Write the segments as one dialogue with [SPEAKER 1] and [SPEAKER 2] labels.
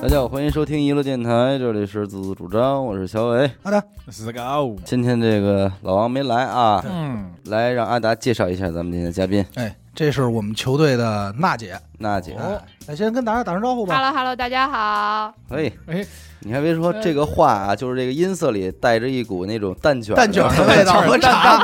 [SPEAKER 1] 大家好，欢迎收听一路电台，这里是自作主张，我是小伟。
[SPEAKER 2] 好的，
[SPEAKER 3] 四个五，
[SPEAKER 1] 今天这个老王没来啊，
[SPEAKER 3] 嗯，
[SPEAKER 1] 来让阿达介绍一下咱们今天的嘉宾
[SPEAKER 2] 哎，这是我们球队的娜姐，
[SPEAKER 1] 娜姐。
[SPEAKER 2] 哦，那先跟大家打声招呼
[SPEAKER 4] h e
[SPEAKER 2] 吧。
[SPEAKER 4] l l o h e l l o 大家好。
[SPEAKER 1] 嘿，
[SPEAKER 3] 哎，
[SPEAKER 1] 你还别说这个话啊，就是这个音色里带着一股那种蛋卷
[SPEAKER 2] 蛋卷的味道和茶，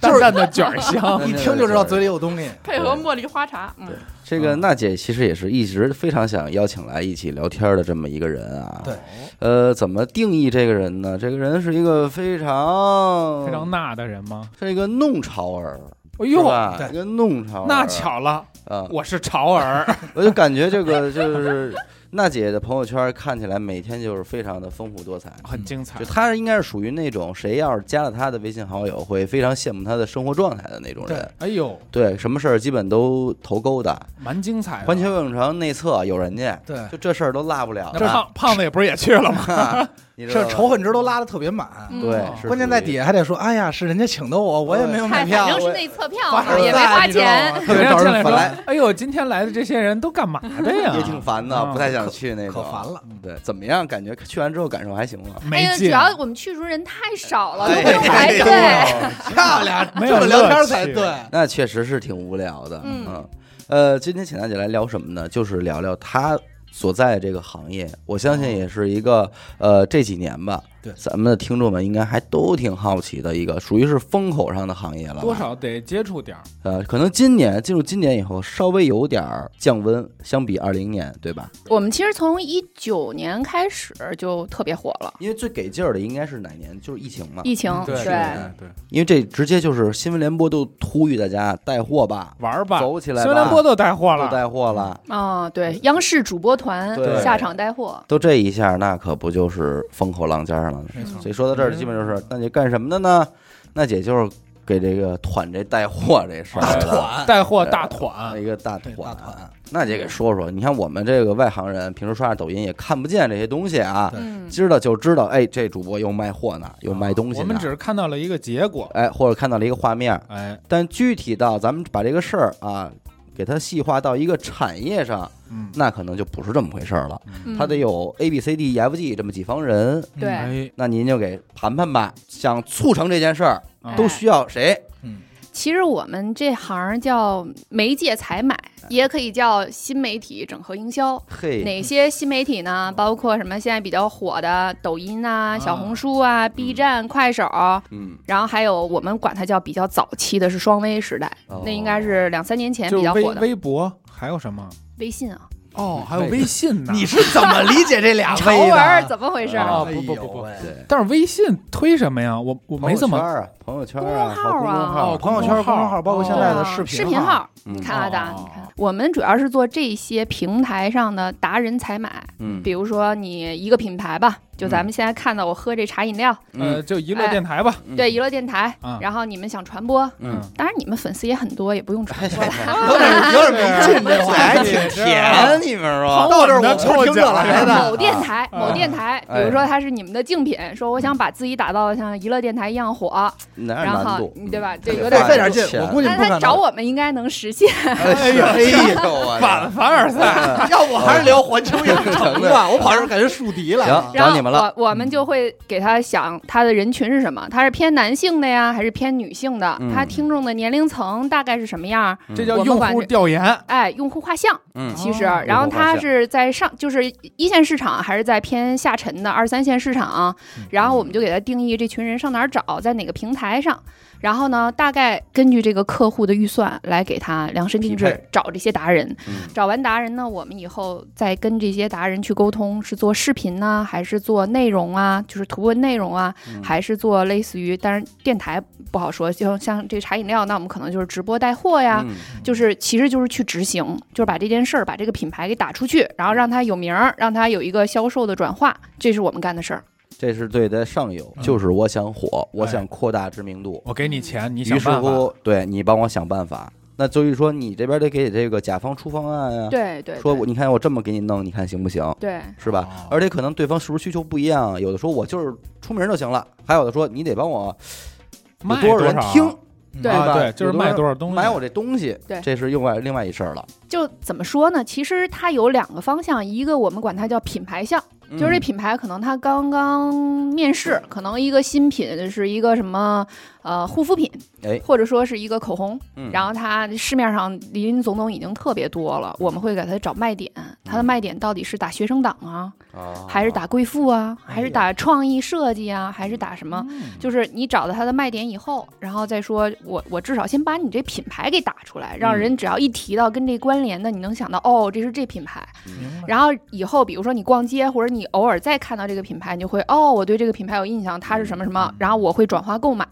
[SPEAKER 3] 淡淡的卷儿香。
[SPEAKER 2] 一听就知道嘴里有东西。
[SPEAKER 4] 配合茉莉花茶，嗯，
[SPEAKER 1] 这个娜姐其实也是一直非常想邀请来一起聊天的这么一个人啊。
[SPEAKER 2] 对，
[SPEAKER 1] 呃，怎么定义这个人呢？这个人是一个非常
[SPEAKER 3] 非常那的人吗？
[SPEAKER 1] 是一个弄潮儿，
[SPEAKER 3] 哎
[SPEAKER 1] 嗯是
[SPEAKER 3] 呦，
[SPEAKER 1] 吧？
[SPEAKER 2] 对
[SPEAKER 1] 一个弄潮儿，
[SPEAKER 3] 那巧了，
[SPEAKER 1] 啊！
[SPEAKER 3] 我是潮 儿。
[SPEAKER 1] 我就感觉这个就是娜姐的朋友圈看起来每天就是非常的丰富多彩。
[SPEAKER 2] 啊
[SPEAKER 3] 很精彩
[SPEAKER 1] 就。她应该是属于那种谁要是加了她的微信好友，会非常羡慕她的生活状态的那种人。
[SPEAKER 3] 哎呦，
[SPEAKER 1] 对，什么事儿基本都头勾搭。
[SPEAKER 3] 蛮精彩的。
[SPEAKER 1] 环球游泳城内侧有人家，
[SPEAKER 2] 哎对，
[SPEAKER 1] 就这事儿都落不了
[SPEAKER 3] 那胖胖子也不是也去 了吗？
[SPEAKER 1] 他，你知道
[SPEAKER 2] 这
[SPEAKER 1] 吧
[SPEAKER 2] 仇恨值都拉的特别满，
[SPEAKER 4] 嗯
[SPEAKER 1] 对，是
[SPEAKER 2] 关键在底下还得说，哎呀，是人家请的我，我也没有买
[SPEAKER 4] 嗨，
[SPEAKER 2] 票
[SPEAKER 4] 反，正
[SPEAKER 2] 我
[SPEAKER 4] 是内测票
[SPEAKER 2] 发
[SPEAKER 4] 嘛，
[SPEAKER 2] 烧
[SPEAKER 4] 也没
[SPEAKER 2] 赞，
[SPEAKER 4] 花
[SPEAKER 2] 你知道
[SPEAKER 4] 钱。哎
[SPEAKER 2] 吗？
[SPEAKER 1] 特别招人
[SPEAKER 3] 进来说
[SPEAKER 1] 烦：“
[SPEAKER 3] 哎呦，今天来的这些人都干嘛的呀？
[SPEAKER 1] 也挺烦的，
[SPEAKER 3] 嗯
[SPEAKER 1] 不太想去那种。
[SPEAKER 2] 可烦了。
[SPEAKER 1] 对，怎么样？感觉去完之后感受还行吗？
[SPEAKER 4] 哎
[SPEAKER 3] 没
[SPEAKER 4] 呀，主
[SPEAKER 3] 劲，
[SPEAKER 4] 要我们去时候人太少了，
[SPEAKER 1] 哎
[SPEAKER 4] 都不用排队。
[SPEAKER 2] 漂亮，
[SPEAKER 3] 没
[SPEAKER 2] 这
[SPEAKER 3] 有
[SPEAKER 2] 么聊天
[SPEAKER 3] 乐
[SPEAKER 2] 才
[SPEAKER 3] 趣
[SPEAKER 2] 对。
[SPEAKER 1] 那确实是挺无聊的。
[SPEAKER 4] 嗯
[SPEAKER 1] 呃，今天请大姐来聊什么呢？就是聊聊她所在这个行业，我相
[SPEAKER 3] 哦
[SPEAKER 1] 信也是一个呃这几年吧，
[SPEAKER 2] 对
[SPEAKER 1] 咱们的听众们应该还都挺好奇的一个，属于是风口上的行业了吧。
[SPEAKER 3] 多少得接触点儿。
[SPEAKER 1] 呃，可能今年进入今年以后，稍微有点儿降温，相比二零年，对吧？
[SPEAKER 4] 我们其实从一九年开始就特别火了，
[SPEAKER 1] 因为最给劲儿的应该是哪年？就是疫情嘛。
[SPEAKER 2] 嗯
[SPEAKER 4] 疫情
[SPEAKER 3] 对
[SPEAKER 1] 对
[SPEAKER 3] 对，
[SPEAKER 1] 因为这直接就是新闻联播都呼吁大家带货吧，
[SPEAKER 3] 玩儿吧，
[SPEAKER 1] 走起来吧。
[SPEAKER 3] 虽然波都嗯带货
[SPEAKER 1] 都
[SPEAKER 3] 了，
[SPEAKER 1] 带货了，
[SPEAKER 4] 啊，对，央视主播团
[SPEAKER 1] 对
[SPEAKER 4] 下场带货，
[SPEAKER 1] 都这一下，那可不就是风口浪尖儿了？
[SPEAKER 3] 没错
[SPEAKER 1] 所以说到这儿，基本就是娜姐干什么的呢？娜姐就是给这个团这带货这事儿
[SPEAKER 3] 大
[SPEAKER 1] 团
[SPEAKER 3] 带货大团，
[SPEAKER 1] 一个大
[SPEAKER 2] 对大
[SPEAKER 1] 团。
[SPEAKER 2] 团，
[SPEAKER 1] 娜姐给说说，你看我们这个外行人，平时刷刷抖音也看不见这些东西啊，
[SPEAKER 2] 对
[SPEAKER 4] 嗯，
[SPEAKER 1] 知道就知道，哎，这主播又卖货呢，又卖东西
[SPEAKER 3] 啊我
[SPEAKER 1] 呢
[SPEAKER 3] 们只，是看到了一个结果。
[SPEAKER 1] 哎，或者看到了一个画面，
[SPEAKER 3] 哎，
[SPEAKER 1] 但具体到咱们把这个事儿啊，给它细化到一个产业上，
[SPEAKER 3] 嗯，
[SPEAKER 1] 那可能就不是这么回事儿了，
[SPEAKER 4] 嗯
[SPEAKER 1] 它得有 A、B、C、D、E、F、G 这么几方人，
[SPEAKER 4] 对，
[SPEAKER 3] 哎，
[SPEAKER 1] 那您就给盘盘吧。想促成这件事儿，都需要谁？
[SPEAKER 2] 嗯，
[SPEAKER 4] 哎其实我们这行叫媒介采买，也可以叫新媒体整合营销。
[SPEAKER 1] 嘿，
[SPEAKER 4] 哪些新媒体呢？包括什么现在比较火的抖音啊、
[SPEAKER 3] 啊
[SPEAKER 4] 小红书啊、B 站、快手，
[SPEAKER 1] 嗯，
[SPEAKER 4] 然后还有我们管它叫比较早期的是双微时代，
[SPEAKER 1] 哦
[SPEAKER 4] 那应该是两三年前
[SPEAKER 3] 就
[SPEAKER 4] 比较
[SPEAKER 3] 微
[SPEAKER 4] 火的微
[SPEAKER 3] 微博还有什么？
[SPEAKER 4] 信啊，
[SPEAKER 3] 哦，还
[SPEAKER 1] 有
[SPEAKER 3] 有
[SPEAKER 1] 微
[SPEAKER 3] 微信呢。
[SPEAKER 2] 你是怎么理解这俩
[SPEAKER 4] 潮
[SPEAKER 2] 味
[SPEAKER 4] 文儿
[SPEAKER 2] 的？
[SPEAKER 4] 怎么回事？
[SPEAKER 1] 啊
[SPEAKER 3] 不不不不
[SPEAKER 2] 哎呦喂
[SPEAKER 1] 对，
[SPEAKER 3] 但是微信推什么呀？我我没怎
[SPEAKER 1] 朋
[SPEAKER 3] 么
[SPEAKER 1] 友圈啊，朋友圈
[SPEAKER 4] 公众
[SPEAKER 1] 啊，
[SPEAKER 4] 号啊
[SPEAKER 1] 和公众号
[SPEAKER 3] 哦
[SPEAKER 2] 朋友圈、公众
[SPEAKER 3] 公众
[SPEAKER 2] 号，
[SPEAKER 3] 号
[SPEAKER 2] 包括现在的视
[SPEAKER 4] 啊视
[SPEAKER 2] 频号，
[SPEAKER 4] 号，
[SPEAKER 1] 嗯
[SPEAKER 4] 你看阿达，
[SPEAKER 3] 哦
[SPEAKER 4] 你看，我们主要是做这些平台上的达人采买，
[SPEAKER 1] 嗯
[SPEAKER 4] 比如说你一个品牌吧，就咱们现在看到我喝这茶饮料，
[SPEAKER 3] 呃，
[SPEAKER 1] 嗯
[SPEAKER 3] 就娱
[SPEAKER 4] 哎
[SPEAKER 3] 乐电台吧。
[SPEAKER 1] 嗯
[SPEAKER 4] 对娱乐电台，
[SPEAKER 3] 啊
[SPEAKER 4] 然后你们想传播，
[SPEAKER 1] 嗯，
[SPEAKER 4] 当然你们粉丝也很多，也不用
[SPEAKER 1] 哎
[SPEAKER 4] 传 播了。
[SPEAKER 2] 有点有点没劲，这话
[SPEAKER 1] 还挺
[SPEAKER 3] 哎
[SPEAKER 1] 甜，你们说
[SPEAKER 3] 好
[SPEAKER 2] 到这儿我不是听这来 的，
[SPEAKER 4] 某电台，
[SPEAKER 3] 啊
[SPEAKER 4] 某电台，
[SPEAKER 1] 哎
[SPEAKER 4] 比如说它是你们的竞品，说我想把自己打造的像娱乐电台一样火，
[SPEAKER 1] 哪有哎
[SPEAKER 4] 然
[SPEAKER 1] 难
[SPEAKER 4] 后
[SPEAKER 1] 度？
[SPEAKER 4] 对吧？这有
[SPEAKER 2] 对
[SPEAKER 4] 点
[SPEAKER 2] 费点劲
[SPEAKER 1] 钱，
[SPEAKER 2] 我估计
[SPEAKER 4] 但
[SPEAKER 2] 不
[SPEAKER 4] 是
[SPEAKER 2] 可
[SPEAKER 4] 他
[SPEAKER 2] 能。
[SPEAKER 4] 找我们应该能实现。
[SPEAKER 1] 哎
[SPEAKER 2] 呦
[SPEAKER 1] 哎 呦，
[SPEAKER 3] 凡凡尔赛，
[SPEAKER 2] 要不还是聊环球影城吧，我跑这儿感觉树敌来了
[SPEAKER 1] 行。
[SPEAKER 4] 然
[SPEAKER 1] 找
[SPEAKER 4] 后
[SPEAKER 1] 你们了，
[SPEAKER 4] 我我们就会给他想他的人群是什么，他是偏男性的呀，还是偏女性的
[SPEAKER 1] 嗯？
[SPEAKER 4] 他听众的年龄层大概是什么样？
[SPEAKER 3] 这叫
[SPEAKER 4] 我们
[SPEAKER 3] 用
[SPEAKER 4] 管
[SPEAKER 3] 户
[SPEAKER 4] 这
[SPEAKER 3] 调研。
[SPEAKER 4] 哎，用户画像
[SPEAKER 1] 嗯
[SPEAKER 4] 其实，
[SPEAKER 3] 哦
[SPEAKER 4] 然后
[SPEAKER 1] 用户画
[SPEAKER 4] 他
[SPEAKER 1] 像
[SPEAKER 4] 是在上，就是一线市场还是在偏下沉的二三线市场，
[SPEAKER 1] 嗯
[SPEAKER 4] 然后我们就给他定义这群人上哪儿找，在哪个平台上，然后呢，大概根据这个客户的预算来给他量身定
[SPEAKER 3] 匹
[SPEAKER 4] 制
[SPEAKER 3] 配
[SPEAKER 4] 找这些达人。
[SPEAKER 1] 嗯
[SPEAKER 4] 找完达人呢，我们以后再跟这些达人去沟通，是做视频呢，还是做内容啊，就是图文内容啊，
[SPEAKER 1] 嗯
[SPEAKER 4] 还是做类似于，当然电台不好说，就像这个茶饮料，那我们可能就是直播带货呀，
[SPEAKER 1] 嗯
[SPEAKER 4] 就是其实就是去执行，就是把这件事儿、把这个品牌给打出去，然后让它有名儿，让它有一个销售的转化，这是我们干的事儿。
[SPEAKER 1] 这是对在上游，
[SPEAKER 3] 嗯
[SPEAKER 1] 就是我想火，我想扩大知名度，
[SPEAKER 3] 我给你钱，哎你
[SPEAKER 1] 于
[SPEAKER 3] 想
[SPEAKER 1] 是
[SPEAKER 3] 办法。
[SPEAKER 1] 乎，对你帮我想办法。那所以说，你这边得给这个甲方出方案呀、
[SPEAKER 4] 对对，
[SPEAKER 1] 说我你嗯看我这么给你弄，你看行不行？
[SPEAKER 4] 对
[SPEAKER 1] 是吧？
[SPEAKER 3] 哦
[SPEAKER 1] 而且可能对方是不是需求不一样，有的说我就是出名就行了，还有的说你得帮我有
[SPEAKER 3] 卖
[SPEAKER 1] 多少人
[SPEAKER 3] 少
[SPEAKER 1] 听，
[SPEAKER 4] 对
[SPEAKER 1] 吧？
[SPEAKER 3] 啊对就是
[SPEAKER 1] 有
[SPEAKER 3] 卖
[SPEAKER 1] 多
[SPEAKER 3] 多
[SPEAKER 1] 少
[SPEAKER 3] 少
[SPEAKER 1] 人
[SPEAKER 3] 东西
[SPEAKER 1] 买我这东西，
[SPEAKER 4] 对
[SPEAKER 1] 这是另外另外一事儿了。
[SPEAKER 4] 就怎么说呢？其实它有两个方向，一个我们管它叫品牌项，就是
[SPEAKER 1] 嗯
[SPEAKER 4] 这品牌可能它刚刚面世，可能一个新品是一个什么呃护肤品，
[SPEAKER 1] 哎
[SPEAKER 4] 或者说是一个口红，
[SPEAKER 1] 嗯，
[SPEAKER 4] 然后它市面上林林总总已经特别多了，我们会给它找卖
[SPEAKER 1] 嗯
[SPEAKER 4] 点，它的卖点到底是打学生党啊，
[SPEAKER 1] 哦
[SPEAKER 4] 还是打贵妇啊，
[SPEAKER 1] 哎呀
[SPEAKER 4] 还是打创意设计啊，还是打什么？
[SPEAKER 3] 嗯
[SPEAKER 4] 就是你找到它的卖点以后，然后再说我我至少先把你这品牌给打出来，
[SPEAKER 1] 嗯
[SPEAKER 4] 让人只要一提到跟这关联的，你能想到哦，这是这品牌。
[SPEAKER 3] 明白
[SPEAKER 4] 然后以后比如说你逛街或者你偶尔再看到这个品牌，你就会哦，我对这个品牌有印象，它是什么什么，
[SPEAKER 1] 嗯
[SPEAKER 4] 然后我会转化购买。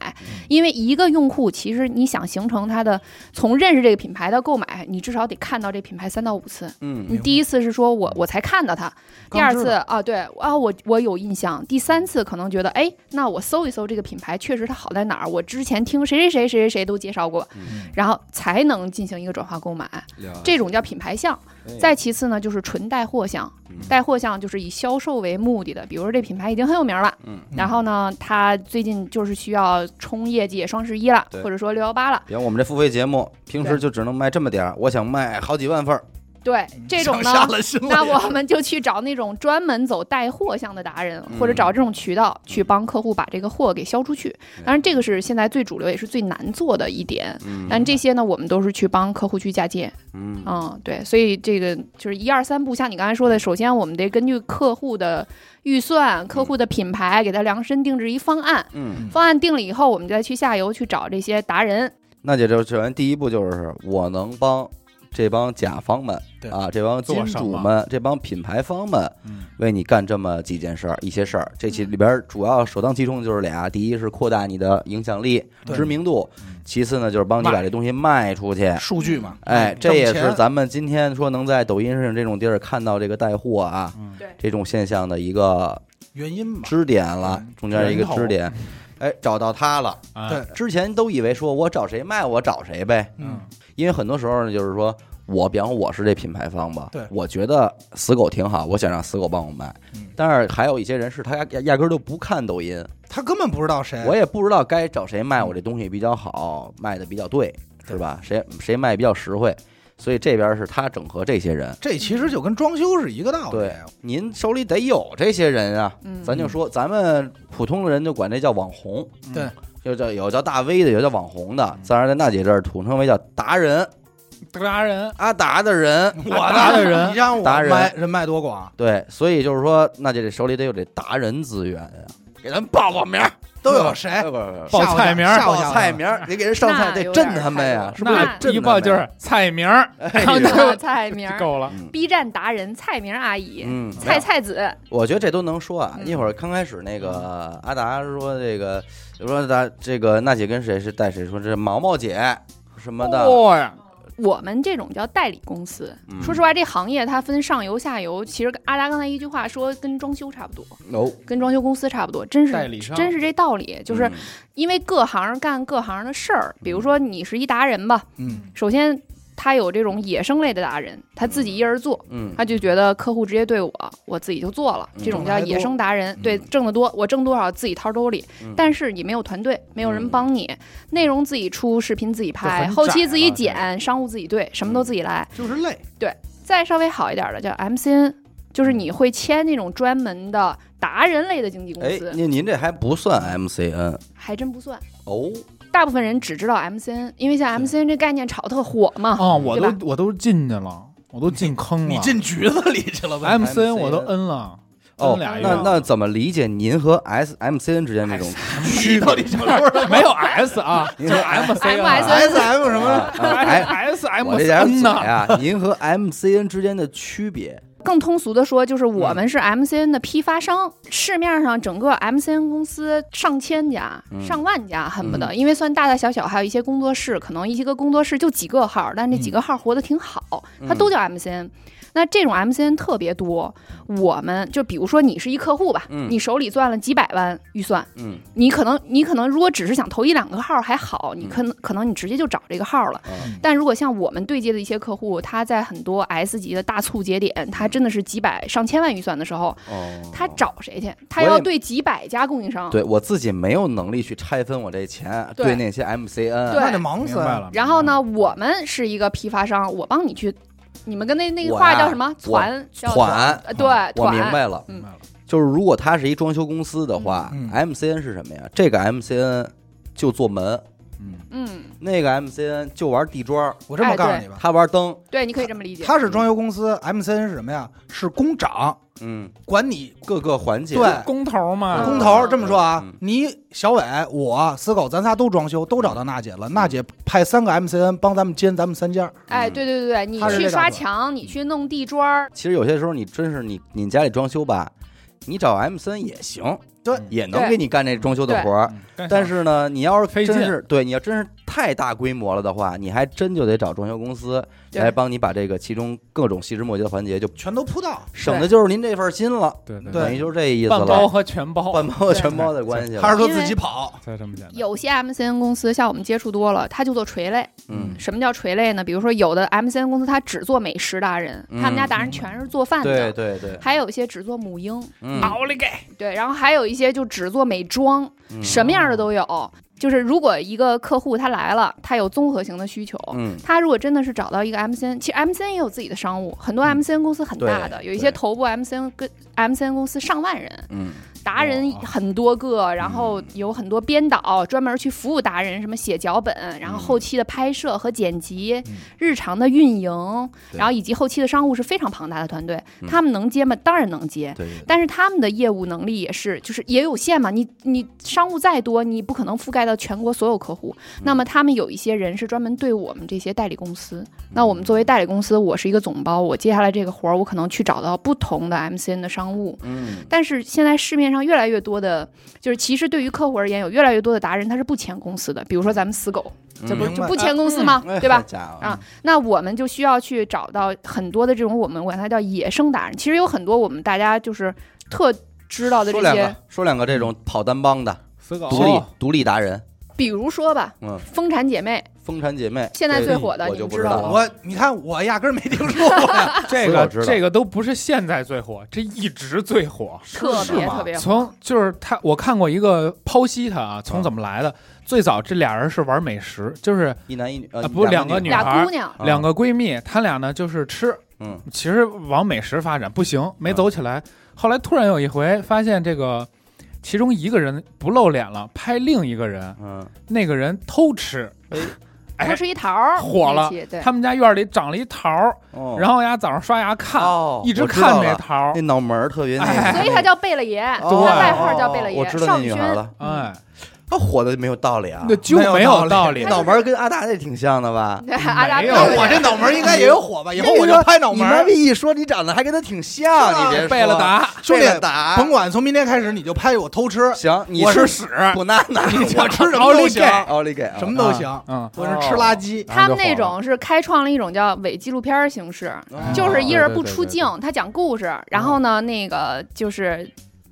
[SPEAKER 4] 因为一个用户其实你想形成他的从认识这个品牌到购买，你至少得看到这品牌三到五次。
[SPEAKER 1] 嗯
[SPEAKER 4] 你第一次是说我我才看到它，第二次啊对啊我我有印象，第三次可能觉得哎，那我搜一搜这个品牌确实它好在哪儿，我之前听谁谁谁谁谁谁都介绍过，
[SPEAKER 1] 嗯
[SPEAKER 4] 然后才能进行一个转化购买，
[SPEAKER 1] 了解
[SPEAKER 4] 这种叫品牌项。
[SPEAKER 1] 哎
[SPEAKER 4] 再其次呢，就是纯带货项
[SPEAKER 1] 嗯，
[SPEAKER 4] 带货项就是以销售为目的的，比如说这品牌已经很有名了，
[SPEAKER 1] 嗯
[SPEAKER 4] 然后呢，它最近就是需要冲业绩双十一了
[SPEAKER 1] 对，
[SPEAKER 4] 或者说六幺八了，
[SPEAKER 1] 比方我们这付费节目，平时
[SPEAKER 4] 对
[SPEAKER 1] 就只能卖这么点儿，我想卖好几万份儿，
[SPEAKER 4] 对
[SPEAKER 1] 嗯
[SPEAKER 4] 这种呢，
[SPEAKER 2] 下了心了。
[SPEAKER 4] 那我们就去找那种专门走带货项的达人，
[SPEAKER 1] 嗯
[SPEAKER 4] 或者找这种渠道去帮客户把这个货给销出去。当然，这个是现在最主流也是最难做的一点。
[SPEAKER 1] 嗯
[SPEAKER 4] 但这些呢，我们都是去帮客户去嫁接。
[SPEAKER 1] 嗯
[SPEAKER 4] 嗯，对，所以这个就是一二三步，像你刚才说的，首先我们得根据客户的预算、客户的品牌，给他量身定制一方案。
[SPEAKER 1] 嗯，
[SPEAKER 4] 方案定了以后，我们再去下游去找这些达人。
[SPEAKER 1] 那姐就是首先第一步就是我能帮这帮甲方们
[SPEAKER 2] 对
[SPEAKER 1] 啊，这帮金
[SPEAKER 3] 做什
[SPEAKER 1] 主
[SPEAKER 3] 么
[SPEAKER 1] 们，这帮品牌方们
[SPEAKER 3] 嗯
[SPEAKER 1] 为你干这么几件事儿、一些事儿。这期里边儿主要首当其冲的就是俩，第一是扩大你的影响力、
[SPEAKER 2] 对
[SPEAKER 1] 知名度，
[SPEAKER 3] 嗯
[SPEAKER 1] 其次呢就是帮你
[SPEAKER 2] 卖
[SPEAKER 1] 把这东西卖出去。
[SPEAKER 2] 数据嘛，
[SPEAKER 3] 嗯
[SPEAKER 1] 哎，这也是
[SPEAKER 2] 咱。
[SPEAKER 1] 咱们今天说能在抖音上这种地儿看到这个带货啊
[SPEAKER 3] 嗯
[SPEAKER 4] 对
[SPEAKER 1] 这种现象的一个
[SPEAKER 2] 原因吧。
[SPEAKER 1] 支点了，中间一个
[SPEAKER 3] 嗯源头
[SPEAKER 1] 支点。哎，找到它了。
[SPEAKER 3] 啊
[SPEAKER 2] 对
[SPEAKER 1] 之前都以为说我找谁卖我找谁呗，
[SPEAKER 2] 嗯，
[SPEAKER 1] 因为很多时候呢，就是说我，比方说我是这品牌方吧，
[SPEAKER 2] 对
[SPEAKER 1] 我觉得死狗挺好，我想让死狗帮我卖，
[SPEAKER 2] 嗯
[SPEAKER 1] 但是还有一些人是他压压根儿就不看抖音，
[SPEAKER 2] 他根本不知道谁。
[SPEAKER 1] 我也不知道该找谁卖我这东西比较好，卖的比较对，是吧？谁谁卖比较实惠，所以这边是他整合这些人。
[SPEAKER 2] 这其实就跟装修是一个道理。
[SPEAKER 1] 对，您手里得有这些人啊，
[SPEAKER 4] 嗯，
[SPEAKER 1] 咱就说咱们普通的人就管这叫网红，
[SPEAKER 3] 嗯
[SPEAKER 2] 对，
[SPEAKER 1] 有叫有叫大 V 的，有叫网红的，自然在娜姐这儿统称为叫达人，
[SPEAKER 3] 达人
[SPEAKER 1] 阿达的人。
[SPEAKER 2] 我
[SPEAKER 3] 达
[SPEAKER 2] 的
[SPEAKER 3] 人
[SPEAKER 2] 你让我
[SPEAKER 1] 达人
[SPEAKER 2] 卖人脉多广，
[SPEAKER 1] 对，所以就是说，那就得手里得有这达人资源呀，给咱报报名儿，
[SPEAKER 2] 都有谁？
[SPEAKER 1] 不不
[SPEAKER 3] 报
[SPEAKER 2] 吓唬
[SPEAKER 3] 菜名
[SPEAKER 2] 吓唬
[SPEAKER 1] 报
[SPEAKER 2] 吓唬
[SPEAKER 1] 菜名儿，哎得给人上菜，
[SPEAKER 4] 那
[SPEAKER 1] 得
[SPEAKER 4] 有
[SPEAKER 1] 震
[SPEAKER 4] 点
[SPEAKER 1] 他们呀
[SPEAKER 4] 太，多
[SPEAKER 1] 是不是
[SPEAKER 3] 那
[SPEAKER 1] 得震他们呀？哎
[SPEAKER 3] 一报就是菜名儿，然后
[SPEAKER 4] 啊
[SPEAKER 3] 就
[SPEAKER 4] 蔡明儿
[SPEAKER 3] 够了。
[SPEAKER 1] 嗯
[SPEAKER 4] B 站达人蔡明阿姨、
[SPEAKER 1] 嗯，
[SPEAKER 4] 蔡菜子，
[SPEAKER 1] 我觉得这都能说啊。
[SPEAKER 4] 嗯
[SPEAKER 1] 一会儿刚开始那个阿达说这个，说达这个娜姐跟谁是带谁说这毛毛姐什么的，
[SPEAKER 3] 哇呀，
[SPEAKER 4] 我们这种叫代理公司。
[SPEAKER 1] 嗯
[SPEAKER 4] 哦说实话，这行业它分上游、下游。其实阿达刚才一句话说，跟装修差不多，
[SPEAKER 1] 哦，
[SPEAKER 4] 跟装修公司差不多，真是
[SPEAKER 3] 代理商
[SPEAKER 4] 真是这道理。就是
[SPEAKER 1] 嗯
[SPEAKER 4] 因为各行干各行的事儿，比如说你是一达人吧，
[SPEAKER 2] 嗯，
[SPEAKER 4] 首先他有这种野生类的达人，他自己一人做，
[SPEAKER 1] 嗯，
[SPEAKER 4] 他就觉得客户直接对我，我自己就做了，这种叫野生达人，对，挣得多，我挣多少自己掏兜里
[SPEAKER 1] 嗯，
[SPEAKER 4] 但是你没有团队，没有人帮你，内容自己出，视频自己
[SPEAKER 3] 嗯就
[SPEAKER 4] 拍，
[SPEAKER 3] 很
[SPEAKER 4] 后期自己
[SPEAKER 3] 窄了嗯
[SPEAKER 4] 剪，商务自己对，什么都自己来。
[SPEAKER 2] 就是累。
[SPEAKER 4] 再稍微好一点的叫 MCN，就是你会签那种专门的达人类的经纪公
[SPEAKER 1] 哎，
[SPEAKER 4] 司，
[SPEAKER 1] 您您这还不算 MCN
[SPEAKER 4] 还真不算。
[SPEAKER 1] 哦，
[SPEAKER 4] 大部分人只知道 MCN，因为像 MCN 这概念炒得特火嘛。
[SPEAKER 3] 啊，我
[SPEAKER 4] 对吧
[SPEAKER 3] 都我都进去了，我都进坑了。
[SPEAKER 2] 你进局子里去了吧？
[SPEAKER 3] MCN 我都
[SPEAKER 1] MCN
[SPEAKER 3] N 了，
[SPEAKER 1] 哦，
[SPEAKER 3] 咱俩
[SPEAKER 1] 那
[SPEAKER 3] 一
[SPEAKER 1] 那怎么理解您和 S MCN 之间这种
[SPEAKER 2] 你到底什么时候？
[SPEAKER 3] 没有 S 啊，就
[SPEAKER 1] 您
[SPEAKER 3] 是
[SPEAKER 1] 和
[SPEAKER 3] MCN 啊
[SPEAKER 4] MSN
[SPEAKER 2] S M 什么？
[SPEAKER 1] 啊哎
[SPEAKER 3] S M
[SPEAKER 1] 我这点嘴
[SPEAKER 3] N 呢？
[SPEAKER 1] 啊，您和 MCN 之间的区别，
[SPEAKER 4] 更通俗的说，就是
[SPEAKER 1] 嗯
[SPEAKER 4] 我们是 MCN 的批发商，市面上整个 MCN 公司上千家、
[SPEAKER 1] 嗯
[SPEAKER 4] 上万家，恨不得，因为算大大小小，还有一些工作室，可能一个工作室就几个号，但这几个号活得挺好，
[SPEAKER 1] 嗯
[SPEAKER 4] 它都叫 MCN。那这种 MCN 特别多，我们就比如说你是一客户吧，
[SPEAKER 1] 嗯
[SPEAKER 4] 你手里攥了几百万预算，
[SPEAKER 1] 嗯
[SPEAKER 4] 你可能你可能如果只是想投一两个号还好，你可能可能你直接就找这个号了。
[SPEAKER 1] 嗯
[SPEAKER 4] 但如果像我们对接的一些客户，他在很多 S 级的大促节点，他真的是几百上千万预算的时候，
[SPEAKER 1] 嗯哦，
[SPEAKER 4] 他找谁去？他
[SPEAKER 1] 我也
[SPEAKER 4] 要对几百家供应商。
[SPEAKER 1] 对我自己没有能力去拆分我这钱，
[SPEAKER 4] 对
[SPEAKER 1] 对那些 MCN，
[SPEAKER 4] 对
[SPEAKER 2] 那得忙
[SPEAKER 1] 啊
[SPEAKER 3] 明
[SPEAKER 2] 死。啊
[SPEAKER 3] 白了。
[SPEAKER 4] 然后呢，
[SPEAKER 3] 明
[SPEAKER 4] 我们是一个批发商，我帮你去，你们跟那那个
[SPEAKER 1] 我
[SPEAKER 4] 话
[SPEAKER 1] 呀
[SPEAKER 4] 叫什么？
[SPEAKER 1] 我
[SPEAKER 4] 团叫
[SPEAKER 1] 团哦
[SPEAKER 4] 呃对，
[SPEAKER 1] 我
[SPEAKER 4] 团嗯
[SPEAKER 1] 明白了，
[SPEAKER 3] 白了，明白了，
[SPEAKER 1] 就是如果它是一装修公司的话、
[SPEAKER 3] 嗯
[SPEAKER 1] m c n 是什么呀？这个 MCN 就做门，
[SPEAKER 3] 嗯，
[SPEAKER 4] 嗯，
[SPEAKER 1] 那个 MCN 就玩地砖，
[SPEAKER 2] 我这么
[SPEAKER 4] 哎
[SPEAKER 2] 告诉
[SPEAKER 4] 对
[SPEAKER 2] 你吧，
[SPEAKER 1] 他玩灯，
[SPEAKER 4] 对，你可以这么理解。
[SPEAKER 2] 他是装修公司，MCN 是什么呀？是工长，
[SPEAKER 1] 嗯，
[SPEAKER 2] 管你
[SPEAKER 1] 各个环节，
[SPEAKER 2] 对
[SPEAKER 3] 工头嘛，
[SPEAKER 2] 工头。这么说啊
[SPEAKER 1] 嗯，
[SPEAKER 2] 你小伟、我、死狗，咱仨都装修，都找到娜姐
[SPEAKER 1] 嗯
[SPEAKER 2] 了。娜姐派三个 MCN 帮咱们兼咱们三家。
[SPEAKER 4] 哎，对对对对，你
[SPEAKER 2] 他是
[SPEAKER 4] 去
[SPEAKER 2] 这
[SPEAKER 4] 刷
[SPEAKER 2] 样子
[SPEAKER 4] 墙，你去弄地砖儿，
[SPEAKER 1] 其实有些时候你真是你你家里装修吧，你找 MCN 也行，
[SPEAKER 2] 对
[SPEAKER 1] 也能
[SPEAKER 4] 对
[SPEAKER 1] 给你干这装修的活儿。
[SPEAKER 3] 嗯，
[SPEAKER 1] 但是呢，你要是
[SPEAKER 3] 费
[SPEAKER 1] 真
[SPEAKER 3] 劲
[SPEAKER 1] 是对你要真是太大规模了的话，你还真就得找装修公司
[SPEAKER 4] 对
[SPEAKER 1] 来帮你把这个其中各种细枝末节的环节就
[SPEAKER 2] 全都铺到，
[SPEAKER 1] 省的就是您这份心了，
[SPEAKER 3] 对对
[SPEAKER 1] 等于就是这意思
[SPEAKER 3] 半
[SPEAKER 1] 了
[SPEAKER 3] 包，和全包，
[SPEAKER 1] 半包全包的 关系
[SPEAKER 2] 他
[SPEAKER 1] 了。
[SPEAKER 2] 是说自己
[SPEAKER 4] 啊
[SPEAKER 2] 跑，
[SPEAKER 3] 才这么简单。
[SPEAKER 4] 有些 MCN 公司像我们接触多了，他就做垂类。
[SPEAKER 1] 嗯，
[SPEAKER 4] 什么叫垂类呢？比如说，有的 MCN 公司他只做美食达人，
[SPEAKER 1] 嗯
[SPEAKER 4] 他们家达人全是做饭的；
[SPEAKER 1] 对对对，
[SPEAKER 4] 还有一些只做母婴，
[SPEAKER 1] 嗯，
[SPEAKER 3] 奥利给，
[SPEAKER 4] 对，然后还有一些就只做美妆，
[SPEAKER 1] 嗯
[SPEAKER 4] 什么样的都有。就是如果一个客户他来了，他有综合型的需求。
[SPEAKER 1] 嗯，
[SPEAKER 4] 他如果真的是找到一个 MCN，其实 MCN 也有自己的商务，很多
[SPEAKER 1] 嗯
[SPEAKER 4] MCN 公司很大的，
[SPEAKER 1] 对
[SPEAKER 4] 有一些
[SPEAKER 1] 对
[SPEAKER 4] 头部 MCN 跟 MCN 公司上万人，
[SPEAKER 1] 嗯，
[SPEAKER 4] 达人
[SPEAKER 3] 哇
[SPEAKER 4] 很多个，然后有很多编导专门去服务达人，什么写脚本，然后后期的拍摄和剪辑
[SPEAKER 3] 嗯，
[SPEAKER 4] 日常的运营，
[SPEAKER 1] 对
[SPEAKER 4] 然后以及后期的商务是非常庞大的团队
[SPEAKER 1] 嗯，
[SPEAKER 4] 他们能接吗？当然能接。
[SPEAKER 1] 对对对，
[SPEAKER 4] 但是他们的业务能力也是，就是也有限嘛。你你商务再多，你不可能覆盖到全国所有客户。
[SPEAKER 1] 嗯
[SPEAKER 4] 那么他们有一些人是专门对我们这些代理公
[SPEAKER 1] 嗯
[SPEAKER 4] 司。那我们作为代理公司，我是一个总包，我接下来这个活儿，我可能去找到不同的 MCN 的商务。
[SPEAKER 1] 嗯，
[SPEAKER 4] 但是现在市面上越来越多的，就是其实对于客户而言，有越来越多的达人他是不签公司的，比如说咱们死狗，这不
[SPEAKER 1] 嗯
[SPEAKER 2] 明白
[SPEAKER 4] 就不签公司吗？
[SPEAKER 1] 哎
[SPEAKER 4] 对
[SPEAKER 1] 好
[SPEAKER 4] 吧？
[SPEAKER 1] 家伙，
[SPEAKER 4] 啊那我们就需要去找到很多的这种我们管它叫野生达人，其实有很多我们大家就是特知道的这
[SPEAKER 1] 说两
[SPEAKER 4] 些
[SPEAKER 1] 个，，说两个这种跑单帮的
[SPEAKER 3] 嗯死狗，
[SPEAKER 1] 独立
[SPEAKER 4] 哦
[SPEAKER 1] 独立达人，
[SPEAKER 4] 比如说吧，
[SPEAKER 1] 嗯，
[SPEAKER 4] 风产姐妹
[SPEAKER 1] 风产姐妹，
[SPEAKER 4] 现在
[SPEAKER 1] 对
[SPEAKER 4] 最火的，
[SPEAKER 1] 我
[SPEAKER 4] 你
[SPEAKER 1] 就不
[SPEAKER 4] 们道
[SPEAKER 1] 知道啊
[SPEAKER 4] 吗？
[SPEAKER 2] 我你看我压根儿没听说过 呀。
[SPEAKER 3] 这
[SPEAKER 1] 我
[SPEAKER 3] 个
[SPEAKER 1] 知道
[SPEAKER 3] 这个都不是现在最火，这一直最火。
[SPEAKER 4] 特
[SPEAKER 2] 是
[SPEAKER 4] 别
[SPEAKER 2] 吗
[SPEAKER 4] 特别火，
[SPEAKER 3] 从就是他，我看过一个剖析他啊，从
[SPEAKER 1] 嗯
[SPEAKER 3] 怎么来的。最早这俩人是玩美食，就是
[SPEAKER 1] 一男一女，呃
[SPEAKER 3] 啊，不是两个女孩
[SPEAKER 4] 俩姑娘，
[SPEAKER 1] 啊
[SPEAKER 3] 两个闺蜜，她俩呢就是吃，
[SPEAKER 1] 嗯，啊
[SPEAKER 3] 其实往美食发展不行，没走起来。后来突然有一回发现这个。其中一个人不露脸了，拍另一个人，
[SPEAKER 1] 嗯，
[SPEAKER 3] 那个人偷吃。哎
[SPEAKER 4] 她是一桃儿
[SPEAKER 3] 火了
[SPEAKER 4] 那期
[SPEAKER 1] 嗯
[SPEAKER 4] 对，
[SPEAKER 3] 他们家院里长了一桃儿，
[SPEAKER 1] 哦，
[SPEAKER 3] 然后呀早上刷牙看，
[SPEAKER 1] 哦，
[SPEAKER 3] 一直
[SPEAKER 1] 我知道
[SPEAKER 3] 看那
[SPEAKER 1] 了
[SPEAKER 3] 桃儿
[SPEAKER 1] 那，脑门儿特别那
[SPEAKER 3] 哎
[SPEAKER 1] 个，
[SPEAKER 4] 所以她叫贝勒爷，她
[SPEAKER 1] 哦
[SPEAKER 4] 外号叫贝勒
[SPEAKER 1] 我
[SPEAKER 4] 爷，
[SPEAKER 1] 知道
[SPEAKER 4] 邵
[SPEAKER 1] 那
[SPEAKER 4] 雨
[SPEAKER 1] 女
[SPEAKER 4] 轩
[SPEAKER 1] 孩了，
[SPEAKER 3] 哎，
[SPEAKER 1] 她火的没有道理啊
[SPEAKER 3] 那，就
[SPEAKER 2] 没
[SPEAKER 3] 没
[SPEAKER 2] 有
[SPEAKER 3] 有
[SPEAKER 2] 道
[SPEAKER 3] 道
[SPEAKER 2] 理
[SPEAKER 3] 理。
[SPEAKER 1] 脑门儿跟阿达那挺像的吧？
[SPEAKER 4] 对， 阿达
[SPEAKER 3] 没
[SPEAKER 4] 贝
[SPEAKER 3] 有
[SPEAKER 4] 勒
[SPEAKER 2] 那
[SPEAKER 4] 爷
[SPEAKER 2] 我这脑门儿应该也有火吧？以后我就拍脑门
[SPEAKER 1] 你妈
[SPEAKER 2] 儿。
[SPEAKER 1] 逼一说你长得还跟他挺像，你别说
[SPEAKER 3] 贝勒，达，
[SPEAKER 2] 兄弟
[SPEAKER 1] 贝勒，达，
[SPEAKER 2] 甭管，从明天开始你就拍我偷吃，
[SPEAKER 1] 行，你
[SPEAKER 2] 我是
[SPEAKER 1] 吃
[SPEAKER 2] 屎，
[SPEAKER 1] 不纳纳，
[SPEAKER 2] 你想吃什
[SPEAKER 3] 奥
[SPEAKER 2] 么
[SPEAKER 3] 利
[SPEAKER 2] 都
[SPEAKER 3] 给
[SPEAKER 2] 行，
[SPEAKER 1] 奥利给啊，
[SPEAKER 2] 什么都行。
[SPEAKER 3] 嗯，
[SPEAKER 2] 我是吃垃圾，
[SPEAKER 4] 他们那种是开创了一种叫伪纪录片儿形式，
[SPEAKER 1] 哦
[SPEAKER 4] 就是一人不出镜
[SPEAKER 3] 对，
[SPEAKER 4] 他讲故事，然后呢，那个就是。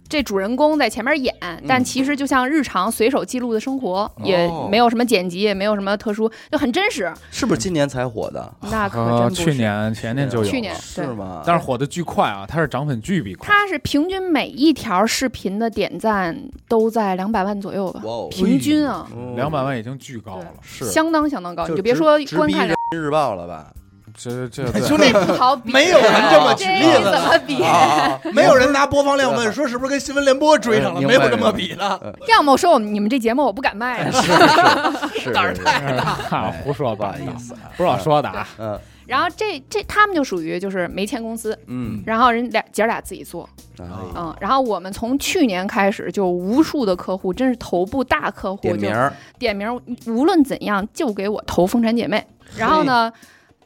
[SPEAKER 4] 这主人公在前面演，但其实就像日常随手记录的生活，也没有什么剪辑，也没有什么特殊，就很真实。
[SPEAKER 1] 是不是今年才火的？
[SPEAKER 4] 那可真
[SPEAKER 3] 呃，
[SPEAKER 4] 不是。
[SPEAKER 3] 去年前年就有了，
[SPEAKER 4] 去年
[SPEAKER 1] 是
[SPEAKER 4] 对
[SPEAKER 1] 吗？
[SPEAKER 3] 但是火的巨快啊，它是涨粉巨比快，
[SPEAKER 4] 他是平均每一条视频的点赞都在两百万左右吧，
[SPEAKER 1] 哇哦，
[SPEAKER 4] 平均啊，
[SPEAKER 1] 嗯
[SPEAKER 3] 两百万已经巨高了，
[SPEAKER 1] 是
[SPEAKER 4] 相当相当高。哦你
[SPEAKER 1] 就
[SPEAKER 4] 就别
[SPEAKER 1] 直
[SPEAKER 4] 说
[SPEAKER 1] 直
[SPEAKER 4] 观
[SPEAKER 1] 逼人
[SPEAKER 4] 看量，
[SPEAKER 1] 民日报了 吧？
[SPEAKER 3] 这 这
[SPEAKER 2] 哎
[SPEAKER 1] 哦
[SPEAKER 3] 对
[SPEAKER 2] 兄弟，
[SPEAKER 4] 不好比。
[SPEAKER 2] 没有人这么举例
[SPEAKER 4] 这
[SPEAKER 2] 子
[SPEAKER 4] 怎么比？
[SPEAKER 1] 啊，
[SPEAKER 2] 没有人拿播放量问说是不是跟新闻联播追上了，
[SPEAKER 1] 嗯
[SPEAKER 2] 没有这么比的。
[SPEAKER 4] 要么我说我们你们这节目我不敢卖了。
[SPEAKER 1] 是是是，
[SPEAKER 2] 胆儿
[SPEAKER 1] 是
[SPEAKER 2] 太
[SPEAKER 1] 是
[SPEAKER 3] 哈
[SPEAKER 1] 哎
[SPEAKER 3] 嗯啊胡说
[SPEAKER 1] 不
[SPEAKER 3] 八
[SPEAKER 1] 好
[SPEAKER 3] 道
[SPEAKER 1] 意，思啊，
[SPEAKER 3] 不是我说的啊，
[SPEAKER 1] 嗯
[SPEAKER 4] 然后这这他们就属于就是没签公司，
[SPEAKER 1] 嗯，
[SPEAKER 4] 然后人俩姐儿俩自己做，
[SPEAKER 1] 哎
[SPEAKER 3] 啊
[SPEAKER 4] 嗯，然后我们从去年开始就无数的客户，真是头部大客户
[SPEAKER 1] 点
[SPEAKER 4] 就
[SPEAKER 1] 名儿，
[SPEAKER 4] 点名儿，无论怎样就给我投风产姐妹，然后呢。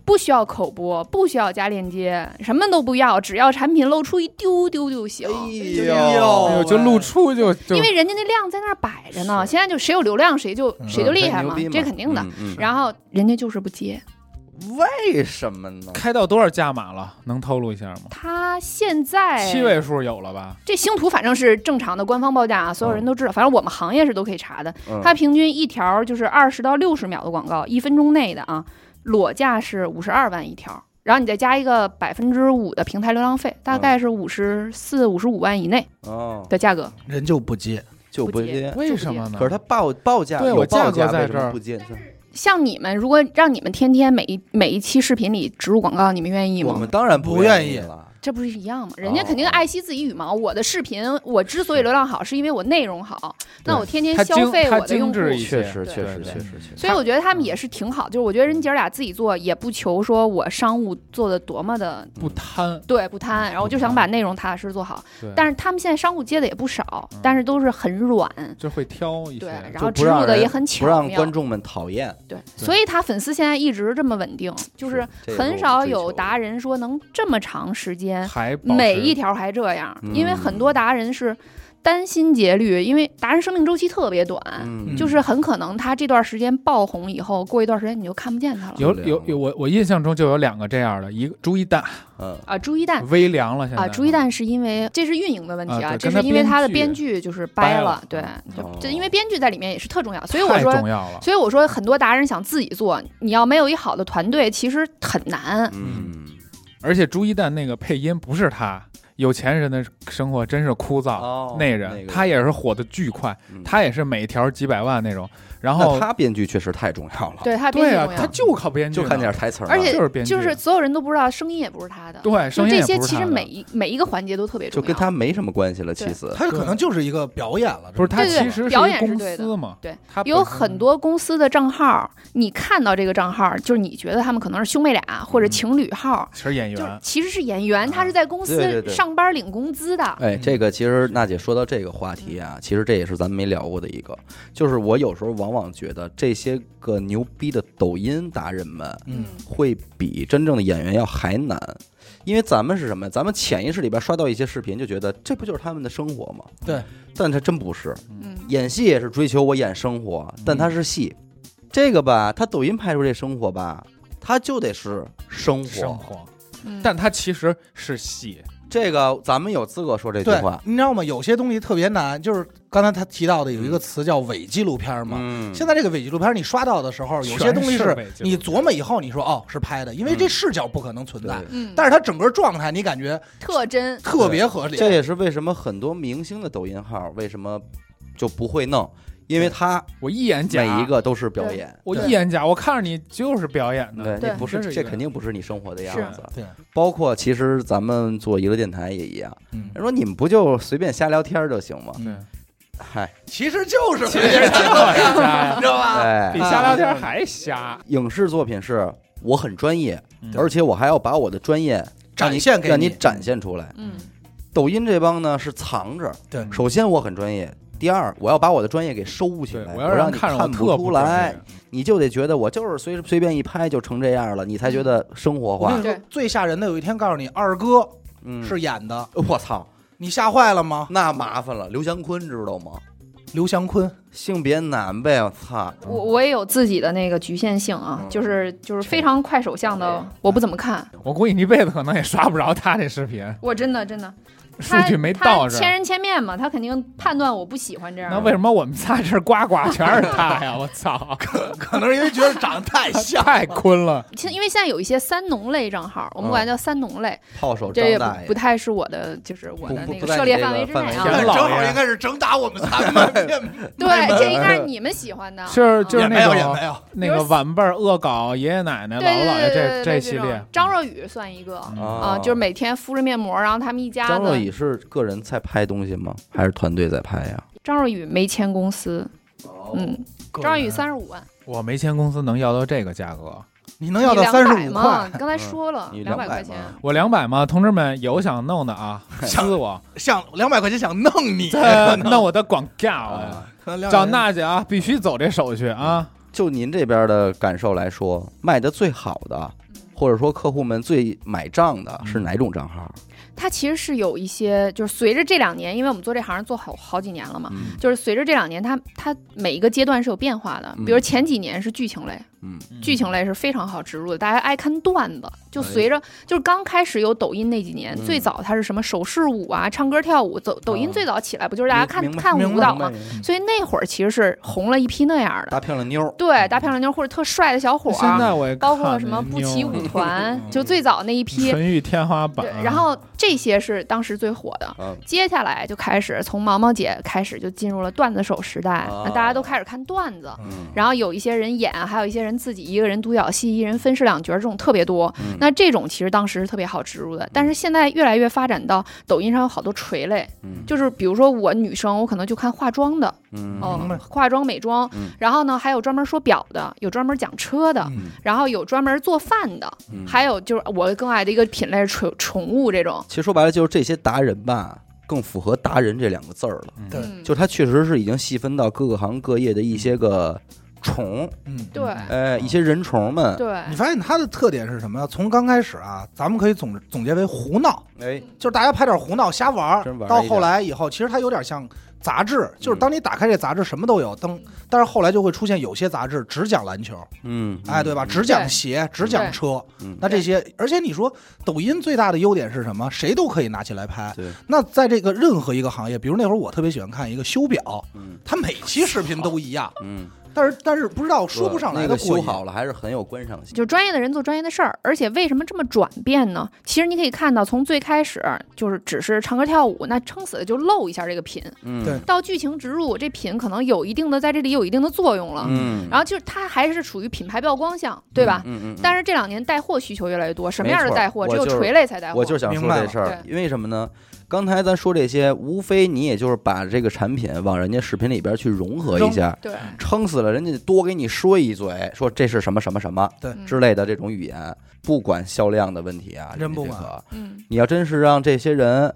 [SPEAKER 4] 不需要口播，不需要加链接，什么都不要，只要产品露出一丢丢就行。
[SPEAKER 1] 呦
[SPEAKER 3] 哎呦，就露出就就
[SPEAKER 4] 因为人家那量在那儿摆着呢，现在就谁有流量谁就谁就厉
[SPEAKER 1] 嗯
[SPEAKER 4] 害
[SPEAKER 1] 牛
[SPEAKER 4] 嘛
[SPEAKER 1] 逼，
[SPEAKER 4] 这肯定的。
[SPEAKER 1] 嗯嗯
[SPEAKER 4] 然后人家就是不接，
[SPEAKER 1] 为什么呢？
[SPEAKER 3] 开到多少价码了？能透露一下吗？
[SPEAKER 4] 他现在
[SPEAKER 3] 七位数有了吧？
[SPEAKER 4] 这星图反正是正常的官方报价啊，所有人
[SPEAKER 3] 嗯
[SPEAKER 4] 都知道，反正我们行业是都可以查的。
[SPEAKER 1] 嗯
[SPEAKER 4] 它平均一条就是二十到六十秒的广告，一分钟内的啊，裸价是五十二万一条，然后你再加一个百分之五的平台流量费，
[SPEAKER 3] 嗯
[SPEAKER 4] 大概是五十四、五十五万以内
[SPEAKER 1] 哦，
[SPEAKER 4] 的价格。
[SPEAKER 2] 人就不接，
[SPEAKER 1] 就不
[SPEAKER 4] 不接
[SPEAKER 1] 接。
[SPEAKER 3] 为什么呢？
[SPEAKER 1] 可是他报报价
[SPEAKER 3] 对
[SPEAKER 1] 有
[SPEAKER 3] 我
[SPEAKER 1] 报
[SPEAKER 3] 价格
[SPEAKER 1] 价
[SPEAKER 3] 在
[SPEAKER 1] 为什
[SPEAKER 3] 这
[SPEAKER 1] 么
[SPEAKER 3] 儿
[SPEAKER 1] 不接？
[SPEAKER 4] 像你们，如果让你们天天每一每一期视频里植入广告，你们愿意
[SPEAKER 1] 我
[SPEAKER 4] 吗
[SPEAKER 1] 们？当然
[SPEAKER 2] 不
[SPEAKER 1] 愿
[SPEAKER 2] 愿意
[SPEAKER 1] 了。
[SPEAKER 4] 这不是一样吗？人家
[SPEAKER 1] 哦
[SPEAKER 4] 肯定爱惜自己羽毛。我的视频，我之所以流量好，是因为我内容好。那我天天
[SPEAKER 3] 它
[SPEAKER 4] 消
[SPEAKER 3] 精
[SPEAKER 4] 费
[SPEAKER 3] 它
[SPEAKER 4] 我的用
[SPEAKER 3] 精
[SPEAKER 4] 户，
[SPEAKER 3] 致一些
[SPEAKER 1] 确实，确
[SPEAKER 4] 对
[SPEAKER 1] 实，
[SPEAKER 3] 对
[SPEAKER 1] 确实，确实。
[SPEAKER 4] 所以我觉得他
[SPEAKER 1] 嗯
[SPEAKER 4] 们也是挺好。就是我觉得人姐儿俩自己做，也不求说我商务做的多么的
[SPEAKER 3] 不贪，
[SPEAKER 4] 对不贪，然后我就想把内容踏踏实实做好。
[SPEAKER 3] 对，
[SPEAKER 4] 但是他们现在商务接的也不少
[SPEAKER 3] 嗯，
[SPEAKER 4] 但是都是很软，
[SPEAKER 3] 就会挑一
[SPEAKER 4] 对，
[SPEAKER 3] 些。
[SPEAKER 4] 然后
[SPEAKER 1] 不
[SPEAKER 4] 植入
[SPEAKER 1] 让
[SPEAKER 4] 的
[SPEAKER 1] 人
[SPEAKER 4] 也很
[SPEAKER 1] 不
[SPEAKER 4] 巧
[SPEAKER 1] 让
[SPEAKER 4] 妙
[SPEAKER 1] 观，众们讨厌，
[SPEAKER 4] 对，所以他粉丝现在一直这么稳定，就是
[SPEAKER 1] 这也是我
[SPEAKER 4] 很
[SPEAKER 1] 们
[SPEAKER 4] 少
[SPEAKER 1] 追求
[SPEAKER 4] 有
[SPEAKER 1] 的
[SPEAKER 4] 达人说能这么长时间
[SPEAKER 3] 还保持
[SPEAKER 4] 每一条还这样，因为
[SPEAKER 1] 嗯
[SPEAKER 4] 很多达人是担心节律，因为达人生命周期特别短，
[SPEAKER 1] 嗯，
[SPEAKER 4] 就是很可能他这段时间爆红以后，过一段时间你就看不见他了。
[SPEAKER 3] 有有有，我我印象中就有两个这样的，一个朱一蛋
[SPEAKER 1] 嗯，
[SPEAKER 4] 啊，朱一蛋
[SPEAKER 3] 微凉了，现在
[SPEAKER 4] 啊，朱一蛋是因为这是运营的问题
[SPEAKER 3] 啊对
[SPEAKER 4] 这
[SPEAKER 3] 跟他
[SPEAKER 4] 是因为他的
[SPEAKER 3] 编
[SPEAKER 4] 编
[SPEAKER 3] 剧
[SPEAKER 4] 剧就是
[SPEAKER 3] 掰
[SPEAKER 4] 掰
[SPEAKER 3] 了嗯
[SPEAKER 4] 了，对，就
[SPEAKER 1] 哦
[SPEAKER 4] 就因为编剧在里面也是特重要，所以我
[SPEAKER 3] 太
[SPEAKER 4] 说
[SPEAKER 3] 重要了，
[SPEAKER 4] 所以我说，很多达人想自己做，你要没有一好的团队，其实很难。
[SPEAKER 1] 嗯，
[SPEAKER 3] 而且朱一蛋那个配音不是他，有钱人的生活真是枯燥。
[SPEAKER 1] 哦
[SPEAKER 3] 那人、
[SPEAKER 1] 个
[SPEAKER 3] 他也是火的巨快，
[SPEAKER 1] 嗯
[SPEAKER 3] 他也是每条几百万那种。然
[SPEAKER 1] 那
[SPEAKER 3] 后
[SPEAKER 1] 他编剧确实太重要了，
[SPEAKER 4] 对他编
[SPEAKER 3] 对
[SPEAKER 4] 剧
[SPEAKER 3] 啊
[SPEAKER 4] 重，
[SPEAKER 3] 他
[SPEAKER 4] 要，嗯
[SPEAKER 3] 就靠编剧
[SPEAKER 1] 就
[SPEAKER 3] 呢，
[SPEAKER 1] 看点台词儿了，
[SPEAKER 4] 而且
[SPEAKER 3] 就是编剧
[SPEAKER 4] 就是所有人都不知道，声音也不是他的。
[SPEAKER 3] 对
[SPEAKER 4] 就
[SPEAKER 3] 声音
[SPEAKER 4] 这
[SPEAKER 3] 也
[SPEAKER 4] 些，
[SPEAKER 3] 不是
[SPEAKER 4] 其
[SPEAKER 3] 他
[SPEAKER 4] 实
[SPEAKER 3] 的
[SPEAKER 4] 每一每一个环节都特别重
[SPEAKER 1] 就
[SPEAKER 4] 要。
[SPEAKER 1] 跟他没什么关系了。
[SPEAKER 4] 对
[SPEAKER 1] 其实，
[SPEAKER 2] 他可能就是一个表演了，
[SPEAKER 3] 不是他
[SPEAKER 4] 对对
[SPEAKER 3] 其实是
[SPEAKER 4] 表
[SPEAKER 3] 一
[SPEAKER 4] 演是
[SPEAKER 3] 公
[SPEAKER 4] 对的
[SPEAKER 3] 司嘛，
[SPEAKER 4] 对，
[SPEAKER 3] 他
[SPEAKER 4] 有
[SPEAKER 3] 本身
[SPEAKER 4] 很多公司的账号，你看到这个账号，就是你觉得他们可能是兄妹俩或者情侣号，
[SPEAKER 3] 其实嗯演
[SPEAKER 4] 就是
[SPEAKER 3] 员啊
[SPEAKER 4] 其实是演员，他是在公
[SPEAKER 1] 对对
[SPEAKER 4] 司
[SPEAKER 1] 对
[SPEAKER 4] 上班领工资的。
[SPEAKER 1] 哎，这个其实娜姐说到这个话题啊，其实这也是咱们没聊过的一个，就是我有时候往往觉得这些个牛逼的抖音达人们，
[SPEAKER 2] 嗯，
[SPEAKER 1] 会比真正的演员要还难，因为咱们是什么呀？咱们潜意识里边刷到一些视频，就觉得这不就是他们的生活吗？
[SPEAKER 2] 对，
[SPEAKER 1] 但他真不是。
[SPEAKER 4] 嗯，
[SPEAKER 1] 演戏也是追求我演生活，但他是戏，这个吧，他抖音拍出这生活吧，他就得是生活。
[SPEAKER 3] 生活，
[SPEAKER 4] 嗯
[SPEAKER 3] 但他其实是戏，
[SPEAKER 1] 这个咱们有资格说这句
[SPEAKER 2] 对
[SPEAKER 1] 话，
[SPEAKER 2] 你知道吗？有些东西特别难，就是刚才他提到的有一个词叫伪纪录片嘛。
[SPEAKER 1] 嗯，
[SPEAKER 2] 现在这个伪纪录片你刷到的时候，有些东西
[SPEAKER 3] 全是
[SPEAKER 2] 是
[SPEAKER 3] 伪纪录片
[SPEAKER 2] 你琢磨以后，你说哦是拍的，因为
[SPEAKER 1] 嗯
[SPEAKER 2] 这视角不可能存在，
[SPEAKER 1] 对
[SPEAKER 4] 嗯，
[SPEAKER 2] 但是它整个状态你感觉
[SPEAKER 4] 特真，
[SPEAKER 2] 特别合理。
[SPEAKER 1] 这也是为什么很多明星的抖音号为什么就不会弄，因为他
[SPEAKER 3] 我一眼假
[SPEAKER 1] 每一，个都是表演，
[SPEAKER 3] 我
[SPEAKER 2] 对
[SPEAKER 3] 一眼假，我看着你就是表演的，
[SPEAKER 1] 对
[SPEAKER 4] 对
[SPEAKER 1] 你不
[SPEAKER 3] 真
[SPEAKER 1] 是
[SPEAKER 3] 是一
[SPEAKER 1] 这
[SPEAKER 3] 个
[SPEAKER 1] 肯定不是你生活的样子。
[SPEAKER 2] 对，
[SPEAKER 1] 包括其实咱们做娱乐电台也一样，
[SPEAKER 2] 嗯，
[SPEAKER 1] 人说你们不就随便瞎聊天儿就行吗？
[SPEAKER 3] 对，
[SPEAKER 1] 嗨，
[SPEAKER 2] 其实就是
[SPEAKER 3] 其实就是
[SPEAKER 2] 你
[SPEAKER 3] 瞎，
[SPEAKER 2] 知道吧？
[SPEAKER 3] 哎比
[SPEAKER 1] 哎，
[SPEAKER 3] 瞎聊天还瞎，
[SPEAKER 1] 影视作品是我很专业，
[SPEAKER 3] 嗯
[SPEAKER 1] 而且我还要把我的专业让你
[SPEAKER 2] 展现给
[SPEAKER 1] 让你
[SPEAKER 2] 你
[SPEAKER 1] 展现出来。
[SPEAKER 4] 嗯，
[SPEAKER 1] 抖音这帮呢是藏着，
[SPEAKER 2] 对
[SPEAKER 1] 首先我很专业，第二我要把我的专业给收起
[SPEAKER 3] 对
[SPEAKER 1] 来，，
[SPEAKER 3] 我
[SPEAKER 1] 我
[SPEAKER 3] 要
[SPEAKER 1] 让
[SPEAKER 3] 让
[SPEAKER 1] 你
[SPEAKER 3] 看着我
[SPEAKER 1] 不
[SPEAKER 3] 特
[SPEAKER 1] 出
[SPEAKER 3] 专
[SPEAKER 1] 来
[SPEAKER 3] 业，，
[SPEAKER 1] 你就得觉得我就是随随便一拍就成这样了，你才觉得生活
[SPEAKER 2] 我跟
[SPEAKER 1] 化
[SPEAKER 2] 你。说
[SPEAKER 4] 对，
[SPEAKER 2] 最吓人的有一天告诉你，二哥
[SPEAKER 1] 嗯，
[SPEAKER 2] 是演的，
[SPEAKER 1] 我操，
[SPEAKER 2] 你吓坏了吗？
[SPEAKER 1] 那麻烦了，刘祥坤知道吗？
[SPEAKER 2] 刘祥坤，
[SPEAKER 1] 性别男呗，我操，
[SPEAKER 4] 我我也有自己的那个局限性啊，
[SPEAKER 1] 嗯
[SPEAKER 4] 就是就是非常快手向的，我不怎么看，
[SPEAKER 3] 我估计你一辈子可能也刷不着他这视频，
[SPEAKER 4] 我真的真的
[SPEAKER 3] 数
[SPEAKER 4] 他
[SPEAKER 3] 据没到
[SPEAKER 4] 他
[SPEAKER 3] 这
[SPEAKER 4] 千
[SPEAKER 3] 儿。
[SPEAKER 4] 人千面嘛，他肯定判断我不喜欢这样。
[SPEAKER 3] 那为什么我们仨这呱呱全是他呀？我 操，
[SPEAKER 2] 可能是因为觉得长得太像
[SPEAKER 3] 太坤了！
[SPEAKER 4] 其实因为现在有一些三农类账号，我
[SPEAKER 1] 嗯
[SPEAKER 4] 们管它叫三农类，
[SPEAKER 1] 炮手
[SPEAKER 4] 这
[SPEAKER 1] 张
[SPEAKER 4] 也
[SPEAKER 1] 大爷
[SPEAKER 4] 不不。太是我的，就是我
[SPEAKER 1] 不
[SPEAKER 4] 的那
[SPEAKER 1] 不
[SPEAKER 4] 个
[SPEAKER 1] 在
[SPEAKER 4] 涉
[SPEAKER 1] 你
[SPEAKER 4] 猎
[SPEAKER 1] 这
[SPEAKER 4] 范
[SPEAKER 1] 个
[SPEAKER 4] 围之
[SPEAKER 1] 范
[SPEAKER 4] 内
[SPEAKER 1] 围
[SPEAKER 3] 之
[SPEAKER 4] 啊
[SPEAKER 3] 内。
[SPEAKER 2] 但
[SPEAKER 3] 老
[SPEAKER 2] 正好
[SPEAKER 3] 爷
[SPEAKER 2] 应该是整打我们三 个，
[SPEAKER 4] 对，这应该是你们喜欢的。
[SPEAKER 3] 就 是就是
[SPEAKER 2] 也没
[SPEAKER 3] 那
[SPEAKER 2] 有也没
[SPEAKER 3] 种
[SPEAKER 2] 有，
[SPEAKER 3] 那个晚辈儿恶搞爷爷奶奶、姥
[SPEAKER 4] 对
[SPEAKER 3] 姥姥
[SPEAKER 4] 对
[SPEAKER 3] 爷
[SPEAKER 4] 对对
[SPEAKER 3] 这
[SPEAKER 4] 对对，
[SPEAKER 3] 系
[SPEAKER 4] 这种
[SPEAKER 3] 列，
[SPEAKER 2] 啊
[SPEAKER 4] 张若昀算一个
[SPEAKER 1] 哦
[SPEAKER 3] 嗯
[SPEAKER 4] 啊，就是每天敷着面膜，然后他们一家
[SPEAKER 1] 张若
[SPEAKER 4] 子。
[SPEAKER 1] 昀是个人在拍东西吗？还是团队在拍呀？
[SPEAKER 4] 张若昀没签公司，嗯，张若昀三十五万，
[SPEAKER 3] 我没签公司能要到这个价格，
[SPEAKER 2] 你能要
[SPEAKER 4] 你
[SPEAKER 2] 到
[SPEAKER 4] 两
[SPEAKER 2] 三
[SPEAKER 4] 百
[SPEAKER 2] 十五
[SPEAKER 4] 嘛
[SPEAKER 2] 块，？
[SPEAKER 4] 刚才说了
[SPEAKER 1] 你
[SPEAKER 4] 两百
[SPEAKER 1] 200
[SPEAKER 4] 块钱
[SPEAKER 1] 嘛，
[SPEAKER 3] 我两百吗？同志们有想弄 的啊，私我，
[SPEAKER 2] 想两百块钱想弄你，
[SPEAKER 3] 这 弄我的广告啊，
[SPEAKER 2] 可能200
[SPEAKER 3] 找娜姐啊，必须走这手续啊！
[SPEAKER 1] 就您这边的感受来说，卖的最好的，
[SPEAKER 4] 嗯
[SPEAKER 1] 或者说客户们最买账的是哪种账号？
[SPEAKER 4] 它其实是有一些，就是随着这两年，因为我们做这行做好好几年了嘛，
[SPEAKER 1] 嗯
[SPEAKER 4] 就是随着这两年，它它每一个阶段是有变化的
[SPEAKER 1] 嗯。
[SPEAKER 4] 比如前几年是剧情类，
[SPEAKER 1] 嗯，
[SPEAKER 4] 剧情类是非常好植入的，大家爱看段子。就随着就是刚开始有抖音那几年，
[SPEAKER 1] 嗯
[SPEAKER 4] 最早它是什么手势舞啊、唱歌跳舞，抖抖音
[SPEAKER 1] 啊
[SPEAKER 4] 最早起来不就是大家看
[SPEAKER 1] 明白
[SPEAKER 4] 看舞蹈吗？
[SPEAKER 1] 明白
[SPEAKER 4] 所以那会儿其实是红了一批那样的，
[SPEAKER 1] 大漂亮妞儿，
[SPEAKER 4] 对，大漂亮妞或者特帅的小伙
[SPEAKER 3] 现
[SPEAKER 4] 儿，
[SPEAKER 3] 在我也
[SPEAKER 4] 啊包括
[SPEAKER 3] 看
[SPEAKER 4] 什
[SPEAKER 3] 那
[SPEAKER 4] 么步奇
[SPEAKER 3] 妞
[SPEAKER 4] 舞团
[SPEAKER 1] 嗯，
[SPEAKER 4] 就最早那一批。
[SPEAKER 3] 纯欲天花
[SPEAKER 4] 对
[SPEAKER 3] 板，，
[SPEAKER 4] 然后这些是当时最火的，
[SPEAKER 1] 嗯，
[SPEAKER 4] 接下来就开始从毛毛姐开始就进入了段子手时代，
[SPEAKER 1] 啊
[SPEAKER 4] 那大家都开始看段子，
[SPEAKER 1] 嗯
[SPEAKER 4] 然后有一些人演，还有一些人自己一个人独角戏，一人分饰两角，这种特别多。
[SPEAKER 1] 嗯
[SPEAKER 4] 那这种其实当时是特别好植入的，但是现在越来越发展到抖音上有好多垂类，
[SPEAKER 1] 嗯
[SPEAKER 4] 就是比如说我女生，我可能就看化妆的，
[SPEAKER 1] 嗯
[SPEAKER 4] 哦
[SPEAKER 2] 明白，
[SPEAKER 4] 化妆美妆
[SPEAKER 1] 嗯，
[SPEAKER 4] 然后呢还有专门说表的，有专门讲车的，
[SPEAKER 2] 嗯
[SPEAKER 4] 然后有专门做饭的，
[SPEAKER 1] 嗯
[SPEAKER 4] 还有就是我更爱的一个品类是宠宠物这种。
[SPEAKER 1] 其实说白了就是这些达人吧，更符合“达人”这两个字儿了。
[SPEAKER 3] 嗯
[SPEAKER 2] 对
[SPEAKER 4] 嗯
[SPEAKER 1] 就他确实是已经细分到各个行各业的一些个虫，
[SPEAKER 2] 嗯，
[SPEAKER 4] 对
[SPEAKER 1] 哎，一些人虫们，
[SPEAKER 4] 对
[SPEAKER 2] 你发现它的特点是什么呀？从刚开始啊，咱们可以总总结为胡闹，
[SPEAKER 1] 哎，
[SPEAKER 2] 就是大家拍点胡闹瞎玩儿嗯
[SPEAKER 1] 真玩儿
[SPEAKER 2] 到
[SPEAKER 1] 一
[SPEAKER 2] 后
[SPEAKER 1] 点
[SPEAKER 2] 来以后，其实它有点像杂志，就是当你打开这杂志，什么都有。当但是后来就会出现有些杂志只讲篮球，
[SPEAKER 1] 嗯，
[SPEAKER 2] 哎，对吧？
[SPEAKER 1] 嗯
[SPEAKER 2] 只讲鞋，只讲车
[SPEAKER 1] 嗯，
[SPEAKER 2] 那这些，而且你说抖音最大的优点是什么？谁都可以拿起来拍。
[SPEAKER 1] 嗯对，
[SPEAKER 2] 那在这个任何一个行业，比如那会儿我特别喜欢看一个修表，
[SPEAKER 1] 嗯
[SPEAKER 2] 它每期视频都一 样，
[SPEAKER 1] 嗯，
[SPEAKER 2] 但是但是不知道说不上来
[SPEAKER 1] 那
[SPEAKER 2] 的
[SPEAKER 1] 个
[SPEAKER 2] 过
[SPEAKER 1] 修
[SPEAKER 2] 瘾。
[SPEAKER 1] 好了还是很有观赏性。
[SPEAKER 4] 就专业的人做专业的事儿，而且为什么这么转变呢？其实你可以看到，从最开始就是只是唱歌跳舞，那撑死了就露一下这个品，
[SPEAKER 1] 嗯，
[SPEAKER 2] 对
[SPEAKER 4] 到剧情植入，这品可能有一定的在这里有一定的作用了。
[SPEAKER 1] 嗯，
[SPEAKER 4] 然后就是它还是属于品牌曝光项，对吧？
[SPEAKER 1] 嗯嗯嗯，
[SPEAKER 4] 但是这两年带货需求越来越多，什么样的带货
[SPEAKER 1] 没错
[SPEAKER 4] 只有
[SPEAKER 1] 我就是
[SPEAKER 4] 垂类才带货。
[SPEAKER 1] 我就是想说
[SPEAKER 2] 明白
[SPEAKER 1] 这
[SPEAKER 2] 了
[SPEAKER 1] 事儿，因为什么呢？刚才咱说这些，无非你也就是把这个产品往人家视频里边去融合一下，
[SPEAKER 4] 对，
[SPEAKER 1] 撑死了人家多给你说一嘴，说这是什么什么什么
[SPEAKER 4] 嗯
[SPEAKER 2] 对
[SPEAKER 1] 之类的这种语言，不管销量的问题啊，
[SPEAKER 2] 真不
[SPEAKER 1] 人家
[SPEAKER 2] 管
[SPEAKER 1] 这个。
[SPEAKER 4] 嗯，
[SPEAKER 1] 你要真是让这些人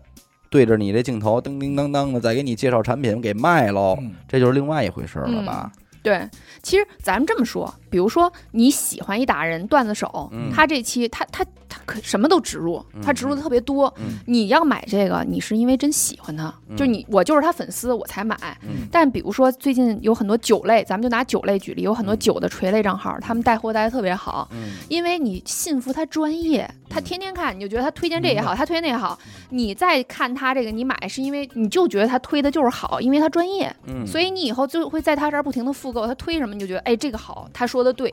[SPEAKER 1] 对着你这镜头叮叮当当的再给你介绍产品给卖喽，
[SPEAKER 2] 嗯
[SPEAKER 1] 这就是另外一回事儿
[SPEAKER 4] 嗯
[SPEAKER 1] 了吧？
[SPEAKER 4] 对，其实咱们这么说，比如说你喜欢一达人段子手，
[SPEAKER 1] 嗯
[SPEAKER 4] 他这期他他他可什么都植入，他植入的特别多。
[SPEAKER 1] 嗯
[SPEAKER 4] 你要买这个，你是因为真喜欢他，
[SPEAKER 1] 嗯
[SPEAKER 4] 就你我就是他粉丝我才买。
[SPEAKER 1] 嗯
[SPEAKER 4] 但比如说最近有很多酒类，咱们就拿酒类举例，有很多
[SPEAKER 1] 嗯
[SPEAKER 4] 酒的垂类账号，他们带货带的特别好。
[SPEAKER 1] 嗯
[SPEAKER 4] 因为你信服他专业，他天天看，你就觉得他推荐这也好，他推荐那也
[SPEAKER 1] 嗯
[SPEAKER 4] 好，你再看他这个，你买是因为你就觉得他推的就是好，因为他专业，
[SPEAKER 1] 嗯，
[SPEAKER 4] 所以你以后就会在他这儿不停的复购，他推什么你就觉得，哎，这个好，他说的对，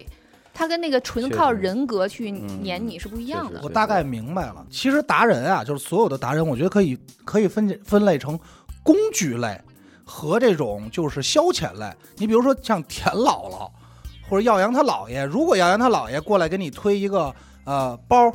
[SPEAKER 4] 他跟那个纯
[SPEAKER 1] 确
[SPEAKER 4] 靠
[SPEAKER 1] 实
[SPEAKER 4] 人格去撵
[SPEAKER 1] 嗯
[SPEAKER 4] 你是不一样
[SPEAKER 1] 确
[SPEAKER 4] 的
[SPEAKER 1] 实
[SPEAKER 2] 我。大概明白了。其实达人啊，就是所有的达人，我觉得可以可以分分类成工具类和这种就是消遣类。你比如说像田姥姥或者耀阳他姥爷，如果耀阳他姥爷过来给你推一个呃包。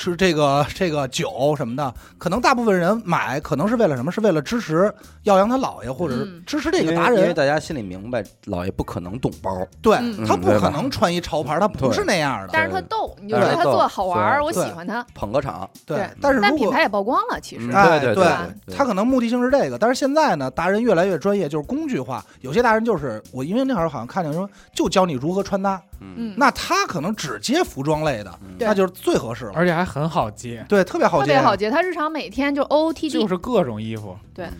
[SPEAKER 2] 吃这个这个酒什么的，可能大部分人买，可能是为了什么？是为了支持耀阳他姥爷，或者是
[SPEAKER 4] 嗯
[SPEAKER 2] 支持这
[SPEAKER 1] 因
[SPEAKER 2] 个
[SPEAKER 1] 为
[SPEAKER 2] 达
[SPEAKER 1] 因
[SPEAKER 2] 人
[SPEAKER 1] 为。大家心里明白，老爷不可能懂包，
[SPEAKER 2] 对
[SPEAKER 4] 嗯
[SPEAKER 2] 他不
[SPEAKER 1] 对吧
[SPEAKER 2] 可能穿一潮牌，他不
[SPEAKER 1] 对
[SPEAKER 2] 是那样的。
[SPEAKER 4] 但是他逗，你就
[SPEAKER 1] 对
[SPEAKER 4] 觉得他
[SPEAKER 1] 逗
[SPEAKER 4] 做的好玩儿，
[SPEAKER 1] 对
[SPEAKER 4] 我喜
[SPEAKER 2] 对
[SPEAKER 4] 欢他。
[SPEAKER 1] 捧个场。
[SPEAKER 2] 对
[SPEAKER 4] 对，
[SPEAKER 2] 但是
[SPEAKER 4] 但
[SPEAKER 2] 如
[SPEAKER 4] 品
[SPEAKER 2] 果
[SPEAKER 4] 牌也曝光了，其实
[SPEAKER 1] 嗯。
[SPEAKER 2] 哎，
[SPEAKER 1] 对对对
[SPEAKER 2] 他可能目的性是这个，但是现在呢，达人越来越专业，就是工具化。有些达人就是我，因为那会儿好像看见说，就教你如何穿搭，
[SPEAKER 4] 嗯，
[SPEAKER 2] 那他可能只接服装类的，
[SPEAKER 1] 嗯
[SPEAKER 4] 对
[SPEAKER 2] 那就是最合适了。
[SPEAKER 3] 而且还很好接，
[SPEAKER 2] 对，特别好啊
[SPEAKER 4] 特
[SPEAKER 2] 接
[SPEAKER 4] 别，好接，他日常每天就 O O T
[SPEAKER 3] 就
[SPEAKER 4] G，
[SPEAKER 3] 是各种衣服，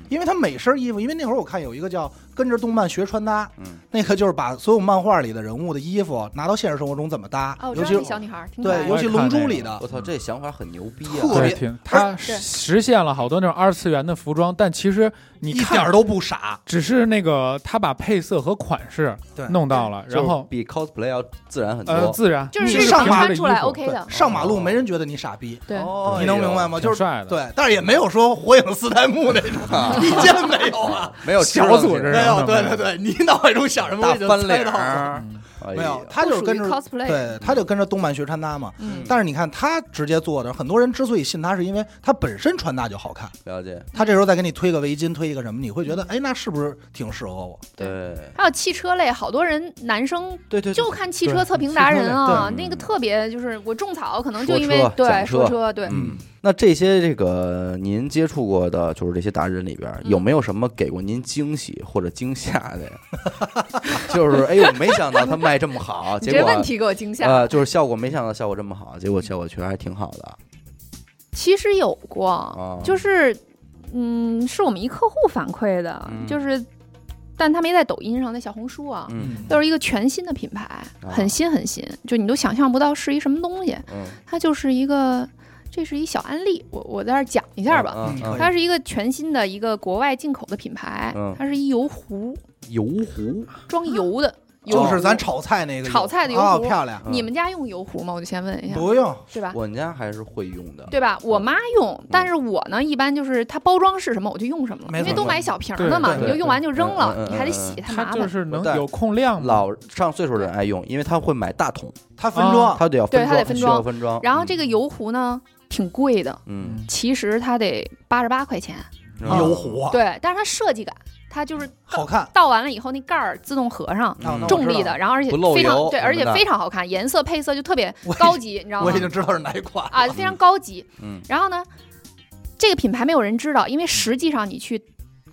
[SPEAKER 2] 因为他每身衣服，因为那会儿我看有一个叫跟着动漫学穿搭，
[SPEAKER 1] 嗯
[SPEAKER 2] 那个就是把所有漫画里的人物的衣服拿到现实生活中怎么搭
[SPEAKER 4] 哦，我，知
[SPEAKER 2] 尤其
[SPEAKER 4] 道那小女孩儿，挺可爱
[SPEAKER 2] 对，
[SPEAKER 4] 的
[SPEAKER 2] 尤其
[SPEAKER 3] 我也
[SPEAKER 2] 龙
[SPEAKER 3] 看那
[SPEAKER 2] 珠
[SPEAKER 3] 个
[SPEAKER 2] 里的
[SPEAKER 1] 我操，这想法很牛逼啊！
[SPEAKER 2] 特别
[SPEAKER 3] 对，挺它实实现了好多那种二次元的服装，但其实你
[SPEAKER 2] 一点
[SPEAKER 3] 看
[SPEAKER 2] 儿都不傻，
[SPEAKER 3] 只是那个他把配色和款式
[SPEAKER 2] 对
[SPEAKER 3] 弄到了，
[SPEAKER 1] 就
[SPEAKER 3] 然
[SPEAKER 1] 是
[SPEAKER 3] 后
[SPEAKER 1] 比 cosplay 要自然很
[SPEAKER 3] 呃
[SPEAKER 1] 多。
[SPEAKER 3] 自然
[SPEAKER 4] 就是
[SPEAKER 2] 你
[SPEAKER 4] 日
[SPEAKER 2] 上
[SPEAKER 4] 常
[SPEAKER 2] 码
[SPEAKER 4] 穿出来
[SPEAKER 3] 的衣服
[SPEAKER 4] OK 的，
[SPEAKER 2] 上马路没人觉得你傻逼，
[SPEAKER 4] 对，
[SPEAKER 1] 哦
[SPEAKER 2] 你能明白吗？
[SPEAKER 3] 挺
[SPEAKER 2] 就是
[SPEAKER 3] 帅的，
[SPEAKER 2] 对，但是也没有说火影四代目那种，你见没有啊？
[SPEAKER 1] 啊，没有
[SPEAKER 3] 小
[SPEAKER 1] 吃东西
[SPEAKER 3] 组织
[SPEAKER 2] 没有，对对对，你脑海中想什么我
[SPEAKER 1] 大
[SPEAKER 2] 已经
[SPEAKER 1] 翻
[SPEAKER 2] 猜
[SPEAKER 1] 脸
[SPEAKER 2] 到了。
[SPEAKER 1] 儿，
[SPEAKER 3] 嗯
[SPEAKER 1] 哎
[SPEAKER 2] 没有
[SPEAKER 1] 呀，
[SPEAKER 2] 他就是
[SPEAKER 4] 不
[SPEAKER 2] 跟
[SPEAKER 4] 属于
[SPEAKER 2] 着，
[SPEAKER 4] cosplay，
[SPEAKER 2] 对，他就跟着动漫学穿搭嘛。
[SPEAKER 4] 嗯，
[SPEAKER 2] 但是你看他直接做的，很多人之所以信他，是因为他本身穿搭就好看。
[SPEAKER 1] 了解，
[SPEAKER 2] 他这时候再给你推个围巾，推一个什么，你会
[SPEAKER 4] 嗯
[SPEAKER 2] 觉得，哎，那是不是挺适合我？
[SPEAKER 1] 对
[SPEAKER 4] 还有汽车类，好多人男生
[SPEAKER 1] 对对，
[SPEAKER 4] 就看汽车测评达人啊，
[SPEAKER 1] 对对嗯
[SPEAKER 4] 那个特别就是我种草，可能
[SPEAKER 1] 说
[SPEAKER 4] 就因为
[SPEAKER 1] 车
[SPEAKER 4] 对
[SPEAKER 1] 讲
[SPEAKER 4] 说
[SPEAKER 1] 车
[SPEAKER 4] 车对，
[SPEAKER 1] 嗯，那这些这个您接触过的，就是这些达人里边儿，
[SPEAKER 4] 嗯
[SPEAKER 1] 有没有什么给过您惊喜或者惊吓的呀？ 就是哎呦，没想到他卖这么好，
[SPEAKER 4] 你
[SPEAKER 1] 结
[SPEAKER 4] 这
[SPEAKER 1] 果啊
[SPEAKER 4] 问题给我惊吓。
[SPEAKER 1] 呃，就是效果没想到效果这么好，结果效果确实还挺好的
[SPEAKER 4] 其实有过，
[SPEAKER 1] 啊。
[SPEAKER 4] 哦就是是嗯，是我们一客户反馈的，
[SPEAKER 1] 嗯
[SPEAKER 4] 就是但他没在抖音上，在小红书啊，
[SPEAKER 1] 嗯哦
[SPEAKER 4] 都是一个全新的品牌，很新很新，就你都想象不到是一什么东西，
[SPEAKER 1] 嗯，
[SPEAKER 4] 它就是一个，这是一小案例，我我在这儿讲一下吧。
[SPEAKER 1] 嗯
[SPEAKER 2] 嗯
[SPEAKER 1] 嗯
[SPEAKER 4] 它是一个全新的一个国外进口的品牌，
[SPEAKER 1] 嗯
[SPEAKER 4] 它是一油壶，
[SPEAKER 1] 油壶，
[SPEAKER 4] 装油的，油
[SPEAKER 2] 哦就是咱
[SPEAKER 4] 壶。
[SPEAKER 2] 炒菜那个
[SPEAKER 4] 炒菜的油哎
[SPEAKER 2] 啊，
[SPEAKER 4] 壶
[SPEAKER 2] 漂亮，
[SPEAKER 4] 你们家用油壶吗？我就先问一下，
[SPEAKER 2] 不用，
[SPEAKER 4] 对吧？
[SPEAKER 1] 我们家还是会用的，
[SPEAKER 4] 对吧？我妈用，但是我呢，一般就是它包装是什么，我就用什么了，
[SPEAKER 2] 嗯没
[SPEAKER 4] 因
[SPEAKER 2] 错
[SPEAKER 4] 为都买小瓶儿的嘛，
[SPEAKER 1] 对对
[SPEAKER 4] 你
[SPEAKER 1] 对
[SPEAKER 4] 就用完就扔
[SPEAKER 1] 嗯嗯
[SPEAKER 4] 了
[SPEAKER 1] 嗯，嗯
[SPEAKER 4] 你还得洗，太麻
[SPEAKER 3] 它就
[SPEAKER 4] 烦。
[SPEAKER 3] 是能
[SPEAKER 1] 对
[SPEAKER 3] 有控量嘛，
[SPEAKER 1] 老上岁数人爱用，因为他会买大桶，
[SPEAKER 2] 它分装，
[SPEAKER 1] 他得要
[SPEAKER 4] 啊对
[SPEAKER 1] 分
[SPEAKER 4] 他得分
[SPEAKER 1] 需
[SPEAKER 4] 装
[SPEAKER 1] 要分装。
[SPEAKER 4] 然后这
[SPEAKER 1] 个，
[SPEAKER 4] 个油壶呢，挺贵的，
[SPEAKER 1] 嗯，
[SPEAKER 4] 其实它得八十八块钱，
[SPEAKER 1] 嗯
[SPEAKER 2] 油，壶啊
[SPEAKER 4] 对，但是它设计感，它就是
[SPEAKER 2] 好看，
[SPEAKER 4] 倒完了以后那盖儿自动合上。
[SPEAKER 1] 嗯
[SPEAKER 2] 啊那我
[SPEAKER 4] 重
[SPEAKER 2] 知
[SPEAKER 4] 力
[SPEAKER 2] 道
[SPEAKER 4] 的，然后而且
[SPEAKER 1] 不漏
[SPEAKER 4] 非
[SPEAKER 1] 油
[SPEAKER 4] 常对，
[SPEAKER 1] 什么
[SPEAKER 4] 而且
[SPEAKER 1] 的
[SPEAKER 4] 非常好看，颜色配色就特别
[SPEAKER 2] 我已
[SPEAKER 4] 高级，你知道
[SPEAKER 2] 我
[SPEAKER 4] 吗
[SPEAKER 2] 已？经知道是哪一款，
[SPEAKER 4] 啊，非常高级。
[SPEAKER 1] 嗯
[SPEAKER 4] 然后呢，这个品牌没有人知道，因为实际上你去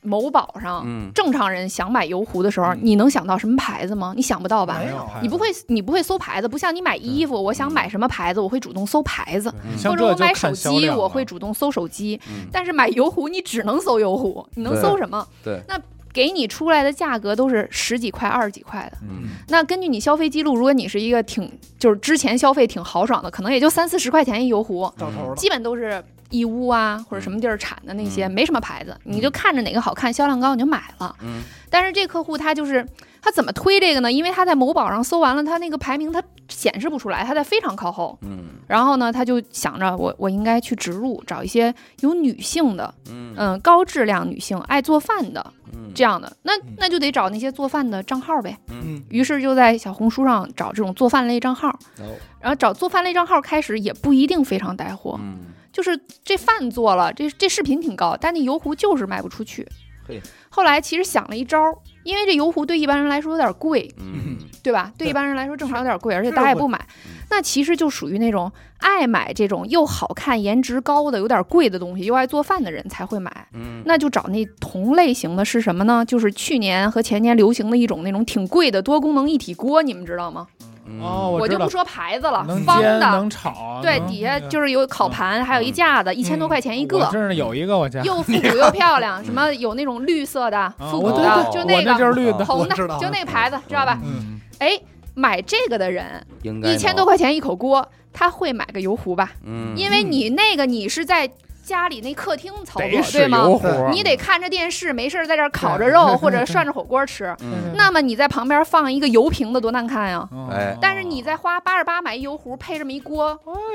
[SPEAKER 4] 某宝上，
[SPEAKER 1] 嗯，
[SPEAKER 4] 正常人想买油壶的时候，
[SPEAKER 2] 嗯
[SPEAKER 4] 你能想到什么牌子吗？你想不到吧
[SPEAKER 2] 没？
[SPEAKER 3] 有
[SPEAKER 2] 有
[SPEAKER 3] 牌子
[SPEAKER 4] 你不会，你不会搜牌子，不像你买衣服，我想买什么牌子，我会主动搜牌子，
[SPEAKER 1] 嗯
[SPEAKER 3] 像
[SPEAKER 4] 或
[SPEAKER 3] 这
[SPEAKER 4] 者我
[SPEAKER 3] 就
[SPEAKER 4] 买手
[SPEAKER 3] 看销
[SPEAKER 4] 机，
[SPEAKER 3] 量
[SPEAKER 4] 我
[SPEAKER 3] 了
[SPEAKER 4] 会主动搜手机。
[SPEAKER 1] 嗯
[SPEAKER 4] 但是买油壶，你只能搜油壶，你能
[SPEAKER 1] 对
[SPEAKER 4] 搜什么？
[SPEAKER 1] 对
[SPEAKER 4] 那给你出来的价格都是十几块、二十几块的。
[SPEAKER 1] 嗯
[SPEAKER 4] 那根据你消费记录，如果你是一个挺就是之前消费挺豪爽的，可能也就三四十块钱一油壶，
[SPEAKER 2] 到头了，
[SPEAKER 4] 基本都是义乌啊或者什么地儿产的那些，
[SPEAKER 1] 嗯
[SPEAKER 4] 没什么牌子，你就看着哪个好看，销量高你就买了。
[SPEAKER 1] 嗯
[SPEAKER 4] 但是这客户他就是他怎么推这个呢？因为他在某宝上搜完了，他那个排名他显示不出来，他在非常靠后。
[SPEAKER 1] 嗯
[SPEAKER 4] 然后呢，他就想着我我应该去植入，找一些有女性的，
[SPEAKER 1] 嗯
[SPEAKER 4] 嗯，高质量女性爱做饭的
[SPEAKER 1] 嗯，
[SPEAKER 4] 这样的，那
[SPEAKER 2] 嗯
[SPEAKER 4] 那就得找那些做饭的账号呗。
[SPEAKER 1] 嗯，
[SPEAKER 2] 嗯，
[SPEAKER 4] 于是就在小红书上找这种做饭类账号，
[SPEAKER 1] 然后
[SPEAKER 4] 然后找做饭类账号开始也不一定非常带货，
[SPEAKER 1] 嗯，
[SPEAKER 4] 就是这饭做了，这这视频挺高，但那油壶就是卖不出去
[SPEAKER 1] 嘿。
[SPEAKER 4] 后来其实想了一招，因为这油壶对一般人来说有点贵，
[SPEAKER 1] 嗯
[SPEAKER 4] 对吧？对
[SPEAKER 2] 对
[SPEAKER 4] 一般人来说正常有点贵，而且
[SPEAKER 2] 是
[SPEAKER 4] 大家也
[SPEAKER 2] 贵
[SPEAKER 4] 不买。
[SPEAKER 3] 嗯
[SPEAKER 4] 那其实就属于那种爱买这种又好看、颜值高的、有点贵的东西，又爱做饭的人才会买。
[SPEAKER 1] 嗯，
[SPEAKER 4] 那就找那同类型的是什么呢？就是去年和前年流行的一种那种挺贵的多功能一体锅，你们知道吗？
[SPEAKER 1] 嗯
[SPEAKER 3] 哦
[SPEAKER 4] 我
[SPEAKER 3] 我
[SPEAKER 4] 就
[SPEAKER 3] 知道
[SPEAKER 4] 不说牌子了
[SPEAKER 3] 能，
[SPEAKER 4] 方
[SPEAKER 3] 煎
[SPEAKER 4] 的，
[SPEAKER 3] 能炒，
[SPEAKER 4] 对，
[SPEAKER 3] 能嗯
[SPEAKER 4] 底下就是有烤盘，还有一架子，一千多块钱一
[SPEAKER 3] 我
[SPEAKER 4] 个，
[SPEAKER 3] 这儿有一个我家，
[SPEAKER 4] 又复 古又漂亮。什么有那种绿色的、
[SPEAKER 3] 啊
[SPEAKER 4] 复
[SPEAKER 3] 嗯我
[SPEAKER 4] 古
[SPEAKER 3] 对
[SPEAKER 4] 的，
[SPEAKER 3] 对
[SPEAKER 4] 就
[SPEAKER 3] 我那就
[SPEAKER 4] 个
[SPEAKER 3] 是绿的，
[SPEAKER 4] 红
[SPEAKER 2] 我
[SPEAKER 4] 的，
[SPEAKER 2] 知道
[SPEAKER 4] 就那牌子，知道吧？
[SPEAKER 3] 嗯，
[SPEAKER 4] 哎，买这个的人，
[SPEAKER 1] 应该
[SPEAKER 4] 一千多
[SPEAKER 1] 块，
[SPEAKER 4] 块钱一口锅，他会买个油壶吧？
[SPEAKER 1] 嗯，
[SPEAKER 4] 因为你那个你是在家里那客厅操作
[SPEAKER 3] 得，
[SPEAKER 4] 对
[SPEAKER 3] 使
[SPEAKER 4] 吗？
[SPEAKER 3] 油壶，嗯
[SPEAKER 4] 你得看着电视，没事儿在这儿烤着 肉或者涮着火锅吃。
[SPEAKER 1] 嗯，
[SPEAKER 4] 那么你在旁边放一个油瓶子，多难看呀！
[SPEAKER 3] 哦
[SPEAKER 1] 哎
[SPEAKER 4] 但是你再花八十八买一油壶，配这么一锅，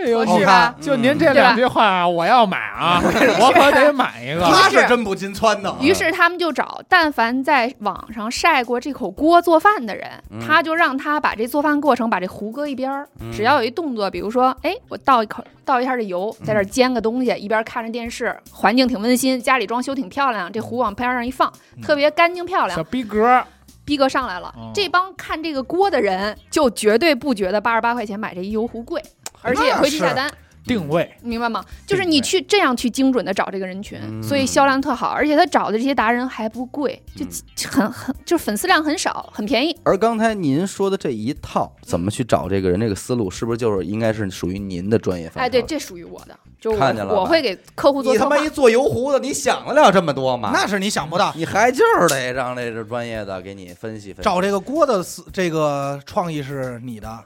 [SPEAKER 3] 哎呦
[SPEAKER 4] 合
[SPEAKER 2] 好
[SPEAKER 4] 适
[SPEAKER 2] 看
[SPEAKER 4] 吧？
[SPEAKER 3] 就您这两句话啊，我要买啊，我可得买
[SPEAKER 4] 嗯
[SPEAKER 3] 一个。
[SPEAKER 2] 它是真不禁穿
[SPEAKER 1] 啊
[SPEAKER 2] 的，
[SPEAKER 4] 于是他们就找但凡在网上晒过这口锅做饭的人，
[SPEAKER 1] 嗯
[SPEAKER 4] 他就让他把这做饭过程把这壶搁一边儿，
[SPEAKER 1] 嗯
[SPEAKER 4] 只要有一动作，比如说，哎，我倒一口倒一下这油，
[SPEAKER 1] 嗯
[SPEAKER 4] 在这儿煎个东西，一边看着电视，环境挺温馨，家里装修挺漂亮，这壶往边上一放，
[SPEAKER 2] 嗯
[SPEAKER 4] 特别干净漂亮
[SPEAKER 3] 小。逼格，
[SPEAKER 4] 逼格上来了，
[SPEAKER 3] 哦
[SPEAKER 4] 这帮看这个锅的人就绝对不觉得八十八块钱买这一油壶贵，而且也会去下单，
[SPEAKER 3] 定位，
[SPEAKER 4] 明白吗？就是你去这样去精准的找这个人群，
[SPEAKER 1] 嗯
[SPEAKER 4] 所以销量特好，而且他找的这些达人还不贵，就
[SPEAKER 1] 嗯
[SPEAKER 4] 就很很就是粉丝量很少，很便宜。
[SPEAKER 1] 而刚才您说的这一套，怎么去找这个人这个思路，是不是就是应该是属于您的专业范畴？
[SPEAKER 4] 哎，对，这属于我的，就是
[SPEAKER 1] 看见
[SPEAKER 4] 我
[SPEAKER 1] 了吧
[SPEAKER 4] 我会给客户做
[SPEAKER 1] 你他
[SPEAKER 4] 策划
[SPEAKER 1] 妈。一做油壶的，你想得了这么多吗？
[SPEAKER 2] 那是你想不到。
[SPEAKER 1] 你还就是得让这个专业的给你分析分析。
[SPEAKER 2] 找这个锅的思这个创意是你的，
[SPEAKER 4] 啊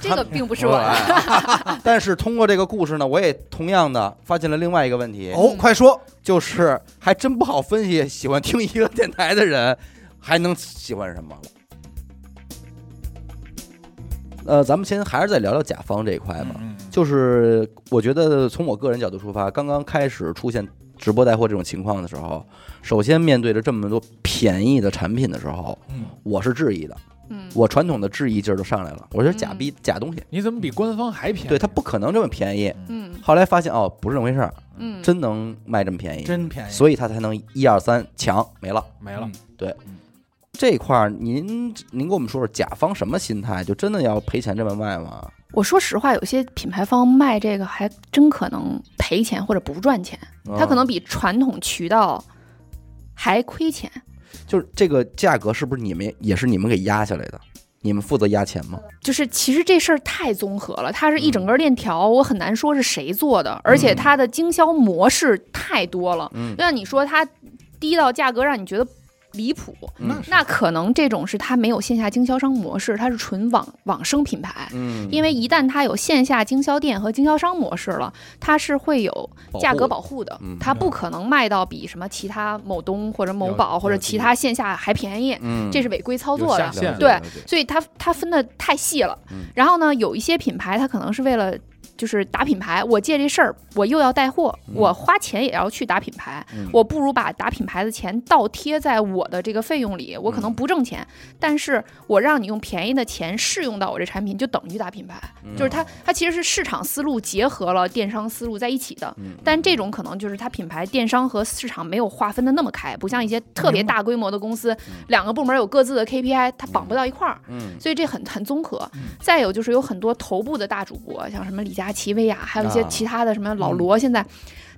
[SPEAKER 4] 这个并不
[SPEAKER 1] 不
[SPEAKER 4] 是我的，
[SPEAKER 1] 的，但是通过这个故事呢，我也同样的发现了另外一个问题，
[SPEAKER 2] 哦，快说，
[SPEAKER 1] 就是还真不好分析，喜欢听一个电台的人还能喜欢什么了。呃，咱们先还是再聊聊甲方这一块吧。
[SPEAKER 3] 嗯
[SPEAKER 1] 就是我觉得从我个人角度出发，刚刚开始出现直播带货这种情况的时候，首先面对着这么多便宜的产品的时候，
[SPEAKER 2] 嗯，
[SPEAKER 1] 我是质疑的，
[SPEAKER 4] 嗯，
[SPEAKER 1] 我传统的质疑劲儿就上来了。我觉得假逼、假东西，
[SPEAKER 3] 你怎么比官方还便宜？
[SPEAKER 1] 对它不可能这么便宜。
[SPEAKER 4] 嗯
[SPEAKER 1] 后来发现哦，不是这么回事儿，
[SPEAKER 4] 嗯，
[SPEAKER 1] 真能卖这么便宜，
[SPEAKER 2] 嗯真便宜，
[SPEAKER 1] 所以它才能一二三强没了。
[SPEAKER 3] 没了
[SPEAKER 2] 嗯。
[SPEAKER 1] 这块儿您您给我们说说甲方什么心态？就真的要赔钱这么卖吗？
[SPEAKER 4] 我说实话，有些品牌方卖这个还真可能赔钱或者不赚钱，
[SPEAKER 1] 嗯
[SPEAKER 4] 他可能比传统渠道还亏钱。
[SPEAKER 1] 嗯就是这个价格是不是你们也是你们给压下来的？你们负责压钱吗？
[SPEAKER 4] 就是其实这事儿太综合了，它是一整个链条，我很难说是谁做的，而且它的经销模式太多了。
[SPEAKER 1] 嗯
[SPEAKER 4] 就像你说，它低到价格让你觉得离谱。
[SPEAKER 1] 嗯
[SPEAKER 2] 那是
[SPEAKER 4] 那可能这种是它没有线下经销商模式，它是纯网网生品牌。
[SPEAKER 1] 嗯，
[SPEAKER 4] 因为一旦它有线下经销店和经销商模式了，它是会有价格保护的
[SPEAKER 1] 护的嗯，
[SPEAKER 4] 它不可能卖到比什么其他某东或者某
[SPEAKER 3] 有
[SPEAKER 4] 宝或者
[SPEAKER 3] 有
[SPEAKER 4] 其他线下还便宜，
[SPEAKER 1] 嗯，
[SPEAKER 4] 这是违规操作
[SPEAKER 3] 有下。
[SPEAKER 4] 的
[SPEAKER 3] 线
[SPEAKER 1] 了
[SPEAKER 4] 对
[SPEAKER 1] 解了解
[SPEAKER 4] 所以它它分的太细了
[SPEAKER 1] 嗯。
[SPEAKER 4] 然后呢，有一些品牌它可能是为了。就是打品牌，我借这事儿，我又要带货，
[SPEAKER 1] 嗯
[SPEAKER 4] 我花钱也要去打品牌，
[SPEAKER 1] 嗯
[SPEAKER 4] 我不如把打品牌的钱倒贴在我的这个费用里，我可
[SPEAKER 1] 嗯
[SPEAKER 4] 能不挣钱，但是我让你用便宜的钱试用到我这产品，就等于打品牌，
[SPEAKER 1] 嗯
[SPEAKER 4] 就是它它其实是市场思路结合了电商思路在一起的。
[SPEAKER 1] 嗯
[SPEAKER 4] 但这种可能就是它品牌电商和市场没有划分的那么开，不像一些特别大规模的公司，两个部门有各自的 KPI，它绑不到一块儿，
[SPEAKER 1] 嗯
[SPEAKER 4] 所以这很很综合
[SPEAKER 3] 嗯。
[SPEAKER 4] 再有就是有很多头部的大主播，像什么李佳琦、薇娅，还有一些
[SPEAKER 1] 啊
[SPEAKER 4] 其他的什么老罗，现在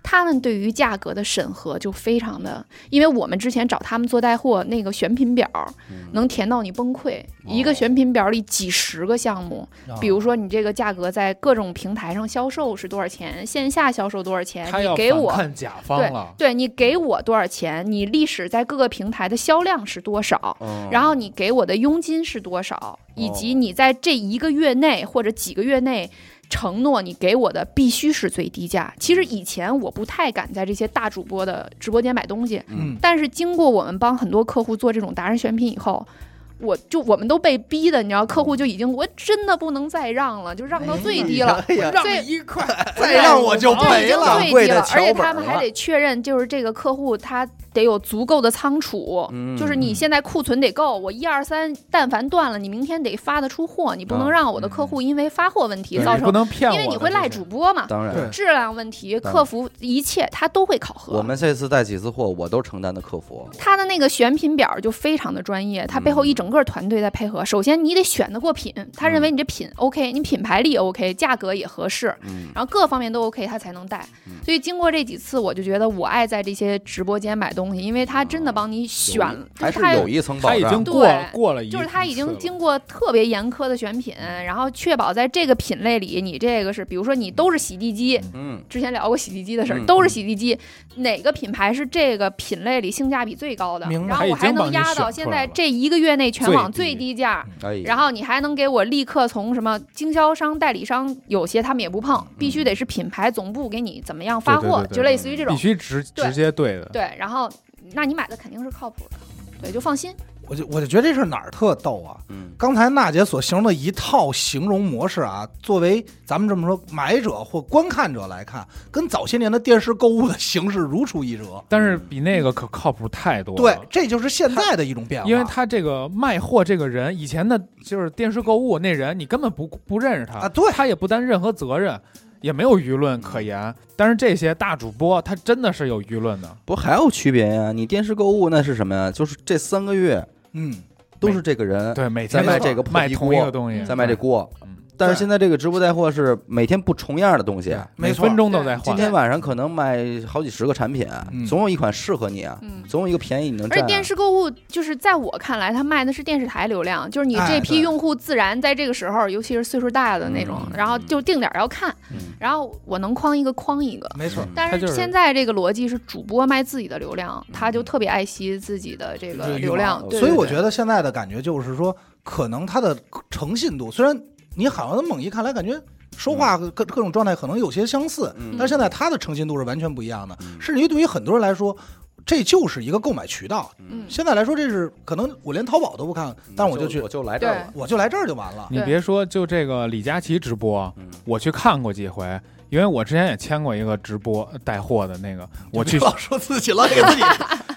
[SPEAKER 4] 他们对于价格的审核就非常的，因为我们之前找他们做带货，那个选品表
[SPEAKER 1] 嗯
[SPEAKER 4] 能填到你崩溃，
[SPEAKER 3] 哦
[SPEAKER 4] 一个选品表里几十个项目，比如说你这个价格在各种平台上销售是多少钱，线下销售多少钱，
[SPEAKER 3] 他
[SPEAKER 4] 你
[SPEAKER 3] 要
[SPEAKER 4] 给我
[SPEAKER 3] 反看甲方了，
[SPEAKER 4] 对你给我多少钱，你历史在各个平台的销量是多少，
[SPEAKER 1] 哦
[SPEAKER 4] 然后你给我的佣金是多少，以
[SPEAKER 3] 哦
[SPEAKER 4] 及你在这一个月内或者几个月内。承诺你给我的必须是最低价。其实以前我不太敢在这些大主播的直播间买东西，
[SPEAKER 2] 嗯
[SPEAKER 4] 但是经过我们帮很多客户做这种达人选品以后，我就我们都被逼的，你知道，客户就已经我真的不能再让了，就让到最低了。
[SPEAKER 1] 哎呀
[SPEAKER 3] 让
[SPEAKER 4] 所以
[SPEAKER 3] 一块，
[SPEAKER 2] 再哎让我就
[SPEAKER 4] 哦对，已
[SPEAKER 2] 没
[SPEAKER 4] 经
[SPEAKER 2] 了。
[SPEAKER 1] 贵
[SPEAKER 4] 最低
[SPEAKER 1] 的
[SPEAKER 4] 了，
[SPEAKER 1] 桥
[SPEAKER 4] 而且
[SPEAKER 1] 本
[SPEAKER 4] 他们还
[SPEAKER 1] 了
[SPEAKER 4] 得确认，就是这个客户他得有足够的仓储，
[SPEAKER 1] 嗯
[SPEAKER 4] 就是你现在库存得够，我一二三，但凡断了，你明天得发得出货，你不能
[SPEAKER 1] 啊
[SPEAKER 4] 让我的客户因为发货问题
[SPEAKER 3] 对
[SPEAKER 4] 造
[SPEAKER 3] 你不
[SPEAKER 4] 成，
[SPEAKER 3] 能骗我
[SPEAKER 4] 因
[SPEAKER 3] 的，
[SPEAKER 4] 为你会赖
[SPEAKER 3] 这
[SPEAKER 4] 主
[SPEAKER 3] 是。
[SPEAKER 4] 播嘛，
[SPEAKER 1] 当
[SPEAKER 2] 对
[SPEAKER 1] 然，
[SPEAKER 4] 质量问题、
[SPEAKER 1] 当然
[SPEAKER 4] 客服一切他都会考核。
[SPEAKER 1] 我们这次带几次货，我都承担的客服。
[SPEAKER 4] 他的那个选品表就非常的专业，他背
[SPEAKER 1] 嗯
[SPEAKER 4] 后一整个团队在配合。首先，你得选得过品，他认为你这品 OK，你品牌力 OK，价格也合适，
[SPEAKER 1] 嗯
[SPEAKER 4] 然后各方面都 OK，他才能带。所以经过这几次，我就觉得我爱在这些直播间买东西，因为他真的帮你选，
[SPEAKER 1] 还
[SPEAKER 4] 就是他
[SPEAKER 1] 有一层保
[SPEAKER 3] 他已经
[SPEAKER 1] 障。
[SPEAKER 3] 过
[SPEAKER 4] 对
[SPEAKER 3] 过了一，
[SPEAKER 4] 就是他已
[SPEAKER 3] 一次
[SPEAKER 4] 经
[SPEAKER 3] 了
[SPEAKER 4] 经过特别严苛的选品，然后确保在这个品类里，你这个是，比如说你都是洗地机，
[SPEAKER 1] 嗯
[SPEAKER 4] 之前聊过洗地机的事儿，
[SPEAKER 1] 嗯
[SPEAKER 4] 都是洗地机，哪个品牌是这个品类里性价比最高的
[SPEAKER 2] 明？白
[SPEAKER 4] 然后我还能压到现在这一个月内全网最低价，
[SPEAKER 3] 嗯
[SPEAKER 1] 哎呀，
[SPEAKER 4] 然后你还能给我立刻从什么经销商、代理商，有些他们也不碰，必须得是品牌总部给你怎么样发
[SPEAKER 3] 嗯
[SPEAKER 4] 货，
[SPEAKER 3] 对对对对
[SPEAKER 4] 就类似于这
[SPEAKER 3] 必
[SPEAKER 4] 种。
[SPEAKER 3] 须直
[SPEAKER 4] 对
[SPEAKER 3] 直接对的，
[SPEAKER 4] 对，然后那你买的肯定是靠谱的，对，就放心。
[SPEAKER 2] 我就我就觉得这事儿哪儿特逗啊！
[SPEAKER 1] 嗯
[SPEAKER 2] 刚才娜姐所形容的一套形容模式啊，作为咱们这么说买者或观看者来看，跟早些年的电视购物的形式如出一辙。
[SPEAKER 3] 但是比那个可靠谱太多
[SPEAKER 2] 对
[SPEAKER 3] 了。，
[SPEAKER 2] 这就是现在的一种变化。
[SPEAKER 3] 因为他这个卖货这个人，以前的就是电视购物那人，你根本不不认识他
[SPEAKER 2] 啊对
[SPEAKER 3] 他也不担任何责任，也没有舆论
[SPEAKER 4] 嗯
[SPEAKER 3] 可言。但是这些大主播，他真的是有舆论的，
[SPEAKER 1] 不还有区别呀？你电视购物那是什么呀？就是这三个月
[SPEAKER 2] 嗯，
[SPEAKER 1] 都是这个
[SPEAKER 4] 呃
[SPEAKER 1] 人
[SPEAKER 3] 对，每
[SPEAKER 1] 在
[SPEAKER 3] 天
[SPEAKER 1] 卖
[SPEAKER 3] 都
[SPEAKER 1] 这个破
[SPEAKER 3] 卖
[SPEAKER 1] 皮
[SPEAKER 3] 同一
[SPEAKER 1] 锅
[SPEAKER 3] 个东西，
[SPEAKER 1] 在卖这锅
[SPEAKER 3] 嗯，
[SPEAKER 1] 但是
[SPEAKER 2] 对
[SPEAKER 1] 现在这个直播带货是每天不重样的东西
[SPEAKER 2] 对。
[SPEAKER 3] 每
[SPEAKER 2] 没错
[SPEAKER 3] 分。钟都在
[SPEAKER 1] 今
[SPEAKER 3] 换。
[SPEAKER 1] 天晚上可能卖好几十个产品，
[SPEAKER 2] 嗯
[SPEAKER 1] 总有一款适合你啊，
[SPEAKER 4] 嗯
[SPEAKER 1] 总有一个便宜你能
[SPEAKER 4] 而且
[SPEAKER 1] 占啊。
[SPEAKER 4] 电视购物就是在我看来，它卖的是电视台流量，就是你
[SPEAKER 2] 哎
[SPEAKER 4] 这批
[SPEAKER 2] 对
[SPEAKER 4] 用户自然在这个时候，尤其是岁数大的那种，
[SPEAKER 1] 嗯
[SPEAKER 4] 然后就定点儿要看，
[SPEAKER 1] 嗯
[SPEAKER 4] 然后我能框一个框一个。
[SPEAKER 2] 没错，
[SPEAKER 1] 嗯
[SPEAKER 4] 但
[SPEAKER 3] 它就是
[SPEAKER 4] 是现在这个逻辑是主播卖自己的流量，他就特别爱惜自己的这
[SPEAKER 2] 这
[SPEAKER 4] 个
[SPEAKER 2] 个欲
[SPEAKER 4] 流
[SPEAKER 2] 望
[SPEAKER 4] 量，对
[SPEAKER 2] 所以
[SPEAKER 4] 对
[SPEAKER 2] 我
[SPEAKER 4] 对
[SPEAKER 2] 觉得现在的感觉就是说，可能他的诚信度，虽然你好像猛一看来感觉说话各各种状态可能有些相似，
[SPEAKER 1] 嗯，
[SPEAKER 2] 但是现在他的诚信度是完全不一样的，
[SPEAKER 1] 嗯
[SPEAKER 2] 甚至于对于很多人来说，这就是一个购买渠道。
[SPEAKER 4] 嗯
[SPEAKER 2] 现在来说，这是可能我连淘宝都不看，但是我就去
[SPEAKER 1] 我，嗯就来这儿了。
[SPEAKER 2] 我就来这儿就完了。
[SPEAKER 3] 你
[SPEAKER 4] 对
[SPEAKER 3] 别说，就这个李佳琦直播，啊
[SPEAKER 1] 嗯
[SPEAKER 3] 我去看过几回，因为我之前也签过一个直播呃带货的那个，我去
[SPEAKER 2] 就别老说自己了，给自己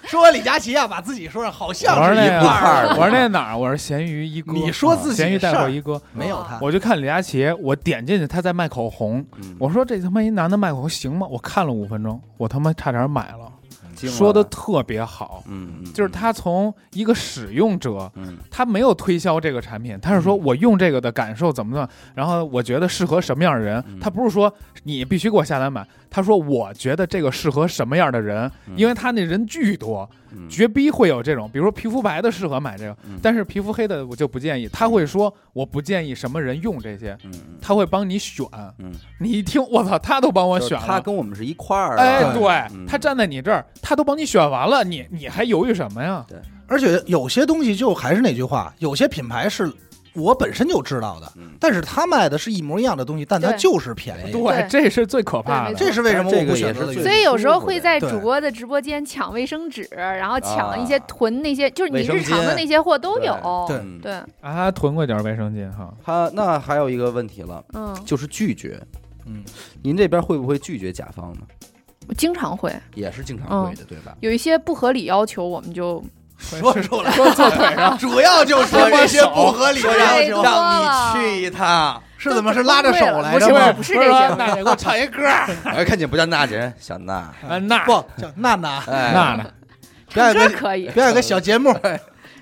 [SPEAKER 2] 说完李佳琦啊，把自己说上好像
[SPEAKER 3] 我
[SPEAKER 2] 是
[SPEAKER 3] 是那
[SPEAKER 2] 一
[SPEAKER 3] 个
[SPEAKER 2] 块儿
[SPEAKER 3] 我说那哪儿？我是闲鱼一哥。啊
[SPEAKER 2] 你说自己
[SPEAKER 3] 闲鱼带货
[SPEAKER 2] 事儿啊
[SPEAKER 3] 一哥，
[SPEAKER 2] 没有他，
[SPEAKER 3] 我就看李佳琦，我点进去他在卖口红，
[SPEAKER 1] 嗯
[SPEAKER 3] 我说这他妈一男的卖口红行吗？我看了五分钟，我他妈差点买了，
[SPEAKER 1] 惊了
[SPEAKER 3] 说的特别好。
[SPEAKER 1] 嗯，嗯
[SPEAKER 3] 就是，他从一个使用者，
[SPEAKER 1] 嗯
[SPEAKER 3] 他没有推销这个产品，他是说我用这个的感受怎么样，然后我觉得适合什么样的人
[SPEAKER 1] 嗯。
[SPEAKER 3] 他不是说你必须给我下单买，他说我觉得这个适合什么样的人，因为他那人巨多，
[SPEAKER 1] 嗯
[SPEAKER 3] 绝逼会有这种，比如说皮肤白的适合买这个
[SPEAKER 1] 嗯，
[SPEAKER 3] 但是皮肤黑的我就不建议。他会说我不建议什么人用这些，
[SPEAKER 1] 嗯嗯
[SPEAKER 3] 他会帮你选。
[SPEAKER 1] 嗯，
[SPEAKER 3] 你一听，我操，他都帮我
[SPEAKER 1] 就是
[SPEAKER 3] 选
[SPEAKER 1] 他
[SPEAKER 3] 了。
[SPEAKER 1] 跟我们是一块儿的，
[SPEAKER 3] 哎，
[SPEAKER 2] 对
[SPEAKER 3] 对
[SPEAKER 1] 嗯
[SPEAKER 3] 他站在你这儿，他都帮你选完了，你你还犹豫什么呀？
[SPEAKER 1] 对
[SPEAKER 2] 而且有些东西就还是那句话，有些品牌是我本身就知道的，
[SPEAKER 1] 嗯
[SPEAKER 2] 但是他卖的是一模一样的东西，但它
[SPEAKER 4] 对
[SPEAKER 2] 就是便宜。
[SPEAKER 3] 对，这是最可怕的。
[SPEAKER 4] 对没错
[SPEAKER 2] 这是为什么
[SPEAKER 1] 这
[SPEAKER 2] 我
[SPEAKER 1] 个
[SPEAKER 2] 不
[SPEAKER 1] 也
[SPEAKER 2] 选
[SPEAKER 1] 是
[SPEAKER 2] 择的
[SPEAKER 1] 最
[SPEAKER 2] 原因
[SPEAKER 4] 所以有时候会在
[SPEAKER 2] 对
[SPEAKER 4] 主播的直播间抢卫生纸，然后抢一些
[SPEAKER 1] 啊
[SPEAKER 4] 囤那些，就是你
[SPEAKER 1] 卫生
[SPEAKER 4] 日常的
[SPEAKER 1] 巾
[SPEAKER 4] 那些货都有。
[SPEAKER 2] 对
[SPEAKER 1] 嗯
[SPEAKER 4] 对，
[SPEAKER 3] 啊，囤过点卫生巾哈。
[SPEAKER 1] 他嗯那还有一个问题了，
[SPEAKER 4] 嗯，
[SPEAKER 1] 就是拒绝。
[SPEAKER 2] 嗯，
[SPEAKER 1] 您这边会不会拒绝甲方呢？
[SPEAKER 4] 我经常会
[SPEAKER 1] 也是经常会的，对吧？
[SPEAKER 4] 有一些不合理要求，我们就
[SPEAKER 2] 嗯 说出来，
[SPEAKER 3] 说坐腿上，
[SPEAKER 2] 主要就是这些不合理的
[SPEAKER 4] 太
[SPEAKER 2] 要
[SPEAKER 4] 多
[SPEAKER 2] 求
[SPEAKER 4] 了。
[SPEAKER 1] 一趟，
[SPEAKER 2] 是怎么是拉着手来
[SPEAKER 4] 不啊是
[SPEAKER 2] 着
[SPEAKER 4] 不
[SPEAKER 2] 吗
[SPEAKER 4] 是？不是这些，
[SPEAKER 3] 那得给我唱一歌。
[SPEAKER 1] 哎，看见不叫娜姐，小娜，
[SPEAKER 3] 啊，那
[SPEAKER 2] 不叫娜娜，
[SPEAKER 1] 哎，
[SPEAKER 3] 那呢？
[SPEAKER 1] 啊
[SPEAKER 2] 表
[SPEAKER 4] 唱
[SPEAKER 2] 演
[SPEAKER 4] 歌
[SPEAKER 2] 个
[SPEAKER 4] 可以，
[SPEAKER 2] 表演个小节目，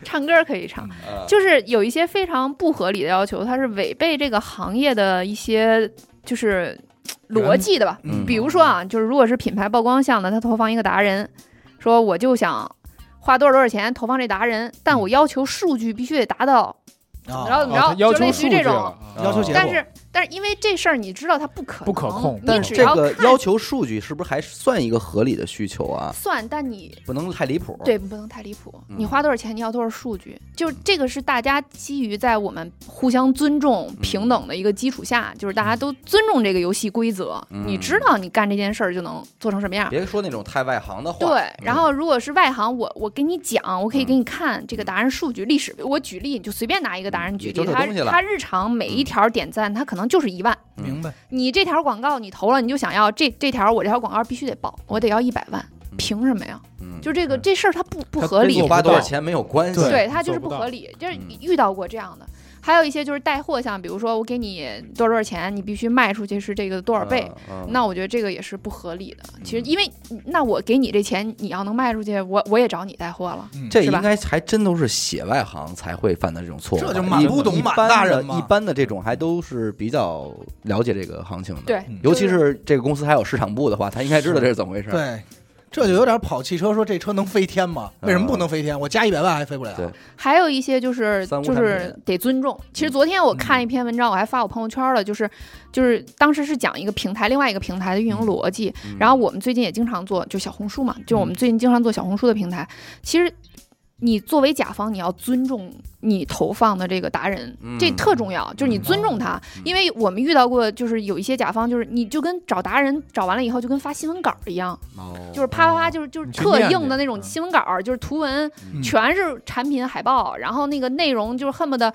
[SPEAKER 4] 唱歌可以唱，
[SPEAKER 1] 呃
[SPEAKER 4] 就是有一些非常不合理的要求，它是违背这个行业的一些就是嘖逻辑的吧。
[SPEAKER 1] 嗯
[SPEAKER 4] 比如说啊，就是如果是品牌曝光项的，他投放一个达人，说我就想花多少多少钱投放这达人，但
[SPEAKER 1] 嗯
[SPEAKER 4] 我要求数据必须得达到，
[SPEAKER 2] 啊
[SPEAKER 4] 然后
[SPEAKER 3] 哦
[SPEAKER 4] 然后
[SPEAKER 3] 他要
[SPEAKER 4] 就
[SPEAKER 3] 求
[SPEAKER 4] 类似
[SPEAKER 3] 数
[SPEAKER 4] 于
[SPEAKER 3] 据
[SPEAKER 4] 这种
[SPEAKER 3] 了啊
[SPEAKER 2] 要求结果
[SPEAKER 4] 但是但是因为这事儿你知道它不可能
[SPEAKER 3] 不可控
[SPEAKER 4] 你
[SPEAKER 1] 但
[SPEAKER 4] 只
[SPEAKER 1] 这
[SPEAKER 4] 要
[SPEAKER 1] 个
[SPEAKER 4] 看
[SPEAKER 1] 要求数据是不是还算一个合理的需求啊？
[SPEAKER 4] 算，但你
[SPEAKER 1] 不能太离谱。，
[SPEAKER 4] 对，不能太离谱。
[SPEAKER 1] 嗯
[SPEAKER 4] 你花多少钱，你要多少数据，就这个是大家基于在我们互相尊
[SPEAKER 1] 嗯
[SPEAKER 4] 重、平等的一个基础下，就是大家都尊重这个游戏规则，
[SPEAKER 1] 嗯
[SPEAKER 4] 你知道你干这件事儿就能做成什么样。
[SPEAKER 1] 别说那种太外行的话。
[SPEAKER 4] 对，然后如果是外行，我我给你讲，我
[SPEAKER 1] 嗯
[SPEAKER 4] 可以给你看这个达人数据、历史。我举例，你就随便拿一个达人举
[SPEAKER 1] 嗯你就
[SPEAKER 4] 例，
[SPEAKER 1] 这
[SPEAKER 4] 他
[SPEAKER 1] 东西了
[SPEAKER 4] 他日常每一条点赞，他可能就是一万。
[SPEAKER 1] 嗯
[SPEAKER 2] 明白？
[SPEAKER 4] 你这条广告你投了，你就想要这这条我这条广告必须得爆，我得要一百万，
[SPEAKER 1] 嗯
[SPEAKER 4] 凭什么呀？
[SPEAKER 1] 嗯，
[SPEAKER 4] 就这个
[SPEAKER 3] 嗯
[SPEAKER 4] 这事儿它不不
[SPEAKER 3] 它
[SPEAKER 4] 合
[SPEAKER 3] 跟
[SPEAKER 4] 理
[SPEAKER 1] 跟
[SPEAKER 3] 你
[SPEAKER 1] 我
[SPEAKER 3] 不
[SPEAKER 1] 花多少
[SPEAKER 3] 到
[SPEAKER 1] 钱没有关系。
[SPEAKER 3] 对
[SPEAKER 4] 对，它就
[SPEAKER 3] 做
[SPEAKER 4] 是
[SPEAKER 3] 不
[SPEAKER 4] 不
[SPEAKER 3] 到
[SPEAKER 4] 合理。就是
[SPEAKER 1] 嗯
[SPEAKER 4] 遇到过这样的，还有一些就是带货项，比如说我给你多少多少钱，你必须卖出去是这个多少倍。
[SPEAKER 1] 嗯，嗯
[SPEAKER 4] 那我觉得这个也是不合理的。其实，
[SPEAKER 1] 嗯
[SPEAKER 4] 因为那我给你这钱，你要能卖出去，我我也找你带货了。
[SPEAKER 1] 这
[SPEAKER 4] 是吧
[SPEAKER 1] 应该还真都是写外行才会犯的这种错误吧。
[SPEAKER 2] 这就满不懂
[SPEAKER 1] 一
[SPEAKER 2] 满
[SPEAKER 1] 一般
[SPEAKER 2] 大人
[SPEAKER 1] 的
[SPEAKER 2] 嘛
[SPEAKER 1] 一般的这种还都是比较了解这个行情的。，
[SPEAKER 4] 对
[SPEAKER 2] 嗯，
[SPEAKER 1] 尤其是这个公司还有市场部的话，他应该知道这是怎么回事。，
[SPEAKER 2] 对，这就有点跑汽车，说这车能飞天吗？为什么不能飞天？我加一百万还飞不了。
[SPEAKER 1] 对
[SPEAKER 4] 还有一些就是
[SPEAKER 1] 三无
[SPEAKER 4] 就
[SPEAKER 1] 产嗯
[SPEAKER 4] 是得尊重。其实昨天我看一篇文章，我还发我朋友圈了，就是就是当时是讲一个平台，另外一个平台的运营逻辑。
[SPEAKER 1] 嗯
[SPEAKER 4] 然后我们最近也经常做，就小红书嘛，就
[SPEAKER 3] 嗯
[SPEAKER 4] 我们最近经常做小红书的平台。其实你作为甲方，你要尊重你投放的这个达人，
[SPEAKER 1] 嗯
[SPEAKER 4] 这特重要，就是你尊重他，
[SPEAKER 1] 嗯
[SPEAKER 4] 因为我们遇到过，就是有一些甲方，就是你就跟找达人找完了以后，就跟发新闻稿一样，
[SPEAKER 1] 哦
[SPEAKER 4] 就是啪啪啪，就是就是
[SPEAKER 3] 你去
[SPEAKER 4] 特
[SPEAKER 3] 念
[SPEAKER 4] 硬的
[SPEAKER 3] 去
[SPEAKER 4] 那种
[SPEAKER 3] 嗯
[SPEAKER 4] 新闻稿，就是图文。
[SPEAKER 2] 嗯
[SPEAKER 4] 全是产品海报，然后那个内容就是恨不得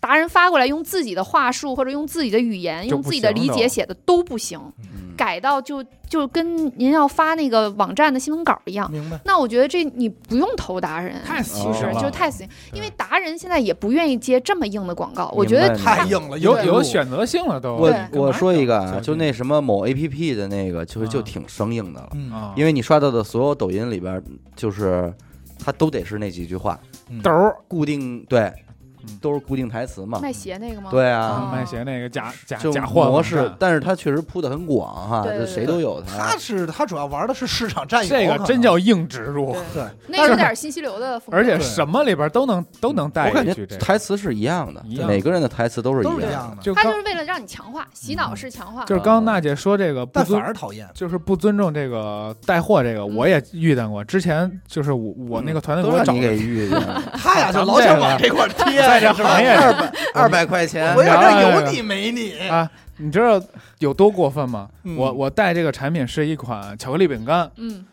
[SPEAKER 4] 达人发过来，用自己的话术或者用自己的语言、
[SPEAKER 3] 就
[SPEAKER 4] 用
[SPEAKER 3] 不
[SPEAKER 4] 自己的
[SPEAKER 3] 行
[SPEAKER 4] 理
[SPEAKER 3] 都
[SPEAKER 4] 解写的都不行，
[SPEAKER 1] 嗯
[SPEAKER 4] 改到就就跟您要发那个网站的新闻稿一样。
[SPEAKER 2] 明白。
[SPEAKER 4] 那我觉得这你不用投达人，
[SPEAKER 3] 太稀
[SPEAKER 1] 哦
[SPEAKER 3] 释
[SPEAKER 4] 是
[SPEAKER 3] 了，
[SPEAKER 4] 就太死，
[SPEAKER 3] 对
[SPEAKER 4] 因为达人现在也不愿意接这么硬的广告，我
[SPEAKER 1] 明
[SPEAKER 4] 觉
[SPEAKER 1] 白
[SPEAKER 4] 得
[SPEAKER 2] 太
[SPEAKER 4] 他
[SPEAKER 2] 硬了，
[SPEAKER 3] 有
[SPEAKER 2] 硬
[SPEAKER 3] 有
[SPEAKER 2] 路
[SPEAKER 3] 选择性了都。
[SPEAKER 1] 哎我
[SPEAKER 4] 对
[SPEAKER 1] 我说一个
[SPEAKER 3] 干嘛
[SPEAKER 1] 啊，
[SPEAKER 3] 呀
[SPEAKER 1] 就那什么某 A P P 的那个，就是
[SPEAKER 3] 啊
[SPEAKER 1] 就挺生硬的了，
[SPEAKER 2] 嗯
[SPEAKER 3] 啊，
[SPEAKER 1] 因为你刷到的所有抖音里边，就是它都得是那几句话，
[SPEAKER 3] 兜儿
[SPEAKER 1] 固定对
[SPEAKER 3] 嗯，
[SPEAKER 1] 都是固定台词嘛。
[SPEAKER 4] 卖鞋那个吗？
[SPEAKER 1] 对啊，
[SPEAKER 3] 卖鞋那个假假
[SPEAKER 1] 就
[SPEAKER 3] 假货
[SPEAKER 1] 模式，但是它确实铺的很广哈，就
[SPEAKER 4] 对对
[SPEAKER 1] 谁都有它
[SPEAKER 2] 他。是他主要玩的是市场占有，
[SPEAKER 3] 这个
[SPEAKER 2] 可能
[SPEAKER 3] 真叫硬植入
[SPEAKER 4] 对，，
[SPEAKER 2] 对，
[SPEAKER 4] 那有点信息流的风格，
[SPEAKER 3] 而且什么里边都能 都能带
[SPEAKER 1] 我感
[SPEAKER 3] 一
[SPEAKER 1] 觉
[SPEAKER 3] 句这个。
[SPEAKER 1] 台词是一样的
[SPEAKER 3] 一，样
[SPEAKER 1] 每个人的台词都是
[SPEAKER 2] 都
[SPEAKER 1] 一
[SPEAKER 2] 是这
[SPEAKER 1] 样的。
[SPEAKER 2] 样的，
[SPEAKER 3] 就
[SPEAKER 4] 他
[SPEAKER 3] 刚
[SPEAKER 4] 就是为了让你强化，洗脑式强化。
[SPEAKER 3] 就是刚刚娜姐说这个不
[SPEAKER 2] 但反
[SPEAKER 3] 尊，
[SPEAKER 2] 而讨厌。
[SPEAKER 3] 就是不尊重这个带货这个，
[SPEAKER 4] 嗯
[SPEAKER 3] 我也遇见过。之前就是我我那个团队
[SPEAKER 1] 嗯都
[SPEAKER 3] 给我
[SPEAKER 1] 让
[SPEAKER 3] 找
[SPEAKER 1] 你
[SPEAKER 3] 的
[SPEAKER 1] 给遇见 了，
[SPEAKER 2] 他呀，就
[SPEAKER 3] 咱们
[SPEAKER 2] 老想
[SPEAKER 3] 这个
[SPEAKER 2] 往这块儿贴，
[SPEAKER 3] 在这行业
[SPEAKER 2] 是
[SPEAKER 3] 里
[SPEAKER 2] 吧
[SPEAKER 1] 二百块钱啊
[SPEAKER 2] 我也
[SPEAKER 3] 聊
[SPEAKER 2] 这
[SPEAKER 3] 聊
[SPEAKER 2] 有
[SPEAKER 3] 这个
[SPEAKER 2] 你没
[SPEAKER 1] 哎
[SPEAKER 2] 你，
[SPEAKER 3] 啊，你知道有多过分吗？
[SPEAKER 2] 嗯
[SPEAKER 3] 我我带这个产品是一款巧克力饼干，
[SPEAKER 4] 嗯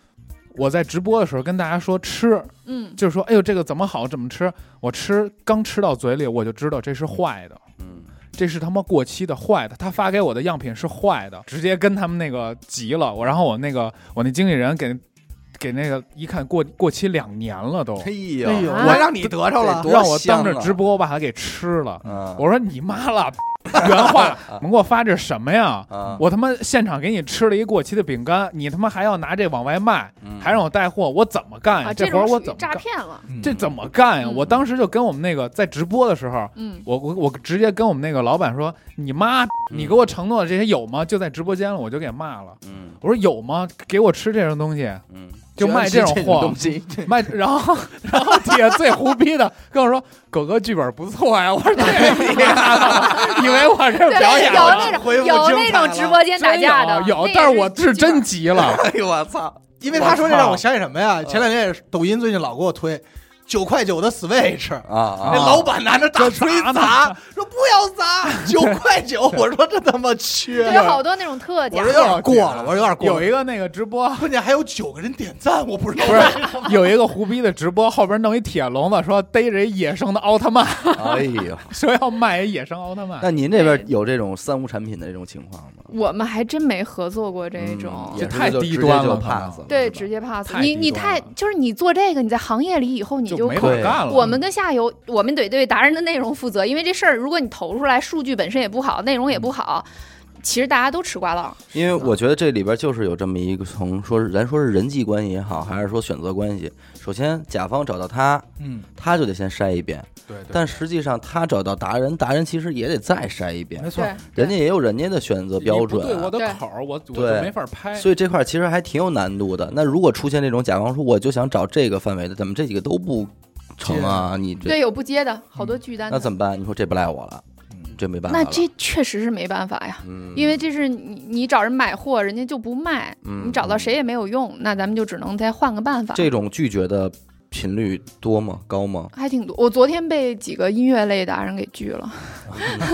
[SPEAKER 3] 我在直播的时候跟大家说吃，
[SPEAKER 4] 嗯，
[SPEAKER 3] 就是说哎呦这个怎么好怎么吃，我吃刚吃到嘴里我就知道这是坏的。
[SPEAKER 1] 嗯
[SPEAKER 3] 这是他妈过期的坏的，他发给我的样品是坏的，直接跟他们那个急了。我然后我那个我那经纪人给给那个一看过过期两年了都，
[SPEAKER 1] 哎呦，
[SPEAKER 2] 哎呦，
[SPEAKER 4] 啊
[SPEAKER 2] 我让你得着了
[SPEAKER 1] 多
[SPEAKER 3] 让我
[SPEAKER 1] 香
[SPEAKER 3] 当着
[SPEAKER 1] 啊
[SPEAKER 3] 直播我把它给吃了。
[SPEAKER 1] 嗯，
[SPEAKER 3] 我说你妈了， 原 话，你给我发这什么呀？
[SPEAKER 1] 啊，
[SPEAKER 3] 我他妈现场给你吃了一过期的饼干，你他妈还要拿这往外卖，
[SPEAKER 1] 嗯
[SPEAKER 3] 还让我带货，我怎么干哎呀？
[SPEAKER 4] 啊，
[SPEAKER 3] 这活
[SPEAKER 4] 种
[SPEAKER 3] 儿我
[SPEAKER 4] 属于
[SPEAKER 3] 怎么
[SPEAKER 4] 诈
[SPEAKER 3] 干？
[SPEAKER 4] 骗了。
[SPEAKER 3] 这怎么干呀？
[SPEAKER 4] 嗯
[SPEAKER 3] 我当时就跟我们那个在直播的时候，
[SPEAKER 4] 嗯，
[SPEAKER 3] 我我我直接跟我们那个老板说：“你妈，你给我承诺的这些有吗？”就在直播间了，我就给骂了。
[SPEAKER 1] 嗯
[SPEAKER 3] 我说有吗？给我吃这种东西，
[SPEAKER 1] 嗯，
[SPEAKER 3] 就卖
[SPEAKER 1] 这
[SPEAKER 3] 这种货
[SPEAKER 1] 东 西，
[SPEAKER 3] 卖。然后然后姐最胡逼的跟我说：“狗哥剧本不错呀。”我说：“太厉害了，以为我这
[SPEAKER 4] 对，
[SPEAKER 3] 表演
[SPEAKER 4] 有
[SPEAKER 3] 了
[SPEAKER 4] 那种
[SPEAKER 2] 恢复
[SPEAKER 4] 有
[SPEAKER 2] 精
[SPEAKER 4] 那
[SPEAKER 2] 彩
[SPEAKER 4] 种
[SPEAKER 2] 了
[SPEAKER 4] 直播间打
[SPEAKER 3] 真
[SPEAKER 4] 架的，
[SPEAKER 3] 有
[SPEAKER 4] 那，也
[SPEAKER 3] 但是我是
[SPEAKER 4] 基本
[SPEAKER 3] 真急了。
[SPEAKER 1] 哎呦我操，
[SPEAKER 2] 因为他说这
[SPEAKER 3] 我操
[SPEAKER 2] 让我想起什么呀？前两天也是抖音最近老给我推，九块九的 Switch。
[SPEAKER 1] 啊啊
[SPEAKER 2] 那老板拿着大锤
[SPEAKER 3] 这砸
[SPEAKER 2] 砸，说不要砸，九块九。我说这他妈缺
[SPEAKER 4] 就有好多那种特
[SPEAKER 2] 我
[SPEAKER 4] 价
[SPEAKER 2] 说有，点过了，我说有点过
[SPEAKER 3] 有
[SPEAKER 2] 了。
[SPEAKER 3] 一个那个直播，
[SPEAKER 2] 关键还有九个人点赞，我不知道
[SPEAKER 3] 不是有一个胡逼的直播，后边弄一铁笼子，说逮着一野生的奥特曼，
[SPEAKER 1] 哎呦，
[SPEAKER 3] 说要卖一野生奥特曼。
[SPEAKER 1] 那您这边有这种三无产品的这种情况吗？
[SPEAKER 4] 我们还真没合作过这种。
[SPEAKER 1] 嗯也是
[SPEAKER 3] 这太
[SPEAKER 1] 就
[SPEAKER 3] 低
[SPEAKER 1] 直接
[SPEAKER 3] 端
[SPEAKER 1] 就
[SPEAKER 3] 了
[SPEAKER 1] pass
[SPEAKER 3] 可
[SPEAKER 1] 了
[SPEAKER 3] 能
[SPEAKER 4] 对，
[SPEAKER 1] 是吧
[SPEAKER 4] 直接 pass
[SPEAKER 3] 太。
[SPEAKER 4] 你
[SPEAKER 3] 低
[SPEAKER 4] 你
[SPEAKER 3] 端
[SPEAKER 4] 太
[SPEAKER 3] 了
[SPEAKER 4] 就是你做这个，你在行业里以后你
[SPEAKER 3] 没法
[SPEAKER 1] 对
[SPEAKER 3] 干了。
[SPEAKER 4] 我们跟下游，我们得对达人的内容负责，因为这事儿如果你投出来，数据本身也不好，内容也
[SPEAKER 1] 嗯
[SPEAKER 4] 不好，其实大家都吃瓜了。
[SPEAKER 1] 因为我觉得这里边就是有这么一个从说是咱说是人际关系也好，还是说选择关系，首先甲方找到他，
[SPEAKER 2] 嗯，
[SPEAKER 1] 他就得先筛一遍，
[SPEAKER 3] 对对，
[SPEAKER 1] 但实际上他找到达人，达人其实也得再筛一遍
[SPEAKER 3] 没，错
[SPEAKER 4] 对，，
[SPEAKER 1] 人家也有人家的选择标
[SPEAKER 3] 你不对我
[SPEAKER 1] 准。
[SPEAKER 3] 的
[SPEAKER 4] 对
[SPEAKER 3] 口儿，我我就
[SPEAKER 1] 对
[SPEAKER 3] 没法拍。
[SPEAKER 1] 所以这块其实还挺有难度的。那如果出现这种甲方说我就想找这个范围的，怎么这几个都不成啊？你这
[SPEAKER 4] 对有不接的，好多拒单
[SPEAKER 1] 嗯
[SPEAKER 4] 的。
[SPEAKER 1] 那怎么办？你说这不赖我了，
[SPEAKER 3] 嗯
[SPEAKER 1] 这没办法
[SPEAKER 4] 那
[SPEAKER 1] 了。
[SPEAKER 4] 这确实是没办法呀，
[SPEAKER 1] 嗯，
[SPEAKER 4] 因为这是你你找人买货，人家就不卖，
[SPEAKER 1] 嗯
[SPEAKER 4] 你找到谁也没有用，那咱们就只能再换个办法。
[SPEAKER 1] 这种拒绝的频率多吗？高吗？
[SPEAKER 4] 还挺多，我昨天被几个音乐类达人给拒了，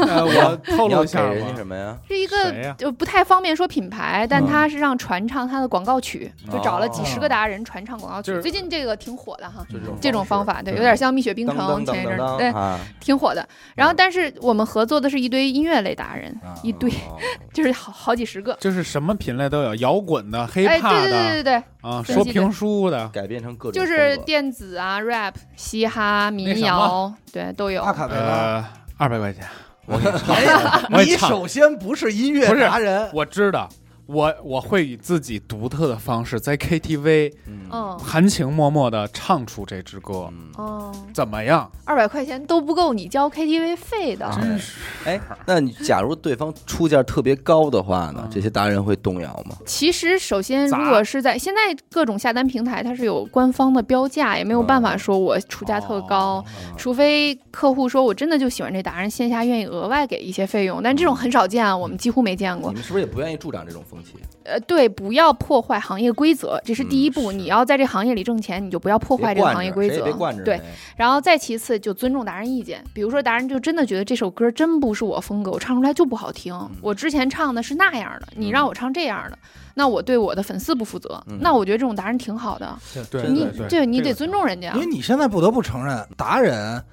[SPEAKER 3] 呃，我透
[SPEAKER 1] 你要
[SPEAKER 3] 露
[SPEAKER 1] 给
[SPEAKER 3] 一下
[SPEAKER 1] 人家
[SPEAKER 3] 吧
[SPEAKER 1] 什，么呀？
[SPEAKER 4] 是一
[SPEAKER 3] 谁
[SPEAKER 4] 个
[SPEAKER 3] 呀
[SPEAKER 4] 就不太方便说品牌，但
[SPEAKER 1] 嗯
[SPEAKER 4] 他是让传唱他的广告曲，就找了几十
[SPEAKER 3] 哦
[SPEAKER 4] 个达人传唱广告曲
[SPEAKER 3] 就。是
[SPEAKER 4] 最近这个挺火的哈，嗯
[SPEAKER 1] 就这种
[SPEAKER 4] 这种方法，对，有点像蜜雪冰
[SPEAKER 1] 当当
[SPEAKER 4] 城
[SPEAKER 1] 当
[SPEAKER 4] 前一阵
[SPEAKER 1] 当
[SPEAKER 4] 儿，
[SPEAKER 1] 当
[SPEAKER 4] 对，
[SPEAKER 1] 啊，
[SPEAKER 4] 挺火的。然
[SPEAKER 3] 嗯
[SPEAKER 4] 后，但是我们合作的是一堆音乐类达人，一堆
[SPEAKER 1] 哦
[SPEAKER 4] 就是好好几十个。
[SPEAKER 3] 就是什么品类都有，摇滚的、黑
[SPEAKER 4] 哎，对
[SPEAKER 3] 怕
[SPEAKER 4] 对
[SPEAKER 3] 的
[SPEAKER 4] 对对对，
[SPEAKER 3] 啊，
[SPEAKER 4] 对
[SPEAKER 3] 说
[SPEAKER 4] 对对
[SPEAKER 3] 评书的，
[SPEAKER 1] 改变成各种
[SPEAKER 4] 就是
[SPEAKER 1] 风格
[SPEAKER 4] 电子啊、rap、嘻哈、
[SPEAKER 3] 那
[SPEAKER 4] 民
[SPEAKER 3] 什
[SPEAKER 4] 谣
[SPEAKER 3] 么，
[SPEAKER 4] 对，都有。
[SPEAKER 2] 阿卡贝拉。
[SPEAKER 3] 呃，二百块钱，
[SPEAKER 2] 哎呀
[SPEAKER 3] 我也
[SPEAKER 2] 你
[SPEAKER 3] 唱
[SPEAKER 2] 首先不是音乐
[SPEAKER 3] 不是
[SPEAKER 2] 达人，
[SPEAKER 3] 我知道。我我会以自己独特的方式在 KTV
[SPEAKER 1] 嗯
[SPEAKER 4] 嗯
[SPEAKER 3] 含情脉脉的唱出这支歌，
[SPEAKER 1] 嗯
[SPEAKER 4] 哦，
[SPEAKER 3] 怎么样？
[SPEAKER 4] 二百块钱都不够你交 KTV 费的。
[SPEAKER 1] 真
[SPEAKER 3] 是
[SPEAKER 1] 哎，那你假如对方出价特别高的话呢
[SPEAKER 3] 嗯？
[SPEAKER 1] 这些达人会动摇吗？
[SPEAKER 4] 其实，首先如
[SPEAKER 3] 砸
[SPEAKER 4] 果是在现在各种下单平台，它是有官方的标价，也没有办法
[SPEAKER 1] 嗯
[SPEAKER 4] 说我出价特高。
[SPEAKER 3] 哦
[SPEAKER 4] 除非客户说我真的就喜欢这达人，线下愿意额外给一些费用，但
[SPEAKER 1] 嗯
[SPEAKER 4] 这种很少见啊，我们几乎没见过
[SPEAKER 1] 你。们是不是也不愿意助长这种风气？
[SPEAKER 4] 呃，对，不要破坏行业规则，这是第一
[SPEAKER 1] 嗯
[SPEAKER 4] 步。
[SPEAKER 1] 是
[SPEAKER 4] 你要在这行业里挣钱，你就不要破
[SPEAKER 1] 破
[SPEAKER 4] 坏这个行业规则
[SPEAKER 1] 别惯着。
[SPEAKER 4] 对，，然后再其次就尊重达人意见，比如说达人就真的觉得这首歌真不是我风格，我唱出来就不好听，我之前唱的是那样的，你让我唱这样的，那我对我的粉丝不负责。
[SPEAKER 1] 嗯
[SPEAKER 4] 那我觉得这种达人挺好的，
[SPEAKER 3] 对对
[SPEAKER 1] 真
[SPEAKER 4] 你
[SPEAKER 1] 的
[SPEAKER 3] 对对，
[SPEAKER 4] 对你
[SPEAKER 3] 这
[SPEAKER 4] 得
[SPEAKER 3] 个
[SPEAKER 4] 尊重人家
[SPEAKER 2] 因。为你现在不得不承认，达人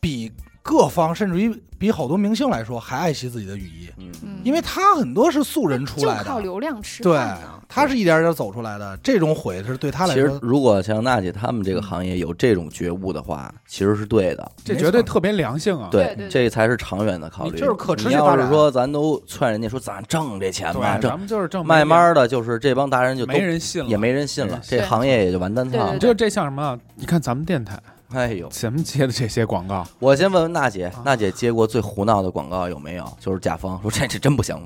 [SPEAKER 2] 比各方甚至于比好多明星来说还爱惜自己的羽翼，
[SPEAKER 1] 嗯，
[SPEAKER 4] 嗯，
[SPEAKER 2] 因为他很多是素人出
[SPEAKER 4] 就
[SPEAKER 2] 来
[SPEAKER 4] 靠
[SPEAKER 2] 的，
[SPEAKER 4] 流量吃
[SPEAKER 2] 对
[SPEAKER 4] 饭呢。，
[SPEAKER 2] 他是一点点走出来的，这种毁是对他
[SPEAKER 1] 其
[SPEAKER 2] 来
[SPEAKER 1] 实
[SPEAKER 2] 说，
[SPEAKER 1] 如果像娜姐他们这个行业有这种觉悟的话，其实是对的。
[SPEAKER 3] 这
[SPEAKER 2] 没
[SPEAKER 3] 绝对
[SPEAKER 2] 错
[SPEAKER 3] 特别良性啊！
[SPEAKER 4] 对对
[SPEAKER 1] 这才是长远的考虑。
[SPEAKER 2] 你就是可持续
[SPEAKER 1] 嗯你要
[SPEAKER 2] 发
[SPEAKER 1] 是
[SPEAKER 2] 展
[SPEAKER 1] 说咱都劝人家说咱挣这钱吧，
[SPEAKER 3] 对，
[SPEAKER 1] 挣
[SPEAKER 3] 咱们就是挣
[SPEAKER 1] 慢慢的就是这帮达人就都
[SPEAKER 3] 哦没人信了，
[SPEAKER 1] 也没人信
[SPEAKER 3] 没
[SPEAKER 1] 了
[SPEAKER 3] 人，
[SPEAKER 1] 这
[SPEAKER 4] 对
[SPEAKER 1] 行业也就完蛋
[SPEAKER 4] 对
[SPEAKER 1] 操
[SPEAKER 4] 对。
[SPEAKER 3] 就这像什么啊？你看咱们电台，
[SPEAKER 1] 哎呦，
[SPEAKER 3] 咱们接的这些广告，
[SPEAKER 1] 我先问问娜姐
[SPEAKER 3] 啊，
[SPEAKER 1] 娜姐接过最胡闹的广告有没有？就是甲方说这这真不行，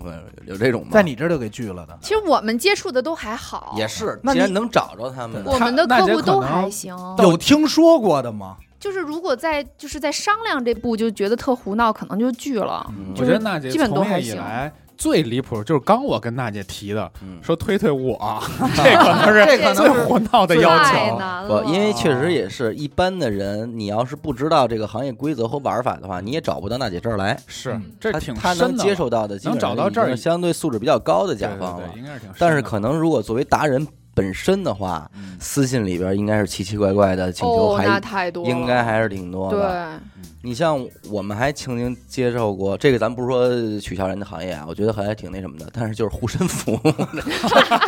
[SPEAKER 1] 有这种吗？
[SPEAKER 2] 在你这儿就给拒了的。
[SPEAKER 4] 其实我们接触的都还好，
[SPEAKER 1] 也是，
[SPEAKER 2] 那
[SPEAKER 1] 既然
[SPEAKER 2] 你
[SPEAKER 1] 能找着他们，
[SPEAKER 4] 我们的客户都还行。
[SPEAKER 2] 有听说过的吗？
[SPEAKER 4] 就是如果在就是在商量这步就觉得特胡闹，可能就拒了。
[SPEAKER 1] 嗯
[SPEAKER 3] 我觉得娜姐
[SPEAKER 4] 基本都
[SPEAKER 3] 从
[SPEAKER 4] 还
[SPEAKER 3] 业以
[SPEAKER 4] 行
[SPEAKER 3] 来最离谱，就是刚我跟娜姐提的，
[SPEAKER 1] 嗯
[SPEAKER 3] 说推推 我， 这可能是
[SPEAKER 2] 这可
[SPEAKER 3] 最
[SPEAKER 2] 能是
[SPEAKER 3] 胡闹的要
[SPEAKER 4] 太
[SPEAKER 3] 求。
[SPEAKER 4] 难
[SPEAKER 1] 不
[SPEAKER 4] 了，，
[SPEAKER 1] 因为确实也是一般的人，你要是不知道这个行业规则和玩法的话，你也找不到娜姐这儿来。
[SPEAKER 3] 是
[SPEAKER 2] 嗯，
[SPEAKER 3] 这
[SPEAKER 1] 他
[SPEAKER 3] 挺
[SPEAKER 1] 他
[SPEAKER 3] 深
[SPEAKER 1] 能
[SPEAKER 3] 的
[SPEAKER 1] 接受到的，基本上
[SPEAKER 3] 能找到这儿
[SPEAKER 1] 已经是相对素质比较高的
[SPEAKER 3] 对
[SPEAKER 1] 甲
[SPEAKER 3] 对
[SPEAKER 1] 方
[SPEAKER 3] 对
[SPEAKER 1] 了。
[SPEAKER 3] 应该是挺深的。
[SPEAKER 1] 但是可能如果作为达人本身的话，
[SPEAKER 3] 嗯
[SPEAKER 1] 私信里边应该是奇奇怪怪的请求
[SPEAKER 4] 哦，
[SPEAKER 1] 还，
[SPEAKER 4] 那太多了，
[SPEAKER 1] 应该还是挺多的。
[SPEAKER 4] 对。
[SPEAKER 1] 你像我们还曾经接受过这个，咱不是说取笑人的行业啊，我觉得还挺那什么的，但是就是护身 符，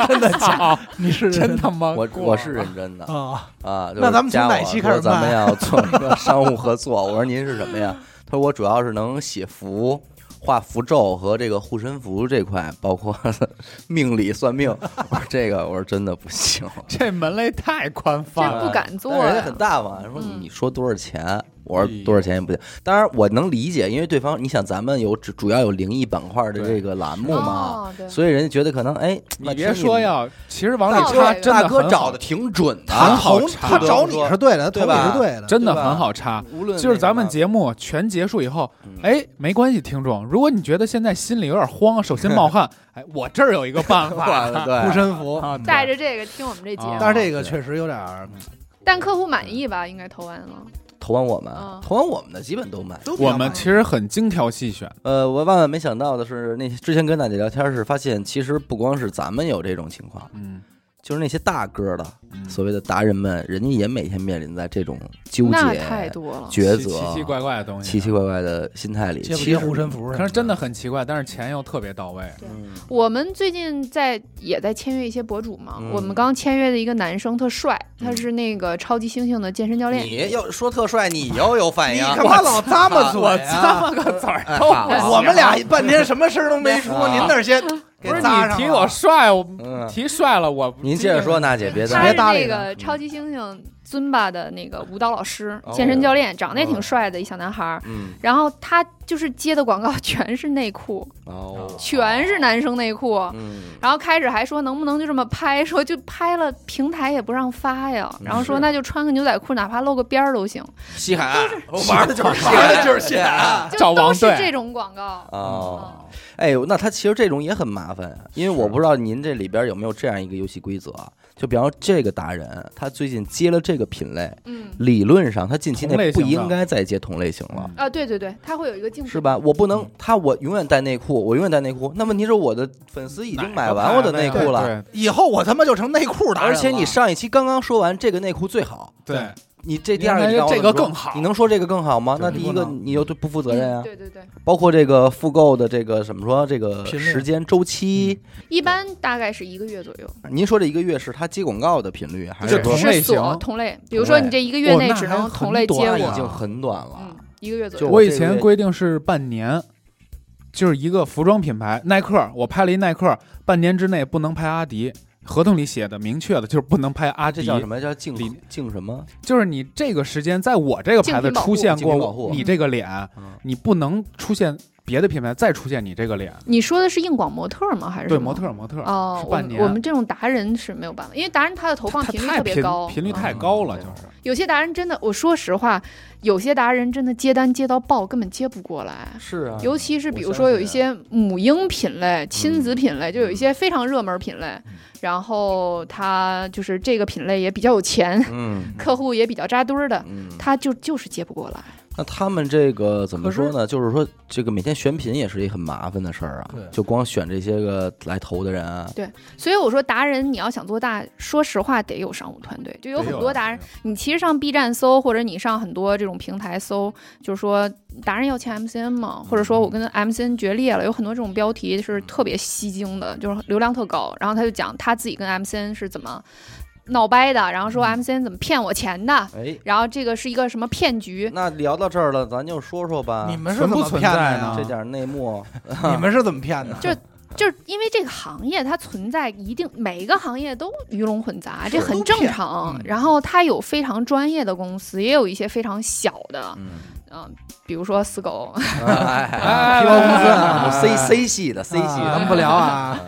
[SPEAKER 3] 真的 假？
[SPEAKER 2] 你是
[SPEAKER 3] 真他妈
[SPEAKER 1] 我
[SPEAKER 3] 过
[SPEAKER 1] 我是
[SPEAKER 3] 了
[SPEAKER 1] 认真的。
[SPEAKER 2] 啊？
[SPEAKER 1] 啊，就是
[SPEAKER 2] 那咱们从
[SPEAKER 1] 加
[SPEAKER 2] 哪
[SPEAKER 1] 我
[SPEAKER 2] 期
[SPEAKER 1] 说
[SPEAKER 2] 开始啊
[SPEAKER 1] 咱们
[SPEAKER 2] 卖
[SPEAKER 1] 要做一个商务合作。我说您是什么呀？他说我主要是能写符、画符咒和这个护身符这块，包括 命理算命。我说这个，我说真的不行。
[SPEAKER 3] 这门类太宽泛
[SPEAKER 4] 这
[SPEAKER 3] 了，
[SPEAKER 4] 不敢做
[SPEAKER 1] 但是人家
[SPEAKER 4] 呀
[SPEAKER 1] 很大方，说
[SPEAKER 4] 嗯
[SPEAKER 1] 你说多少钱？我说多少钱也不行。当然我能理解，因为对方，你想咱们有主主要有灵异板块的这个栏目嘛，
[SPEAKER 4] 哦对
[SPEAKER 1] 所以人家觉得可能哎，那
[SPEAKER 3] 你别说呀，其实往里
[SPEAKER 1] 听你们，
[SPEAKER 3] 插
[SPEAKER 4] 他
[SPEAKER 1] 大
[SPEAKER 3] 真
[SPEAKER 1] 哥大哥
[SPEAKER 3] 的很
[SPEAKER 1] 找
[SPEAKER 3] 好
[SPEAKER 1] 的挺准的，
[SPEAKER 2] 他
[SPEAKER 3] 很好
[SPEAKER 2] 投
[SPEAKER 3] 查
[SPEAKER 2] 他找你是对的，他
[SPEAKER 1] 对
[SPEAKER 2] 投你
[SPEAKER 1] 吧
[SPEAKER 2] 是对的，
[SPEAKER 3] 真的
[SPEAKER 1] 对吧
[SPEAKER 3] 很好插。
[SPEAKER 1] 无论
[SPEAKER 3] 啊就是咱
[SPEAKER 1] 那
[SPEAKER 3] 们
[SPEAKER 1] 个
[SPEAKER 3] 节目全结束以后
[SPEAKER 1] 嗯，
[SPEAKER 3] 哎，没关系，听众，如果你觉得现在心里有点慌，手心冒 汗，哎，我这儿有一个办
[SPEAKER 1] 办法
[SPEAKER 3] 法，
[SPEAKER 1] 对
[SPEAKER 2] 护身符
[SPEAKER 3] 啊
[SPEAKER 2] 嗯
[SPEAKER 4] 带着这个听我们这节目，
[SPEAKER 3] 啊
[SPEAKER 2] 但是这个
[SPEAKER 1] 对
[SPEAKER 2] 确实有点儿
[SPEAKER 4] 但客户满意吧？应该投完了。
[SPEAKER 1] 投完我们
[SPEAKER 4] 嗯，
[SPEAKER 1] 投完我们的基本都满意。
[SPEAKER 2] 都比较
[SPEAKER 3] 我
[SPEAKER 2] 满
[SPEAKER 3] 们
[SPEAKER 2] 意
[SPEAKER 3] 其实很精挑细选，
[SPEAKER 1] 呃，我万万没想到的是，那之前跟大姐聊天是发现，其实不光是咱们有这种情况，
[SPEAKER 3] 嗯，
[SPEAKER 1] 就是那些大哥的
[SPEAKER 3] 嗯
[SPEAKER 1] 所谓的达人们，人家也每天面临在这种纠
[SPEAKER 4] 那
[SPEAKER 1] 结、
[SPEAKER 4] 太多了。
[SPEAKER 1] 抉
[SPEAKER 3] 奇
[SPEAKER 1] 择、
[SPEAKER 3] 奇奇怪怪的东西，啊
[SPEAKER 1] 奇奇怪怪的心态里。
[SPEAKER 2] 接不
[SPEAKER 1] 其
[SPEAKER 2] 接
[SPEAKER 1] 实
[SPEAKER 2] 护身符什么？
[SPEAKER 3] 可是真的很奇怪，但是钱又特别到位，
[SPEAKER 1] 嗯
[SPEAKER 4] 我们最近在也在签约一些博主嘛，
[SPEAKER 1] 嗯
[SPEAKER 4] 我们刚签约的一个男生特帅，他是那个超级猩猩的健身教练。
[SPEAKER 1] 你要说特帅，你又有反应。
[SPEAKER 2] 干嘛老咂巴嘴啊？
[SPEAKER 3] 个嘴儿
[SPEAKER 1] 哎
[SPEAKER 3] 都
[SPEAKER 1] 好
[SPEAKER 3] 不
[SPEAKER 1] 啊
[SPEAKER 2] 我们俩半天什么声儿都没出，
[SPEAKER 1] 啊
[SPEAKER 2] 您那儿先给
[SPEAKER 3] 不是
[SPEAKER 2] 扎上
[SPEAKER 3] 你
[SPEAKER 2] 了
[SPEAKER 3] 提我帅，我
[SPEAKER 1] 嗯，
[SPEAKER 3] 提帅了，我
[SPEAKER 1] 您接着说，娜姐，别
[SPEAKER 4] 他
[SPEAKER 1] 打
[SPEAKER 4] 是
[SPEAKER 2] 别搭
[SPEAKER 4] 那
[SPEAKER 2] 理他
[SPEAKER 4] 个超级猩猩尊巴的那个舞蹈老师、
[SPEAKER 1] 嗯哦
[SPEAKER 4] 健身教练，长得也挺帅的一小男孩儿。
[SPEAKER 1] 嗯，
[SPEAKER 4] 然后他就是接的广告 全是内裤，
[SPEAKER 1] 哦，
[SPEAKER 4] 全是男生内裤。
[SPEAKER 1] 嗯，
[SPEAKER 4] 然后开始还说能不能就这么拍，说就拍了平台也不让发呀，然后说那就穿个牛仔裤，哪怕露个边儿都 行，
[SPEAKER 1] 西海岸，我玩的就是西啊海
[SPEAKER 2] 玩
[SPEAKER 1] 岸，
[SPEAKER 2] 的就是西海岸
[SPEAKER 4] 就
[SPEAKER 3] 找
[SPEAKER 4] 都
[SPEAKER 3] 王
[SPEAKER 4] 是
[SPEAKER 3] 队
[SPEAKER 4] 这种广告。
[SPEAKER 1] 哦。哎，那他其实这种也很麻烦啊，因为我不知道您这里边有没有这样一个游戏规则啊，就比方说这个达人，他最近接了这个品类，
[SPEAKER 4] 嗯
[SPEAKER 1] 理论上他近期
[SPEAKER 3] 同类
[SPEAKER 1] 内不
[SPEAKER 3] 型的
[SPEAKER 1] 应该再接同类型了。
[SPEAKER 3] 嗯
[SPEAKER 4] 啊，对对对，它会有一个竞
[SPEAKER 1] 是？吧？我不能，他我永远带内裤，我永远带内裤。那问题是我的粉丝已
[SPEAKER 3] 已
[SPEAKER 1] 经买完我的内裤了，，
[SPEAKER 2] 以后我他妈就成内裤达人
[SPEAKER 1] 而
[SPEAKER 2] 了
[SPEAKER 1] 且你上一期刚刚说完这个内裤最好，
[SPEAKER 3] 对对
[SPEAKER 2] 对
[SPEAKER 1] 你这第二个你让我
[SPEAKER 3] 这
[SPEAKER 1] 怎么
[SPEAKER 3] 个
[SPEAKER 1] 说
[SPEAKER 3] 更好
[SPEAKER 1] 你能说这个更好吗？
[SPEAKER 3] 对
[SPEAKER 1] 那第一个
[SPEAKER 2] 不能
[SPEAKER 1] 你又对不负责任啊
[SPEAKER 4] 嗯。对对对，
[SPEAKER 1] 包括这个复购的这个怎么说这个
[SPEAKER 2] 频率
[SPEAKER 1] 时间周期，
[SPEAKER 4] 一般大概是一个月左右，
[SPEAKER 1] 您说这一个月是他接广告的频率还
[SPEAKER 3] 就是同类
[SPEAKER 4] 是锁
[SPEAKER 3] 型
[SPEAKER 4] 同类，比如说你这一个月内
[SPEAKER 3] 哇那
[SPEAKER 4] 只能
[SPEAKER 3] 还
[SPEAKER 4] 同
[SPEAKER 3] 很
[SPEAKER 4] 类接哦
[SPEAKER 3] 短
[SPEAKER 1] 那
[SPEAKER 3] 啊
[SPEAKER 1] 已
[SPEAKER 4] 我，
[SPEAKER 1] 经很短了
[SPEAKER 4] 嗯，，一个月左
[SPEAKER 1] 就
[SPEAKER 4] 右。
[SPEAKER 3] 我以前规定是半年，就是一个服装品牌耐克，我拍了一耐克，半年之内不能拍阿迪，合同里写的明确的就是不能拍阿
[SPEAKER 1] 这
[SPEAKER 3] 迪，
[SPEAKER 1] 叫什么叫竞
[SPEAKER 3] 理
[SPEAKER 1] 竞什么？
[SPEAKER 3] 就是你这个时间在我这个牌子出现
[SPEAKER 1] 竞品保护
[SPEAKER 3] 过你这个脸
[SPEAKER 1] 嗯，
[SPEAKER 3] 你不能出现别的品牌再出现你这个脸，
[SPEAKER 4] 你说的是硬广模特吗？还是
[SPEAKER 3] 对
[SPEAKER 4] 什么
[SPEAKER 3] 模特模特
[SPEAKER 4] 哦
[SPEAKER 3] 是，
[SPEAKER 4] 我
[SPEAKER 3] 半
[SPEAKER 4] 们
[SPEAKER 3] 年，
[SPEAKER 4] 我们这种达人是没有办法，因为达人他的投放
[SPEAKER 3] 它
[SPEAKER 4] 频率
[SPEAKER 3] 太
[SPEAKER 4] 特别
[SPEAKER 3] 频
[SPEAKER 4] 高，
[SPEAKER 3] 频率
[SPEAKER 4] 嗯
[SPEAKER 3] 太高了，就是
[SPEAKER 4] 有些达人真的，我说实话，有些达人真的接单接到爆，根本接不过来。
[SPEAKER 1] 是啊
[SPEAKER 4] 尤其是比如
[SPEAKER 1] 我相
[SPEAKER 4] 说有
[SPEAKER 1] 信
[SPEAKER 4] 一些母婴品类、亲子品类，就有一些非常热门品类，
[SPEAKER 1] 嗯
[SPEAKER 4] 然后他就是这个品类也比较有钱，
[SPEAKER 1] 嗯
[SPEAKER 4] 客户也比较扎堆儿的，
[SPEAKER 1] 嗯，
[SPEAKER 4] 他就就是接不过来。
[SPEAKER 1] 那他们这个怎么
[SPEAKER 3] 可是
[SPEAKER 1] 说呢？就是说这个每天选品也是一个很麻烦的事儿啊
[SPEAKER 2] 对，
[SPEAKER 1] 就光选这些个来投的人啊，
[SPEAKER 4] 所以我说，达人你要想做大，说实话得有商务团队，就有很
[SPEAKER 1] 啊
[SPEAKER 4] 多达人。，你其实上 B 站搜，或者你上很多这种平台搜，就是说达人要签 MCN 吗？或者
[SPEAKER 2] 嗯
[SPEAKER 4] 说我跟 MCN 决裂了，有很多这种标题是特别吸睛的，就是流量特高。然后他就讲他自己跟 MCN 是怎么闹掰的，然后
[SPEAKER 2] 嗯
[SPEAKER 4] 说 MCN 怎么骗我钱的，
[SPEAKER 1] 哎，
[SPEAKER 4] 然后这个是一个什么骗
[SPEAKER 2] 嗯
[SPEAKER 4] 局。
[SPEAKER 1] 那聊到这儿了，咱就说说吧，
[SPEAKER 2] 你们是
[SPEAKER 3] 存
[SPEAKER 2] 怎
[SPEAKER 3] 不
[SPEAKER 2] 么
[SPEAKER 3] 存
[SPEAKER 2] 骗的
[SPEAKER 3] 在
[SPEAKER 2] 呀
[SPEAKER 3] 呢？
[SPEAKER 1] 这点内幕，
[SPEAKER 2] 你们是怎么骗的？
[SPEAKER 4] 就就是因为这个行业它存在一定，每一个行业都鱼龙混杂，这很正常
[SPEAKER 2] 都骗嗯。
[SPEAKER 4] 然后它有非常专业的公司，也有一些非常小的，
[SPEAKER 1] 嗯，
[SPEAKER 4] 嗯、比如说死狗，
[SPEAKER 1] 哎
[SPEAKER 2] 皮包公 司
[SPEAKER 1] 有
[SPEAKER 2] 啊
[SPEAKER 1] C C 系的 C 系
[SPEAKER 2] 啊咱
[SPEAKER 1] 的
[SPEAKER 2] 们不聊啊，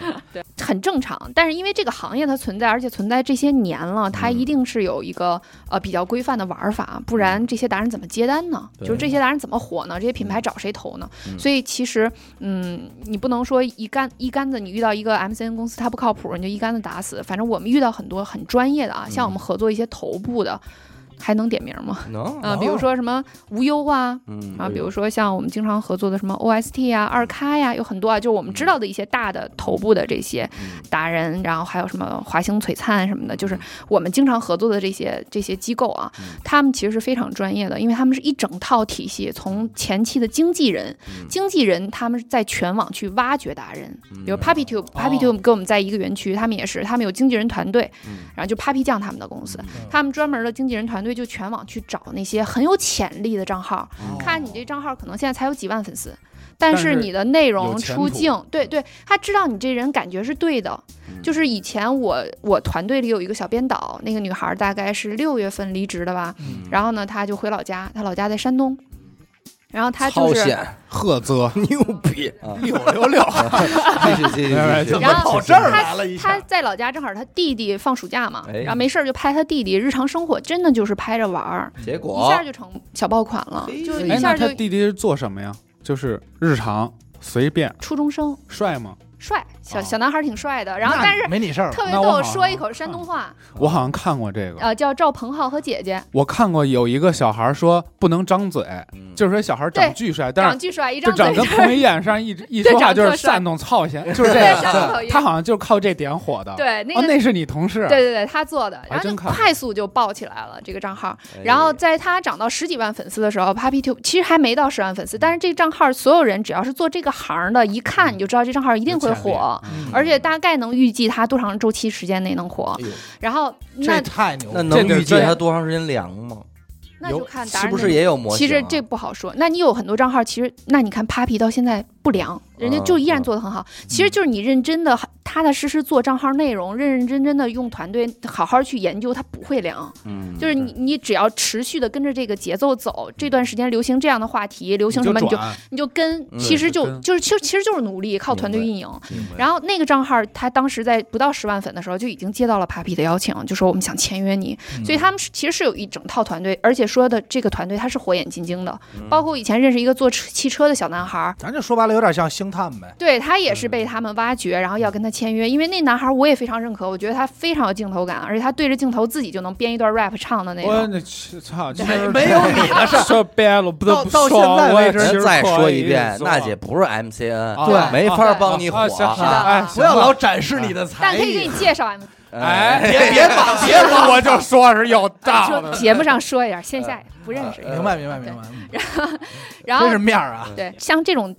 [SPEAKER 4] 很正常，但是因为这个行业它存在，而且存在这些年了，它
[SPEAKER 1] 嗯
[SPEAKER 4] 一定是有一个呃比较规范的玩法，不然这些达人怎么接单呢？
[SPEAKER 1] 嗯对
[SPEAKER 4] 就是这些达人怎么火呢？这些品牌找谁投呢？
[SPEAKER 1] 嗯
[SPEAKER 4] 所以其实，嗯，你不能说一竿一竿子，你遇到一个 MCN 公司它不靠谱，你就一竿子打死。反正我们遇到很多很专业的啊，
[SPEAKER 1] 嗯
[SPEAKER 4] 像我们合作一些头部的，还能点名吗？
[SPEAKER 1] 能，
[SPEAKER 4] 啊、比如说什么无忧啊，
[SPEAKER 1] 哦嗯
[SPEAKER 4] 啊，比如说像我们经常合作的什么 OST 啊、二咖呀、有很多啊，就是我们知道的一些大的头部的这些
[SPEAKER 1] 嗯
[SPEAKER 4] 达人，然后还有什么华星璀璨什么的，就是我们经常合作的这些这些机构啊
[SPEAKER 1] 嗯，
[SPEAKER 4] 他们其实是非常专业的，因为他们是一整套体系，从前期的经纪人，
[SPEAKER 1] 嗯
[SPEAKER 4] 经纪人他们是在全网去挖掘达人，比如
[SPEAKER 1] 嗯
[SPEAKER 4] Papi Tube，Papi Tube 跟我们在一个园区，他们也是，他们有经纪人团队，然后就 Papi 酱他们的公司
[SPEAKER 1] 嗯，
[SPEAKER 4] 他们专门的经纪人团队就全网去找那些很有潜力的账号。
[SPEAKER 1] 嗯
[SPEAKER 4] 看你这账号可能现在才有几万粉丝，但
[SPEAKER 3] 但是
[SPEAKER 4] 是你的内容
[SPEAKER 3] 有前途
[SPEAKER 4] 出镜，对对，他知道你这人感觉是对的。
[SPEAKER 1] 嗯
[SPEAKER 4] 就是以前我我团队里有一个小编导，那个女孩大概是六月份离职的吧，
[SPEAKER 1] 嗯
[SPEAKER 4] 然后呢，她就回老家，她老家在山东，然后她
[SPEAKER 1] 超
[SPEAKER 4] 就是。
[SPEAKER 1] 险
[SPEAKER 3] 赫泽
[SPEAKER 1] 牛 逼啊！
[SPEAKER 2] 六六六，
[SPEAKER 1] 继续继续继续
[SPEAKER 4] 然后
[SPEAKER 2] 跑这儿来了一
[SPEAKER 4] 他
[SPEAKER 2] 下，
[SPEAKER 4] 在老家正好，他弟弟放暑假嘛，
[SPEAKER 1] 哎
[SPEAKER 4] 然后没事儿就拍他弟弟日常生活，真的就是拍着玩儿，
[SPEAKER 1] 结
[SPEAKER 4] 一
[SPEAKER 1] 果
[SPEAKER 4] 下就成小爆款了，
[SPEAKER 1] 嘿
[SPEAKER 4] 就
[SPEAKER 1] 哎
[SPEAKER 4] 一
[SPEAKER 3] 哎，
[SPEAKER 4] 下
[SPEAKER 3] 那
[SPEAKER 4] 就
[SPEAKER 3] 他弟弟是做什么呀？就是日常随便
[SPEAKER 4] 初中生
[SPEAKER 3] 帅吗？
[SPEAKER 4] 帅，小
[SPEAKER 3] 哦
[SPEAKER 4] 小男孩儿挺帅的，然后
[SPEAKER 2] 那
[SPEAKER 4] 但是
[SPEAKER 2] 没你事儿了，
[SPEAKER 4] 特别
[SPEAKER 3] 那我好啊嗯
[SPEAKER 4] 逗，
[SPEAKER 3] 像
[SPEAKER 4] 说一口山东话，
[SPEAKER 3] 我好像看过这个，
[SPEAKER 4] 呃，叫赵鹏浩和姐姐，
[SPEAKER 3] 我看过有一个小孩说不能张嘴，
[SPEAKER 1] 嗯
[SPEAKER 3] 就是说小孩长巨帅，但
[SPEAKER 4] 长
[SPEAKER 3] 是
[SPEAKER 4] 巨帅，一
[SPEAKER 3] 就
[SPEAKER 4] 张嘴
[SPEAKER 3] 长跟彭于晏上一直一说话就是煽动操心，就是这
[SPEAKER 4] 对煽动操
[SPEAKER 3] 个。
[SPEAKER 4] 心
[SPEAKER 3] 他好像就靠这点火的。
[SPEAKER 4] 对那
[SPEAKER 3] 哦，
[SPEAKER 4] 个
[SPEAKER 3] 那是你同事。
[SPEAKER 4] 对对对，他做的，
[SPEAKER 3] 还
[SPEAKER 4] 然后
[SPEAKER 3] 真
[SPEAKER 4] 就
[SPEAKER 3] 看过哎
[SPEAKER 4] 快速就爆起来了这个账号。然后在他涨到十几万粉丝的时候，Papi Tube 其实还没到十万粉丝，但是这个账号所有人只要是做这个行儿的，一看你就知道这账号一
[SPEAKER 3] 一
[SPEAKER 4] 定会火，。
[SPEAKER 2] 嗯
[SPEAKER 3] 嗯
[SPEAKER 4] 而且大概能预计它多长周期时间内能火。
[SPEAKER 1] 哎呦
[SPEAKER 4] 然后
[SPEAKER 2] 这
[SPEAKER 4] 那
[SPEAKER 2] 太牛
[SPEAKER 1] 那
[SPEAKER 2] 了。
[SPEAKER 1] 能
[SPEAKER 3] 这个
[SPEAKER 1] 预计它多长时间凉吗？
[SPEAKER 4] 那就
[SPEAKER 3] 有
[SPEAKER 4] 看达
[SPEAKER 1] 是
[SPEAKER 4] 人
[SPEAKER 1] 不
[SPEAKER 4] 的
[SPEAKER 1] 是也有模型
[SPEAKER 4] 啊其
[SPEAKER 1] 啊？
[SPEAKER 4] 实这不好说。那你有很多账号，其实那你看 Papi 到现在不凉，人
[SPEAKER 1] 嗯
[SPEAKER 4] 家就依然做得很好。其实就是你认真的、踏踏实实做账号内容，认认真真的用团队好好去研究，它不会凉。
[SPEAKER 1] 嗯，
[SPEAKER 4] 就是你你只要持续的跟着这个节奏走，这段时间流行这样的话题，流行什么你就
[SPEAKER 3] 转
[SPEAKER 4] 你就跟，
[SPEAKER 1] 嗯
[SPEAKER 4] 其实
[SPEAKER 3] 就
[SPEAKER 4] 就
[SPEAKER 3] 跟
[SPEAKER 4] 就是其实其实就是努力，靠团队
[SPEAKER 1] 明
[SPEAKER 4] 运营。
[SPEAKER 1] 明白
[SPEAKER 4] 然后那个账号，他当时在不到十万粉的时候，就已经接到了 Papi 的邀请，就说我们想签约你。
[SPEAKER 2] 嗯
[SPEAKER 1] 嗯
[SPEAKER 4] 所以他们是其实是有一整套团队，而且说的这个团队他是火眼金睛的，
[SPEAKER 1] 嗯
[SPEAKER 4] 包括以前认识一个做车汽车的小男孩儿，
[SPEAKER 2] 咱这说白了有点像星探呗，
[SPEAKER 4] 对他也是被他们挖掘，然后要跟他签约。因为那男孩儿我也非常认可，我觉得他非常有镜头感，而且他对着镜头自己就能编一段 rap 唱的那
[SPEAKER 3] 我
[SPEAKER 4] 种。
[SPEAKER 3] 那去操，
[SPEAKER 2] 没有
[SPEAKER 3] 你 的事儿，说白了不得不
[SPEAKER 2] 到到现在为止
[SPEAKER 3] 我其实
[SPEAKER 1] 人再说一
[SPEAKER 3] 可
[SPEAKER 1] 遍
[SPEAKER 3] 以，做
[SPEAKER 1] 娜姐不是 MCN，
[SPEAKER 3] 啊
[SPEAKER 2] 对
[SPEAKER 1] 没法帮你
[SPEAKER 3] 啊
[SPEAKER 1] 火。
[SPEAKER 3] 行
[SPEAKER 4] 哦的
[SPEAKER 3] 哎，行
[SPEAKER 2] 不要
[SPEAKER 3] 了
[SPEAKER 2] 老展示你的才
[SPEAKER 4] 但可以给
[SPEAKER 2] 艺
[SPEAKER 4] 你。介绍啊 M，
[SPEAKER 3] 哎，
[SPEAKER 2] 别别绑别绑，
[SPEAKER 3] 我就说是有道
[SPEAKER 4] 说
[SPEAKER 3] 理。
[SPEAKER 4] 节目上说一下，线下也不认识。
[SPEAKER 2] 呃明白明白明白，嗯
[SPEAKER 4] 呃然后
[SPEAKER 2] 真是面儿啊！
[SPEAKER 4] 对，像这种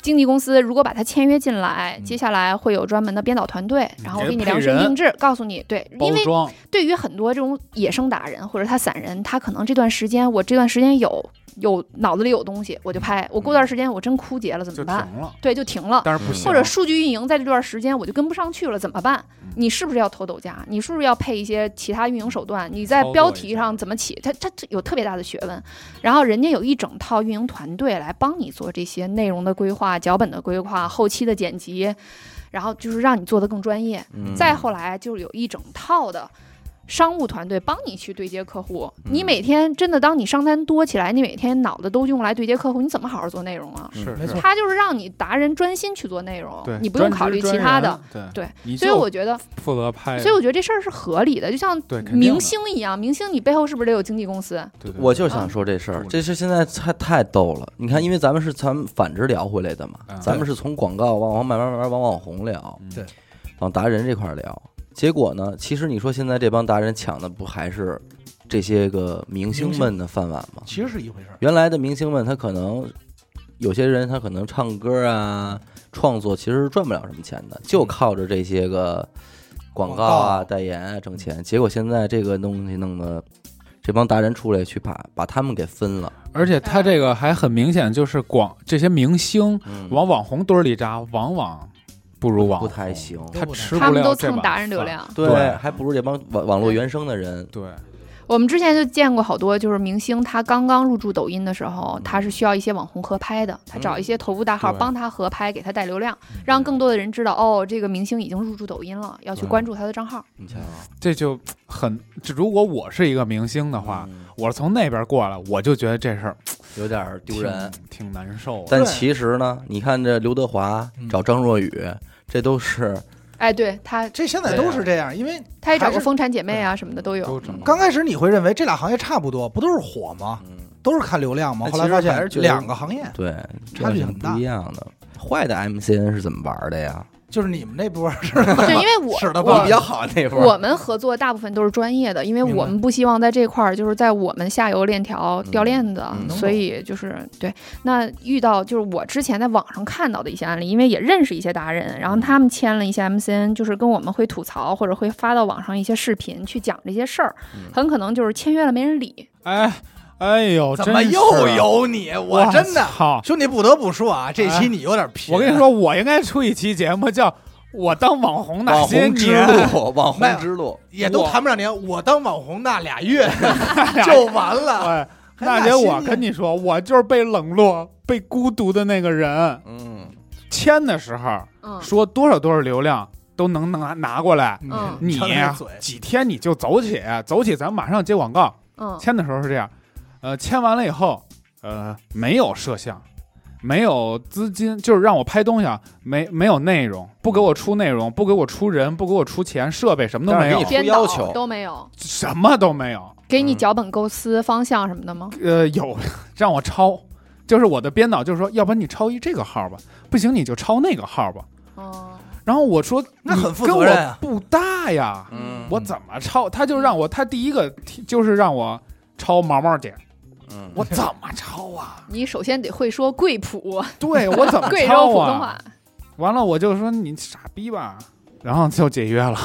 [SPEAKER 4] 经纪公司，如果把它签约进来，接下来会有专门的编导团队，然后
[SPEAKER 3] 给
[SPEAKER 4] 给
[SPEAKER 3] 配
[SPEAKER 4] 你量身
[SPEAKER 3] 人
[SPEAKER 4] 定制，告诉你，对，
[SPEAKER 3] 包
[SPEAKER 4] 因为
[SPEAKER 3] 装
[SPEAKER 4] 对于很多这种野生达人或者他散人，他可能这段时间我这段时间有有脑子里有东西，我就拍，我过段时间我真枯竭了怎
[SPEAKER 3] 就
[SPEAKER 4] 么
[SPEAKER 3] 停
[SPEAKER 4] 办？
[SPEAKER 3] 了，
[SPEAKER 4] 对，就停了。
[SPEAKER 3] 但是不行，
[SPEAKER 4] 或者数据运营在这段时间我就跟不上去了，怎么办？你是不是要投抖加？你是不是要配一些其他运营手段？你在
[SPEAKER 3] 操作
[SPEAKER 4] 标
[SPEAKER 3] 一
[SPEAKER 4] 题
[SPEAKER 3] 下
[SPEAKER 4] 上怎么起？它它这有特别大的学问。然后人家有一整套运营团队来帮你做这些内容的规划、脚本的规划、后期的剪辑，然后就是让你做得更专业。
[SPEAKER 1] 嗯
[SPEAKER 4] 再后来就是有一整套的商务团队帮你去对接客户。
[SPEAKER 1] 嗯
[SPEAKER 4] 你每天真的，当你商单多起来，你每天脑子都用来对接客户，你怎么好好做内容啊？
[SPEAKER 3] 是
[SPEAKER 2] 没错
[SPEAKER 4] 他就是让你达人专心去做内容
[SPEAKER 3] 对，，
[SPEAKER 4] 你不用考虑其他的。，
[SPEAKER 3] 对
[SPEAKER 4] 对，
[SPEAKER 3] 啊你
[SPEAKER 4] 所以
[SPEAKER 3] 就
[SPEAKER 4] 我觉得，
[SPEAKER 3] 负责拍，
[SPEAKER 4] 所以我觉得这事儿是合理的，就像
[SPEAKER 3] 对肯定的
[SPEAKER 4] 明星一样，明星你背后是不是得有经纪公司？
[SPEAKER 3] 对对
[SPEAKER 1] 我就想说这事儿，这事现在太太逗了。你看，因为咱们是咱们反着聊回来的嘛
[SPEAKER 3] 嗯，
[SPEAKER 1] 咱们是从广告往往慢慢慢慢往网红聊，
[SPEAKER 3] 嗯
[SPEAKER 2] 对
[SPEAKER 1] 往达人这块儿聊。结果呢，其实你说现在这帮达人抢的不还是这些个明星们的饭碗吗？
[SPEAKER 2] 其实是一回事儿。
[SPEAKER 1] 原来的明星们，他可能有些人他可能唱歌啊、创作其实是赚不了什么钱的，就靠着这些个广告
[SPEAKER 2] 广
[SPEAKER 1] 啊、代言啊挣钱。结果现在这个东西弄得这帮达人出来去把把他们给分了，
[SPEAKER 3] 而且他这个还很明显，就是广这些明星
[SPEAKER 1] 嗯，
[SPEAKER 3] 往网红堆里扎，往往不如网
[SPEAKER 1] 不
[SPEAKER 3] 红
[SPEAKER 1] 太，行。
[SPEAKER 3] 他吃
[SPEAKER 4] 他
[SPEAKER 3] 不
[SPEAKER 4] 们
[SPEAKER 3] 了
[SPEAKER 4] 都
[SPEAKER 3] 这
[SPEAKER 4] 蹭
[SPEAKER 3] 碗
[SPEAKER 4] 达人流
[SPEAKER 3] 饭，
[SPEAKER 4] 量。
[SPEAKER 1] 对，
[SPEAKER 3] 对
[SPEAKER 1] 还不如这帮网网络原生的人。
[SPEAKER 3] 对，
[SPEAKER 4] 我们之前就见过好多，就是明星他刚刚入驻抖音的时候，他是需要一些网红合拍的，他找一些头部大号嗯
[SPEAKER 3] 对
[SPEAKER 4] 帮他合拍，给他带流量，让更多的人知道哦，这个明星已经入驻抖音了，要去
[SPEAKER 1] 对
[SPEAKER 4] 关注他的账号。
[SPEAKER 1] 你瞧，
[SPEAKER 3] 这就很，这如果我是一个明星的话，
[SPEAKER 1] 嗯
[SPEAKER 3] 我是从那边过来，我就觉得这事儿
[SPEAKER 1] 有点儿丢人。
[SPEAKER 3] 挺，挺难受的。
[SPEAKER 1] 但
[SPEAKER 2] 对
[SPEAKER 1] 其实呢，你看这刘德华
[SPEAKER 2] 嗯
[SPEAKER 1] 找张若昱，这都是
[SPEAKER 4] 哎，对他，
[SPEAKER 2] 这现在都是这样，因为
[SPEAKER 4] 他也找
[SPEAKER 2] 还
[SPEAKER 4] 过
[SPEAKER 2] 是
[SPEAKER 4] 风产姐妹啊什么的都有
[SPEAKER 3] 都。整
[SPEAKER 2] 刚开始你会认为这俩行业差不多，不都是火吗？
[SPEAKER 1] 嗯
[SPEAKER 2] 都是看流量吗？
[SPEAKER 1] 但
[SPEAKER 2] 后来发
[SPEAKER 1] 其实还
[SPEAKER 2] 现
[SPEAKER 1] 是觉得
[SPEAKER 2] 两个行业，
[SPEAKER 1] 对
[SPEAKER 2] 差距
[SPEAKER 1] 这
[SPEAKER 2] 很
[SPEAKER 1] 挺
[SPEAKER 2] 大
[SPEAKER 1] 不一样的。坏的 MCN 是怎么玩的呀？
[SPEAKER 2] 就是你们那波是
[SPEAKER 4] 对，因为我
[SPEAKER 2] 是的吧
[SPEAKER 1] 我
[SPEAKER 4] 我
[SPEAKER 1] 比较好那会
[SPEAKER 4] 我
[SPEAKER 1] 儿，
[SPEAKER 4] 们合作大部分都是专业的，因为
[SPEAKER 2] 明白
[SPEAKER 4] 我们不希望在这块儿就是在我们下游链条
[SPEAKER 1] 嗯
[SPEAKER 4] 掉链子，
[SPEAKER 1] 嗯
[SPEAKER 4] 所以就是对。那遇到就是我之前在网上看到的一些案例，因为也认识一些达人，
[SPEAKER 1] 嗯
[SPEAKER 4] 然后他们签了一些 MCN，就是跟我们会吐槽或者会发到网上一些视频去讲这些事儿，
[SPEAKER 1] 嗯
[SPEAKER 4] 很可能就是签约了没人理。
[SPEAKER 3] 哎哎呦，
[SPEAKER 2] 怎么
[SPEAKER 3] 真是啊
[SPEAKER 2] 又有你？我真的，
[SPEAKER 3] 好，
[SPEAKER 2] 兄弟不得不说啊，这期你有点贫。
[SPEAKER 3] 我跟你，说，我应该出一期节目叫《我当网红哪
[SPEAKER 1] 网
[SPEAKER 3] 些
[SPEAKER 1] 红之
[SPEAKER 3] 年》
[SPEAKER 1] 路，网
[SPEAKER 2] 没
[SPEAKER 1] 红
[SPEAKER 2] 有
[SPEAKER 1] 之路，
[SPEAKER 2] 也都
[SPEAKER 3] 我
[SPEAKER 2] 谈不上年。我当网红那俩月就完了，
[SPEAKER 3] 哎，
[SPEAKER 2] 还
[SPEAKER 3] 大
[SPEAKER 2] 哪
[SPEAKER 3] 姐，
[SPEAKER 2] 些
[SPEAKER 3] 我
[SPEAKER 2] 年
[SPEAKER 3] 跟你说，我就是被冷落、被孤独的那个人。
[SPEAKER 1] 嗯，
[SPEAKER 3] 签的时候
[SPEAKER 4] 嗯，
[SPEAKER 3] 说多少多少流量都能拿拿过来，
[SPEAKER 4] 嗯
[SPEAKER 3] 你
[SPEAKER 2] 瞧他那嘴
[SPEAKER 3] 几天你就走起，走起，咱马上接广告。
[SPEAKER 4] 嗯，
[SPEAKER 3] 签的时候是这样，呃，签完了以后，呃，没有摄像，没有资金，就是让我拍东西啊，没没有内容，不给我出内容，不给我出人，不给我出钱，设备什么都没
[SPEAKER 1] 但是
[SPEAKER 3] 有
[SPEAKER 1] 给，你
[SPEAKER 4] 编
[SPEAKER 1] 出
[SPEAKER 4] 导
[SPEAKER 1] 要求
[SPEAKER 4] 都没有，
[SPEAKER 3] 什么都没有。
[SPEAKER 4] 给你
[SPEAKER 1] 嗯
[SPEAKER 4] 脚本构思、方向什么的吗？
[SPEAKER 3] 呃，有让我抄，就是我的编导就是说，要不然你抄一这个号吧，不行你就抄那个号吧。
[SPEAKER 4] 哦，
[SPEAKER 3] 然后我说，
[SPEAKER 2] 那很
[SPEAKER 3] 你
[SPEAKER 2] 负责任啊
[SPEAKER 3] 跟我不搭呀，
[SPEAKER 1] 嗯
[SPEAKER 3] 我怎么抄？他就让我，他第一个提就是让我抄毛毛 姐，
[SPEAKER 1] 嗯
[SPEAKER 3] 我怎么抄啊？
[SPEAKER 4] 你首先得会说贵普，
[SPEAKER 3] 对我怎么
[SPEAKER 4] 贵州
[SPEAKER 3] 抄
[SPEAKER 4] 普通
[SPEAKER 3] 啊？
[SPEAKER 4] 话。
[SPEAKER 3] 完了我就说你傻逼吧，然后就解约了。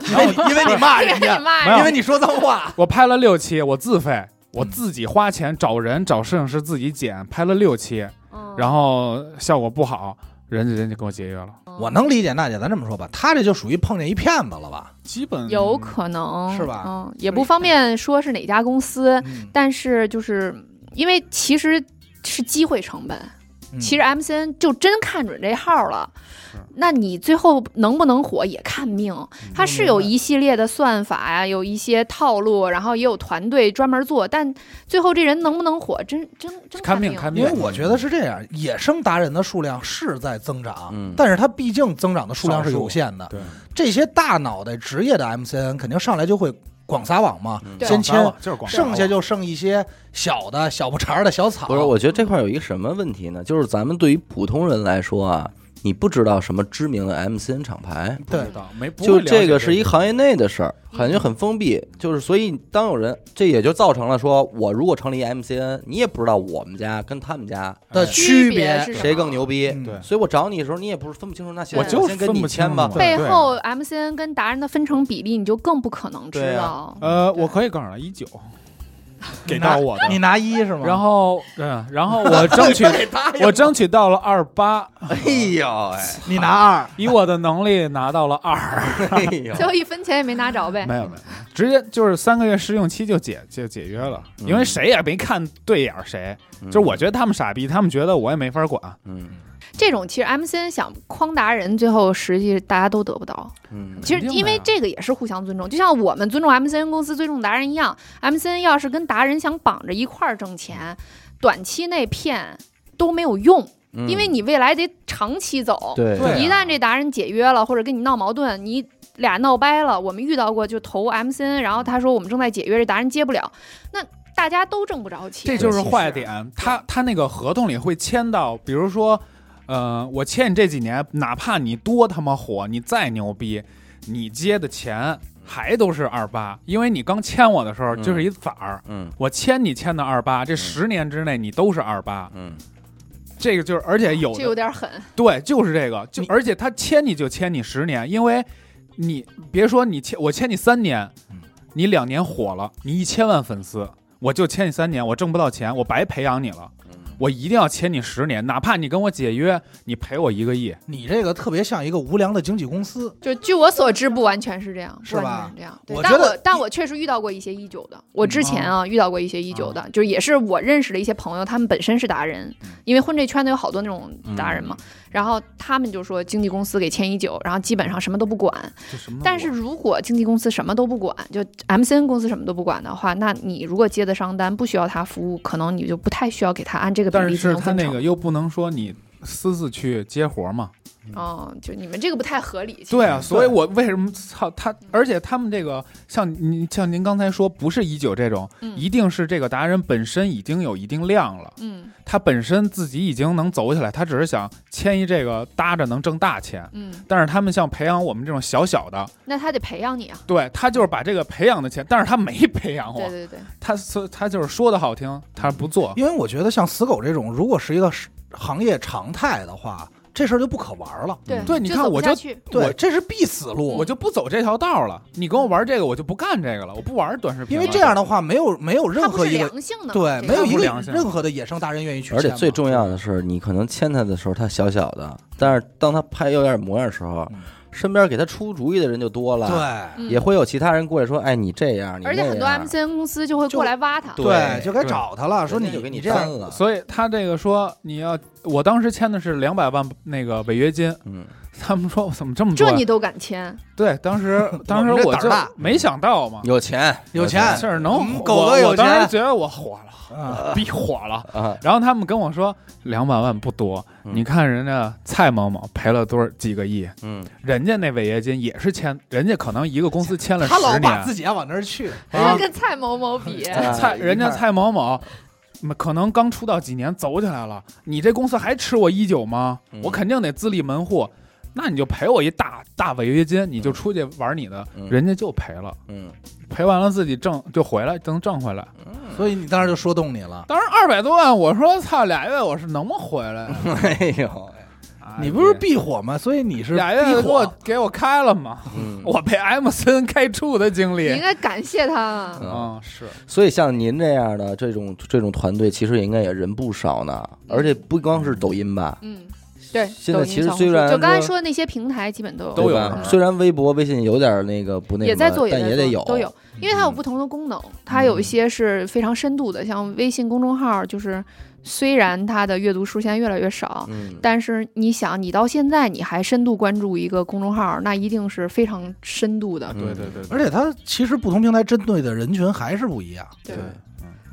[SPEAKER 1] 因为因为你骂人
[SPEAKER 4] 给你
[SPEAKER 1] 家，
[SPEAKER 4] 骂
[SPEAKER 3] 没有
[SPEAKER 4] 人嗯
[SPEAKER 1] 因为你说脏话，
[SPEAKER 3] 我拍了六期，我自费，我
[SPEAKER 2] 嗯
[SPEAKER 3] 自己花钱找人找摄影师自己剪，拍了六期，
[SPEAKER 4] 嗯
[SPEAKER 3] 然后效果不好，人家人家跟我解约了，
[SPEAKER 4] 嗯
[SPEAKER 2] 我能理解娜姐，咱这么说吧，他这就属于碰见一骗子了吧？
[SPEAKER 3] 基本
[SPEAKER 4] 嗯有可能
[SPEAKER 2] 是吧
[SPEAKER 4] 嗯，也不方便说是哪家公司，
[SPEAKER 2] 嗯，
[SPEAKER 4] 但是就是因为其实是机会成本。
[SPEAKER 2] 嗯
[SPEAKER 4] 其实 MCN 就真看准这号了
[SPEAKER 3] 是，
[SPEAKER 4] 那你最后能不能火也看命。它是有一系列的算法呀，有一些套路，然后也有团队专门做，但最后这人能不能火，真真真
[SPEAKER 3] 看
[SPEAKER 4] 命
[SPEAKER 3] 命看嗯
[SPEAKER 2] 因
[SPEAKER 3] 命
[SPEAKER 2] 为，我觉得是这样，野生达人的数量是在增长，
[SPEAKER 1] 嗯
[SPEAKER 2] 但是它毕竟增长的数量是有限的。
[SPEAKER 3] 对，
[SPEAKER 2] 这些大脑袋职业的 MCN 肯定上来就会广撒网嘛，
[SPEAKER 1] 嗯
[SPEAKER 4] 对
[SPEAKER 2] 先
[SPEAKER 3] 广撒
[SPEAKER 2] 签
[SPEAKER 3] 网，就是广撒网
[SPEAKER 2] 剩
[SPEAKER 3] 啊
[SPEAKER 2] 下就剩一些小的小不茬儿的小草。
[SPEAKER 1] 不是，我觉得这块儿有一个什么问题呢？就是咱们对于普通人来说啊，你不知道什么知名的 MCN 厂牌，
[SPEAKER 3] 不知道没不会
[SPEAKER 1] 就
[SPEAKER 3] 了解
[SPEAKER 1] 这个是一行业内的事儿，
[SPEAKER 4] 嗯
[SPEAKER 1] 感觉很封闭。就是所以，当有人这也就造成了说，我如果成立一 MCN，你也不知道我们家跟他们家
[SPEAKER 2] 的
[SPEAKER 3] 哎
[SPEAKER 2] 区
[SPEAKER 4] 别
[SPEAKER 2] 别
[SPEAKER 4] 是什
[SPEAKER 1] 谁
[SPEAKER 4] 么
[SPEAKER 1] 更牛逼。
[SPEAKER 2] 嗯
[SPEAKER 3] 对
[SPEAKER 1] 所以我找你的时候，你也不是分不清楚。那行，
[SPEAKER 4] 我
[SPEAKER 3] 就
[SPEAKER 1] 先跟
[SPEAKER 3] 分
[SPEAKER 1] 你
[SPEAKER 3] 不清
[SPEAKER 1] 签吧
[SPEAKER 3] 楚。
[SPEAKER 4] 背
[SPEAKER 3] 对
[SPEAKER 4] 后 MCN 跟达人的分成比例，你就更不可能知
[SPEAKER 1] 对
[SPEAKER 4] 道。
[SPEAKER 3] 呃，我可以告诉他一九 给
[SPEAKER 2] 拿
[SPEAKER 3] 到我的
[SPEAKER 2] 你，拿一是吗？
[SPEAKER 3] 然后嗯，然后我争 取我争取到了二 八，
[SPEAKER 1] 哎呦， 哎
[SPEAKER 2] 你拿二，
[SPEAKER 3] 以我的能力拿到了二，
[SPEAKER 1] 哎呦
[SPEAKER 4] 最，后一分钱也没拿着呗。
[SPEAKER 3] 没有没有，直接就是三个月试用期就解就解约了，
[SPEAKER 1] 嗯
[SPEAKER 3] 因为谁也没看对眼儿谁，
[SPEAKER 1] 嗯
[SPEAKER 3] 就是我觉得他们傻逼，他们觉得我也没法管，
[SPEAKER 1] 嗯
[SPEAKER 4] 这种其实 MCN 想诓达人，最后实际大家都得不到。
[SPEAKER 1] 嗯，
[SPEAKER 4] 其实
[SPEAKER 3] 肯定的呀
[SPEAKER 4] 因为这个也是互相尊重，就像我们尊重 MCN 公司、尊重达人一样，MCN 要是跟达人想绑着一块儿挣钱，短期内骗都没有用，
[SPEAKER 1] 嗯
[SPEAKER 4] 因为你未来得长期走。
[SPEAKER 1] 对
[SPEAKER 2] 对啊
[SPEAKER 4] 一旦这达人解约了，或者跟你闹矛盾，你俩闹掰了，我们遇到过就投 MCN，然后他说我们正在解约，这达人接不了，那大家都挣不着
[SPEAKER 3] 这
[SPEAKER 4] 钱。
[SPEAKER 3] 就是坏点。他他那个合同里会签到，比如说，呃，我签你这几年，哪怕你多他妈火，你再牛逼，你接的钱还都是二八，因为你刚签我的时候
[SPEAKER 1] 嗯
[SPEAKER 3] 就是一崽儿。
[SPEAKER 1] 嗯
[SPEAKER 3] 我签你签的二八，这十年之内你都是二八，
[SPEAKER 1] 嗯
[SPEAKER 3] 这个就是，而且有
[SPEAKER 4] 这
[SPEAKER 3] 的
[SPEAKER 4] 有点狠，
[SPEAKER 3] 对，就是这个，就
[SPEAKER 2] 你
[SPEAKER 3] 而且他签你就签你十年，因为你别说你签我签你三年
[SPEAKER 2] 嗯，
[SPEAKER 3] 你两年火了，你一千万粉丝，我就签你三年，我挣不到钱，我白培养你了，
[SPEAKER 1] 嗯
[SPEAKER 3] 我一定要签你十年，哪怕你跟我解约，你赔我一个亿，
[SPEAKER 2] 你这个特别像一个无良的经纪公司。
[SPEAKER 4] 就据我所知，不完全是这样，
[SPEAKER 2] 是吧
[SPEAKER 4] 不完全是这样，对
[SPEAKER 2] 我
[SPEAKER 4] 但
[SPEAKER 2] 觉得
[SPEAKER 4] 我但我确实遇到过一些一九的，我之前啊遇到过一些一九的，就也是我认识的一些朋友，他们本身是达人，因为婚这圈子有好多那种达人嘛，然后他们就说经纪公司给签一九，然后基本上什么都不管。
[SPEAKER 3] 就什么啊都
[SPEAKER 4] 但是
[SPEAKER 3] 不
[SPEAKER 4] 如果经纪公司什么都不管，就 MCN 公司什么都不管的话，那你如果接的商单不需要他服务，可能你就不太需要给他按这个比
[SPEAKER 3] 但
[SPEAKER 4] 例进
[SPEAKER 3] 是
[SPEAKER 4] 行
[SPEAKER 3] 他
[SPEAKER 4] 分
[SPEAKER 3] 那
[SPEAKER 4] 成。
[SPEAKER 3] 个又不能说你私自去接活嘛，
[SPEAKER 4] 哦，就你们这个不太合理。其实
[SPEAKER 3] 对啊，所以我为什么操他？而且他们这个像您像您刚才说，不是一九这种，
[SPEAKER 4] 嗯
[SPEAKER 3] 一定是这个达人本身已经有一定量了。
[SPEAKER 4] 嗯
[SPEAKER 3] 他本身自己已经能走起来，他只是想签一这个搭着能挣大钱。
[SPEAKER 4] 嗯，
[SPEAKER 3] 但是他们像培养我们这种小小的，
[SPEAKER 4] 那他得培养你啊。
[SPEAKER 3] 对他就是把这个培养的钱，但是他没培养
[SPEAKER 4] 对
[SPEAKER 3] 我，
[SPEAKER 4] 对对。
[SPEAKER 3] 他所以他就是说的好听，他不做。
[SPEAKER 2] 因为我觉得像死狗这种，如果是一个是行业常态的话，这事儿就不可玩了。
[SPEAKER 4] 对
[SPEAKER 3] 对你看
[SPEAKER 4] 走不
[SPEAKER 3] 我
[SPEAKER 4] 下
[SPEAKER 3] 就
[SPEAKER 4] 去
[SPEAKER 2] 对，
[SPEAKER 3] 我
[SPEAKER 2] 这是必死路。
[SPEAKER 3] 我就不走这条道了，你跟我玩这个，我就不干这个了，我不玩短视频
[SPEAKER 2] 因
[SPEAKER 3] 了。
[SPEAKER 2] 为这样的话，没有没有
[SPEAKER 4] 它
[SPEAKER 2] 任
[SPEAKER 4] 不
[SPEAKER 2] 何
[SPEAKER 4] 是
[SPEAKER 2] 一个
[SPEAKER 4] 良性的，
[SPEAKER 2] 对，
[SPEAKER 4] 这
[SPEAKER 2] 没有一
[SPEAKER 3] 不
[SPEAKER 2] 个
[SPEAKER 3] 良性
[SPEAKER 2] 任何的野生达人愿意去
[SPEAKER 1] 而
[SPEAKER 2] 签
[SPEAKER 1] 且
[SPEAKER 2] 嘛。
[SPEAKER 1] 最重要的是，你可能签他的时候他小小的，但是当他拍有点模样的时候
[SPEAKER 2] 嗯，
[SPEAKER 1] 身边给他出主意的人就多了，
[SPEAKER 2] 对
[SPEAKER 4] 嗯
[SPEAKER 1] 也会有其他人过来说：“哎，你这样，你啊
[SPEAKER 4] 而且很多
[SPEAKER 1] 那样
[SPEAKER 4] MCN 公司就会
[SPEAKER 2] 就
[SPEAKER 4] 过来挖他，
[SPEAKER 1] 对
[SPEAKER 2] 就该
[SPEAKER 3] 对
[SPEAKER 2] 找他了。说
[SPEAKER 1] 人
[SPEAKER 2] 你
[SPEAKER 1] 家就给
[SPEAKER 2] 你
[SPEAKER 1] 你
[SPEAKER 2] 这
[SPEAKER 1] 删
[SPEAKER 2] 样，
[SPEAKER 1] 了。”
[SPEAKER 3] 所以他这个说你要，我当时签的是两百万那个违约金，
[SPEAKER 1] 嗯，
[SPEAKER 3] 他们说我怎么这么多
[SPEAKER 4] 这
[SPEAKER 3] 呀？
[SPEAKER 4] 你都敢签？
[SPEAKER 3] 对，当时当时
[SPEAKER 2] 我们这
[SPEAKER 3] 我
[SPEAKER 2] 胆儿
[SPEAKER 3] 就
[SPEAKER 2] 大
[SPEAKER 3] 没想到嘛，
[SPEAKER 1] 有钱
[SPEAKER 2] 有钱
[SPEAKER 3] 事儿能
[SPEAKER 2] 嗯
[SPEAKER 3] 火
[SPEAKER 2] 狗
[SPEAKER 3] 我
[SPEAKER 2] 哥有
[SPEAKER 3] 我当时
[SPEAKER 2] 钱
[SPEAKER 3] 觉得我火 了，
[SPEAKER 2] 啊，
[SPEAKER 3] 逼火了。
[SPEAKER 1] 啊！
[SPEAKER 3] 然后他们跟我说两百万不多，
[SPEAKER 1] 嗯
[SPEAKER 3] 你看人家蔡某某赔了多少几个亿，
[SPEAKER 1] 嗯，
[SPEAKER 3] 人家那违约金也是签，人家可能一个公司签了
[SPEAKER 2] 他老
[SPEAKER 3] 十
[SPEAKER 2] 把自
[SPEAKER 3] 年，
[SPEAKER 2] 己啊往那 儿去，
[SPEAKER 4] 人
[SPEAKER 3] 啊
[SPEAKER 4] 家跟蔡某某比，
[SPEAKER 1] 哎
[SPEAKER 3] 蔡人家
[SPEAKER 2] 一看
[SPEAKER 3] 蔡某某。嗯可能刚出道几年走起来了，你这公司还吃我一九吗？
[SPEAKER 1] 嗯
[SPEAKER 3] 我肯定得自立门户，那你就赔我一大大违约金，你就出去玩你的，
[SPEAKER 1] 嗯
[SPEAKER 3] 人家就赔了，
[SPEAKER 1] 嗯
[SPEAKER 3] 赔完了自己挣就回来，能挣回来。
[SPEAKER 2] 所以你当时就说动你了。
[SPEAKER 3] 当时二百多万，我说操，俩月我是能不回来啊？
[SPEAKER 1] 哎呦，
[SPEAKER 2] 你不是避火吗？所以你是
[SPEAKER 3] 俩月
[SPEAKER 2] 避
[SPEAKER 3] 给我
[SPEAKER 2] 火，
[SPEAKER 3] 给我开了吗？
[SPEAKER 1] 嗯，
[SPEAKER 3] 我被艾姆森开除的经
[SPEAKER 4] 你应
[SPEAKER 3] 历。
[SPEAKER 4] 该感谢他。
[SPEAKER 1] 嗯，
[SPEAKER 3] 嗯，是
[SPEAKER 1] 所以像您这样的这种这种团队，其实也应该也人不少呢，而且不光是抖音吧，
[SPEAKER 4] 嗯，对。
[SPEAKER 1] 现在
[SPEAKER 4] 抖音
[SPEAKER 1] 其实
[SPEAKER 4] 小红
[SPEAKER 1] 虽
[SPEAKER 4] 书
[SPEAKER 1] 然
[SPEAKER 4] 就刚才
[SPEAKER 1] 说
[SPEAKER 4] 说的那些平台，基本都有
[SPEAKER 3] 都有
[SPEAKER 1] 对
[SPEAKER 3] 人
[SPEAKER 1] 吧？虽然微博、微信有点那个不那
[SPEAKER 4] 也
[SPEAKER 1] 什
[SPEAKER 4] 在
[SPEAKER 1] 么，
[SPEAKER 4] 做，
[SPEAKER 1] 但
[SPEAKER 4] 在
[SPEAKER 1] 得
[SPEAKER 4] 做，都有。，因为它有
[SPEAKER 1] 嗯
[SPEAKER 4] 不同的功能，它有一些是非常深度的，像微信公众号，就是虽然它的阅读数现在越来越少，
[SPEAKER 1] 嗯，
[SPEAKER 4] 但是你想，你到现在你还深度关注一个公众号，那一定是非常深度的。
[SPEAKER 1] 嗯
[SPEAKER 3] 对
[SPEAKER 2] 而且他其实不同平台针对的人群还是不一样。
[SPEAKER 4] 对
[SPEAKER 1] 对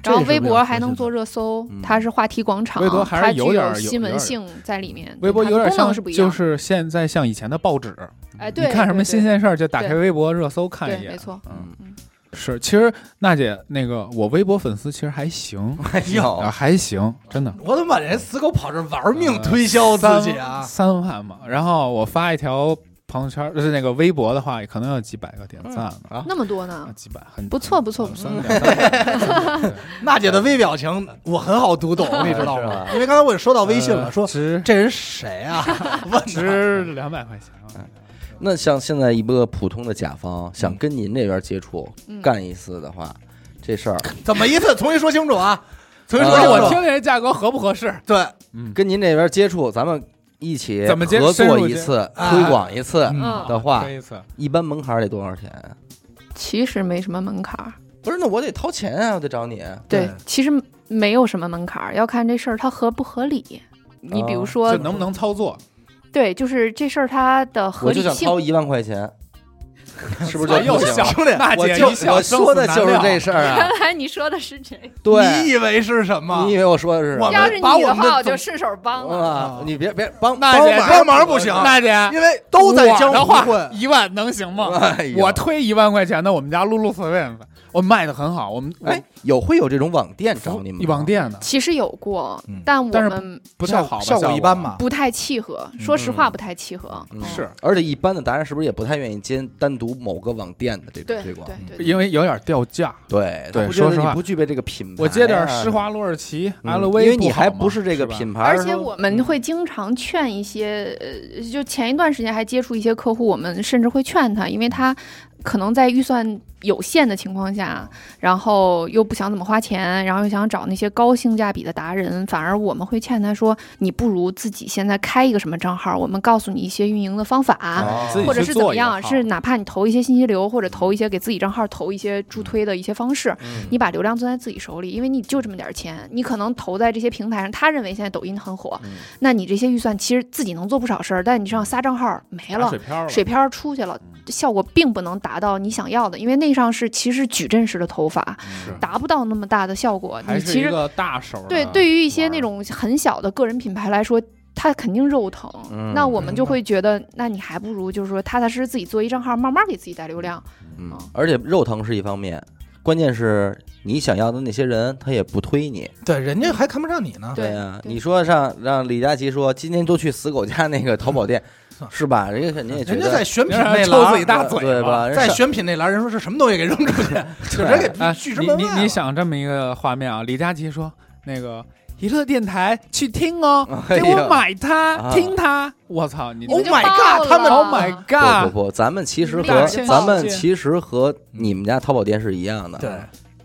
[SPEAKER 4] 然后
[SPEAKER 2] 这是
[SPEAKER 4] 微
[SPEAKER 2] 比较
[SPEAKER 4] 博
[SPEAKER 2] 核
[SPEAKER 4] 还能
[SPEAKER 2] 心的
[SPEAKER 4] 做热搜，
[SPEAKER 1] 嗯
[SPEAKER 4] 它是话题广场，
[SPEAKER 3] 微博还是
[SPEAKER 4] 它
[SPEAKER 3] 有
[SPEAKER 4] 具
[SPEAKER 3] 点儿有
[SPEAKER 4] 新
[SPEAKER 3] 有
[SPEAKER 4] 闻
[SPEAKER 3] 点儿
[SPEAKER 4] 性在里面。
[SPEAKER 3] 微博
[SPEAKER 4] 它
[SPEAKER 3] 有点
[SPEAKER 4] 功能
[SPEAKER 3] 像
[SPEAKER 4] 是不一，样
[SPEAKER 3] 就
[SPEAKER 4] 的，
[SPEAKER 3] 是现在像以前的报纸，
[SPEAKER 4] 哎，
[SPEAKER 3] 你
[SPEAKER 4] 对，
[SPEAKER 3] 看什么
[SPEAKER 4] 对
[SPEAKER 3] 新
[SPEAKER 4] 对
[SPEAKER 3] 鲜事儿就打开
[SPEAKER 4] 对
[SPEAKER 3] 微博热搜看一
[SPEAKER 4] 对，没
[SPEAKER 3] 眼。
[SPEAKER 4] 错，
[SPEAKER 1] 嗯，
[SPEAKER 3] 是，其实娜姐那个我微博粉丝其实还行
[SPEAKER 1] 哎呦嗯
[SPEAKER 3] 啊，，还行，真的。
[SPEAKER 2] 我怎么把人死狗跑这玩命推销自己啊？
[SPEAKER 3] 三三万嘛。然后我发一条朋友圈，就是那个微博的话，可能有几百个点赞呢，
[SPEAKER 1] 啊，
[SPEAKER 4] 那么多
[SPEAKER 3] 啊
[SPEAKER 4] 呢，
[SPEAKER 3] 几百很
[SPEAKER 4] 嗯不错不错
[SPEAKER 3] 嗯
[SPEAKER 4] 不错
[SPEAKER 3] 三两三百对
[SPEAKER 2] 娜姐的微表情我很好读懂，你知道
[SPEAKER 1] 是
[SPEAKER 2] 吗
[SPEAKER 1] 吧？嗯
[SPEAKER 2] 因为刚才我也收到微信了，
[SPEAKER 3] 呃
[SPEAKER 2] 说
[SPEAKER 3] 值
[SPEAKER 2] 这人谁啊？ 问他
[SPEAKER 3] 值两百块钱啊。
[SPEAKER 1] 那像现在一个普通的甲方想跟您这边接触
[SPEAKER 4] 嗯
[SPEAKER 1] 干一次的话，这事儿
[SPEAKER 2] 怎么意思？重新说清楚啊！重新
[SPEAKER 3] 不
[SPEAKER 1] 啊
[SPEAKER 2] 说
[SPEAKER 3] 是
[SPEAKER 2] 清
[SPEAKER 3] 我
[SPEAKER 2] 楚。
[SPEAKER 3] 听这价格合不合适？
[SPEAKER 2] 对，
[SPEAKER 1] 跟您这边接触，咱们一起
[SPEAKER 3] 怎么接
[SPEAKER 1] 合
[SPEAKER 3] 深入
[SPEAKER 1] 作一
[SPEAKER 3] 接
[SPEAKER 1] 次、
[SPEAKER 2] 啊
[SPEAKER 1] 推广一次
[SPEAKER 3] 嗯
[SPEAKER 1] 的话
[SPEAKER 3] 这，一次
[SPEAKER 1] 一般门槛得多少钱？啊
[SPEAKER 4] 其实没什么门槛儿。
[SPEAKER 1] 不是，那我得掏钱啊，我得找你。
[SPEAKER 4] 对
[SPEAKER 2] 对，
[SPEAKER 4] 其实没有什么门槛儿，要看这事儿它合不合理。你比
[SPEAKER 1] 哦
[SPEAKER 4] 如说，
[SPEAKER 3] 这能不能操作？
[SPEAKER 4] 对，就是这事儿它的合
[SPEAKER 1] 我
[SPEAKER 4] 理
[SPEAKER 1] 就想
[SPEAKER 4] 性
[SPEAKER 1] 掏一万块 钱，是不是就
[SPEAKER 3] 又
[SPEAKER 1] 不行
[SPEAKER 3] 笑
[SPEAKER 1] 了？
[SPEAKER 2] 哎兄弟
[SPEAKER 3] 娜
[SPEAKER 1] 我
[SPEAKER 3] 姐一
[SPEAKER 1] 就
[SPEAKER 3] 笑
[SPEAKER 1] 我
[SPEAKER 3] 生
[SPEAKER 1] 说
[SPEAKER 3] 死
[SPEAKER 1] 的
[SPEAKER 3] 难
[SPEAKER 1] 就是
[SPEAKER 3] 料
[SPEAKER 1] 这事儿啊。
[SPEAKER 4] 原来你说的是这个。
[SPEAKER 2] 你
[SPEAKER 1] 对，
[SPEAKER 2] 以为是什么
[SPEAKER 1] 你？以为我说的是
[SPEAKER 2] 我
[SPEAKER 4] 要是你
[SPEAKER 2] 把我
[SPEAKER 4] 的
[SPEAKER 2] 们的
[SPEAKER 4] 话，我就
[SPEAKER 2] 总
[SPEAKER 4] 顺手帮了。
[SPEAKER 1] 啊？你别别帮
[SPEAKER 3] 娜
[SPEAKER 1] 帮
[SPEAKER 3] 姐
[SPEAKER 1] 忙
[SPEAKER 2] 帮忙不行
[SPEAKER 3] 娜姐
[SPEAKER 2] 因为都在江
[SPEAKER 3] 我的
[SPEAKER 2] 湖
[SPEAKER 3] 话
[SPEAKER 2] 混，
[SPEAKER 3] 一万能行吗？
[SPEAKER 1] 哎呦
[SPEAKER 3] 我推一万块钱的，我们家露露 Swim，我卖的很好，我们
[SPEAKER 1] 哎，有会有这种网店找你们吗？啊
[SPEAKER 3] 网店的
[SPEAKER 4] 其实有过
[SPEAKER 2] 嗯，
[SPEAKER 4] 但我
[SPEAKER 3] 但是
[SPEAKER 4] 们
[SPEAKER 3] 不嗯太好吧，啊
[SPEAKER 2] 效果一般吧？
[SPEAKER 4] 不太契合，说实话不太契合。
[SPEAKER 1] 嗯
[SPEAKER 3] 是，
[SPEAKER 1] 而且一般的达人是不是也不太愿意接单独某个网店的这
[SPEAKER 4] 对
[SPEAKER 1] 种推
[SPEAKER 4] 对
[SPEAKER 1] 广？
[SPEAKER 4] 对
[SPEAKER 3] 嗯
[SPEAKER 4] 对，
[SPEAKER 3] 因为有点掉
[SPEAKER 1] 哎
[SPEAKER 3] 价。
[SPEAKER 1] 对
[SPEAKER 3] 对
[SPEAKER 1] 他不觉得
[SPEAKER 3] 说实话
[SPEAKER 1] 你不具备这个品牌啊，
[SPEAKER 3] 我接点施华洛世奇、
[SPEAKER 1] 嗯
[SPEAKER 3] LV，
[SPEAKER 1] 因为你还
[SPEAKER 3] 好吗
[SPEAKER 1] 不是这个
[SPEAKER 3] 吧
[SPEAKER 1] 品牌，
[SPEAKER 4] 而且
[SPEAKER 1] 说
[SPEAKER 3] 嗯
[SPEAKER 4] 我们会经常劝一些，呃，就前一段时间还接触一些客户，我们甚至会劝他，因为他可能在预算有限的情况下，然后又不想怎么花钱，然后又想找那些高性价比的达人，反而我们会劝他说，你不如自己现在开一个什么账号，我们告诉你一些运营的方法。
[SPEAKER 1] 啊
[SPEAKER 3] 自己
[SPEAKER 4] 或者
[SPEAKER 3] 去
[SPEAKER 4] 是怎
[SPEAKER 3] 做
[SPEAKER 4] 么
[SPEAKER 3] 一个
[SPEAKER 4] 样，
[SPEAKER 3] 号
[SPEAKER 4] 是哪怕你投一些信息流，或者投一些给自己账号投一些助推的一些方式，
[SPEAKER 1] 嗯
[SPEAKER 4] 你把流量攥在自己手里，因为你就这么点儿钱，你可能投在这些平台上。他认为现在抖音很火，
[SPEAKER 1] 嗯
[SPEAKER 4] 那你这些预算其实自己能做不少事儿，但你上仨账号没
[SPEAKER 3] 打
[SPEAKER 4] 了
[SPEAKER 3] 水。漂了，
[SPEAKER 4] 水漂出去了，效果并不能达到你想要的，因为那上是其实矩阵式的投法，
[SPEAKER 3] 是
[SPEAKER 4] 达不到那么大的效果。
[SPEAKER 3] 嗯还
[SPEAKER 4] 你
[SPEAKER 3] 是
[SPEAKER 4] 其
[SPEAKER 3] 一
[SPEAKER 4] 实
[SPEAKER 3] 个大手的
[SPEAKER 4] 对对于一些
[SPEAKER 3] 玩儿啊
[SPEAKER 4] 那种很小的个人品牌来说，它肯定肉疼。
[SPEAKER 1] 嗯
[SPEAKER 4] 那我们就会觉得，那你还不如就是说踏踏实实自己做一账号，慢慢给自己带流量。
[SPEAKER 1] 嗯，而且肉疼是一方面，关键是你想要的那些人他也不推你。
[SPEAKER 2] 对，人家还看不上你呢。
[SPEAKER 1] 对呀、啊
[SPEAKER 4] 对
[SPEAKER 1] 你说让让李佳琦说今天就去死狗家那个淘宝 店，是吧？人家肯定也觉
[SPEAKER 2] 人
[SPEAKER 1] 得
[SPEAKER 2] 家在选品
[SPEAKER 3] 人家
[SPEAKER 2] 那
[SPEAKER 3] 抽
[SPEAKER 2] 栏
[SPEAKER 3] 自己
[SPEAKER 2] 儿，
[SPEAKER 3] 大嘴
[SPEAKER 1] 对吧？
[SPEAKER 2] 在
[SPEAKER 1] 人
[SPEAKER 2] 选品那栏儿，人说是什么东西给扔出 去，
[SPEAKER 1] 上
[SPEAKER 2] 有人给
[SPEAKER 4] 啊
[SPEAKER 3] 哎，
[SPEAKER 2] 拒之
[SPEAKER 3] 你
[SPEAKER 2] 门
[SPEAKER 3] 你
[SPEAKER 2] 外
[SPEAKER 1] 啊
[SPEAKER 3] 你
[SPEAKER 2] 了
[SPEAKER 3] 想这么一个画面啊？李佳琦说那个娱乐电台去听哦，
[SPEAKER 1] 哎
[SPEAKER 3] 给
[SPEAKER 1] 呀
[SPEAKER 3] 我买它、
[SPEAKER 1] 啊
[SPEAKER 3] 听它。我操，你
[SPEAKER 4] 你们
[SPEAKER 2] Oh
[SPEAKER 4] 就
[SPEAKER 2] my
[SPEAKER 4] 爆
[SPEAKER 2] god，他们
[SPEAKER 4] 了
[SPEAKER 3] Oh my
[SPEAKER 1] 不不
[SPEAKER 3] god！
[SPEAKER 1] 不，咱们其实
[SPEAKER 4] 你们
[SPEAKER 1] 和
[SPEAKER 4] 俩
[SPEAKER 3] 先
[SPEAKER 1] 咱们
[SPEAKER 3] 进
[SPEAKER 1] 其实和你们家淘宝店是一样的。
[SPEAKER 2] 对，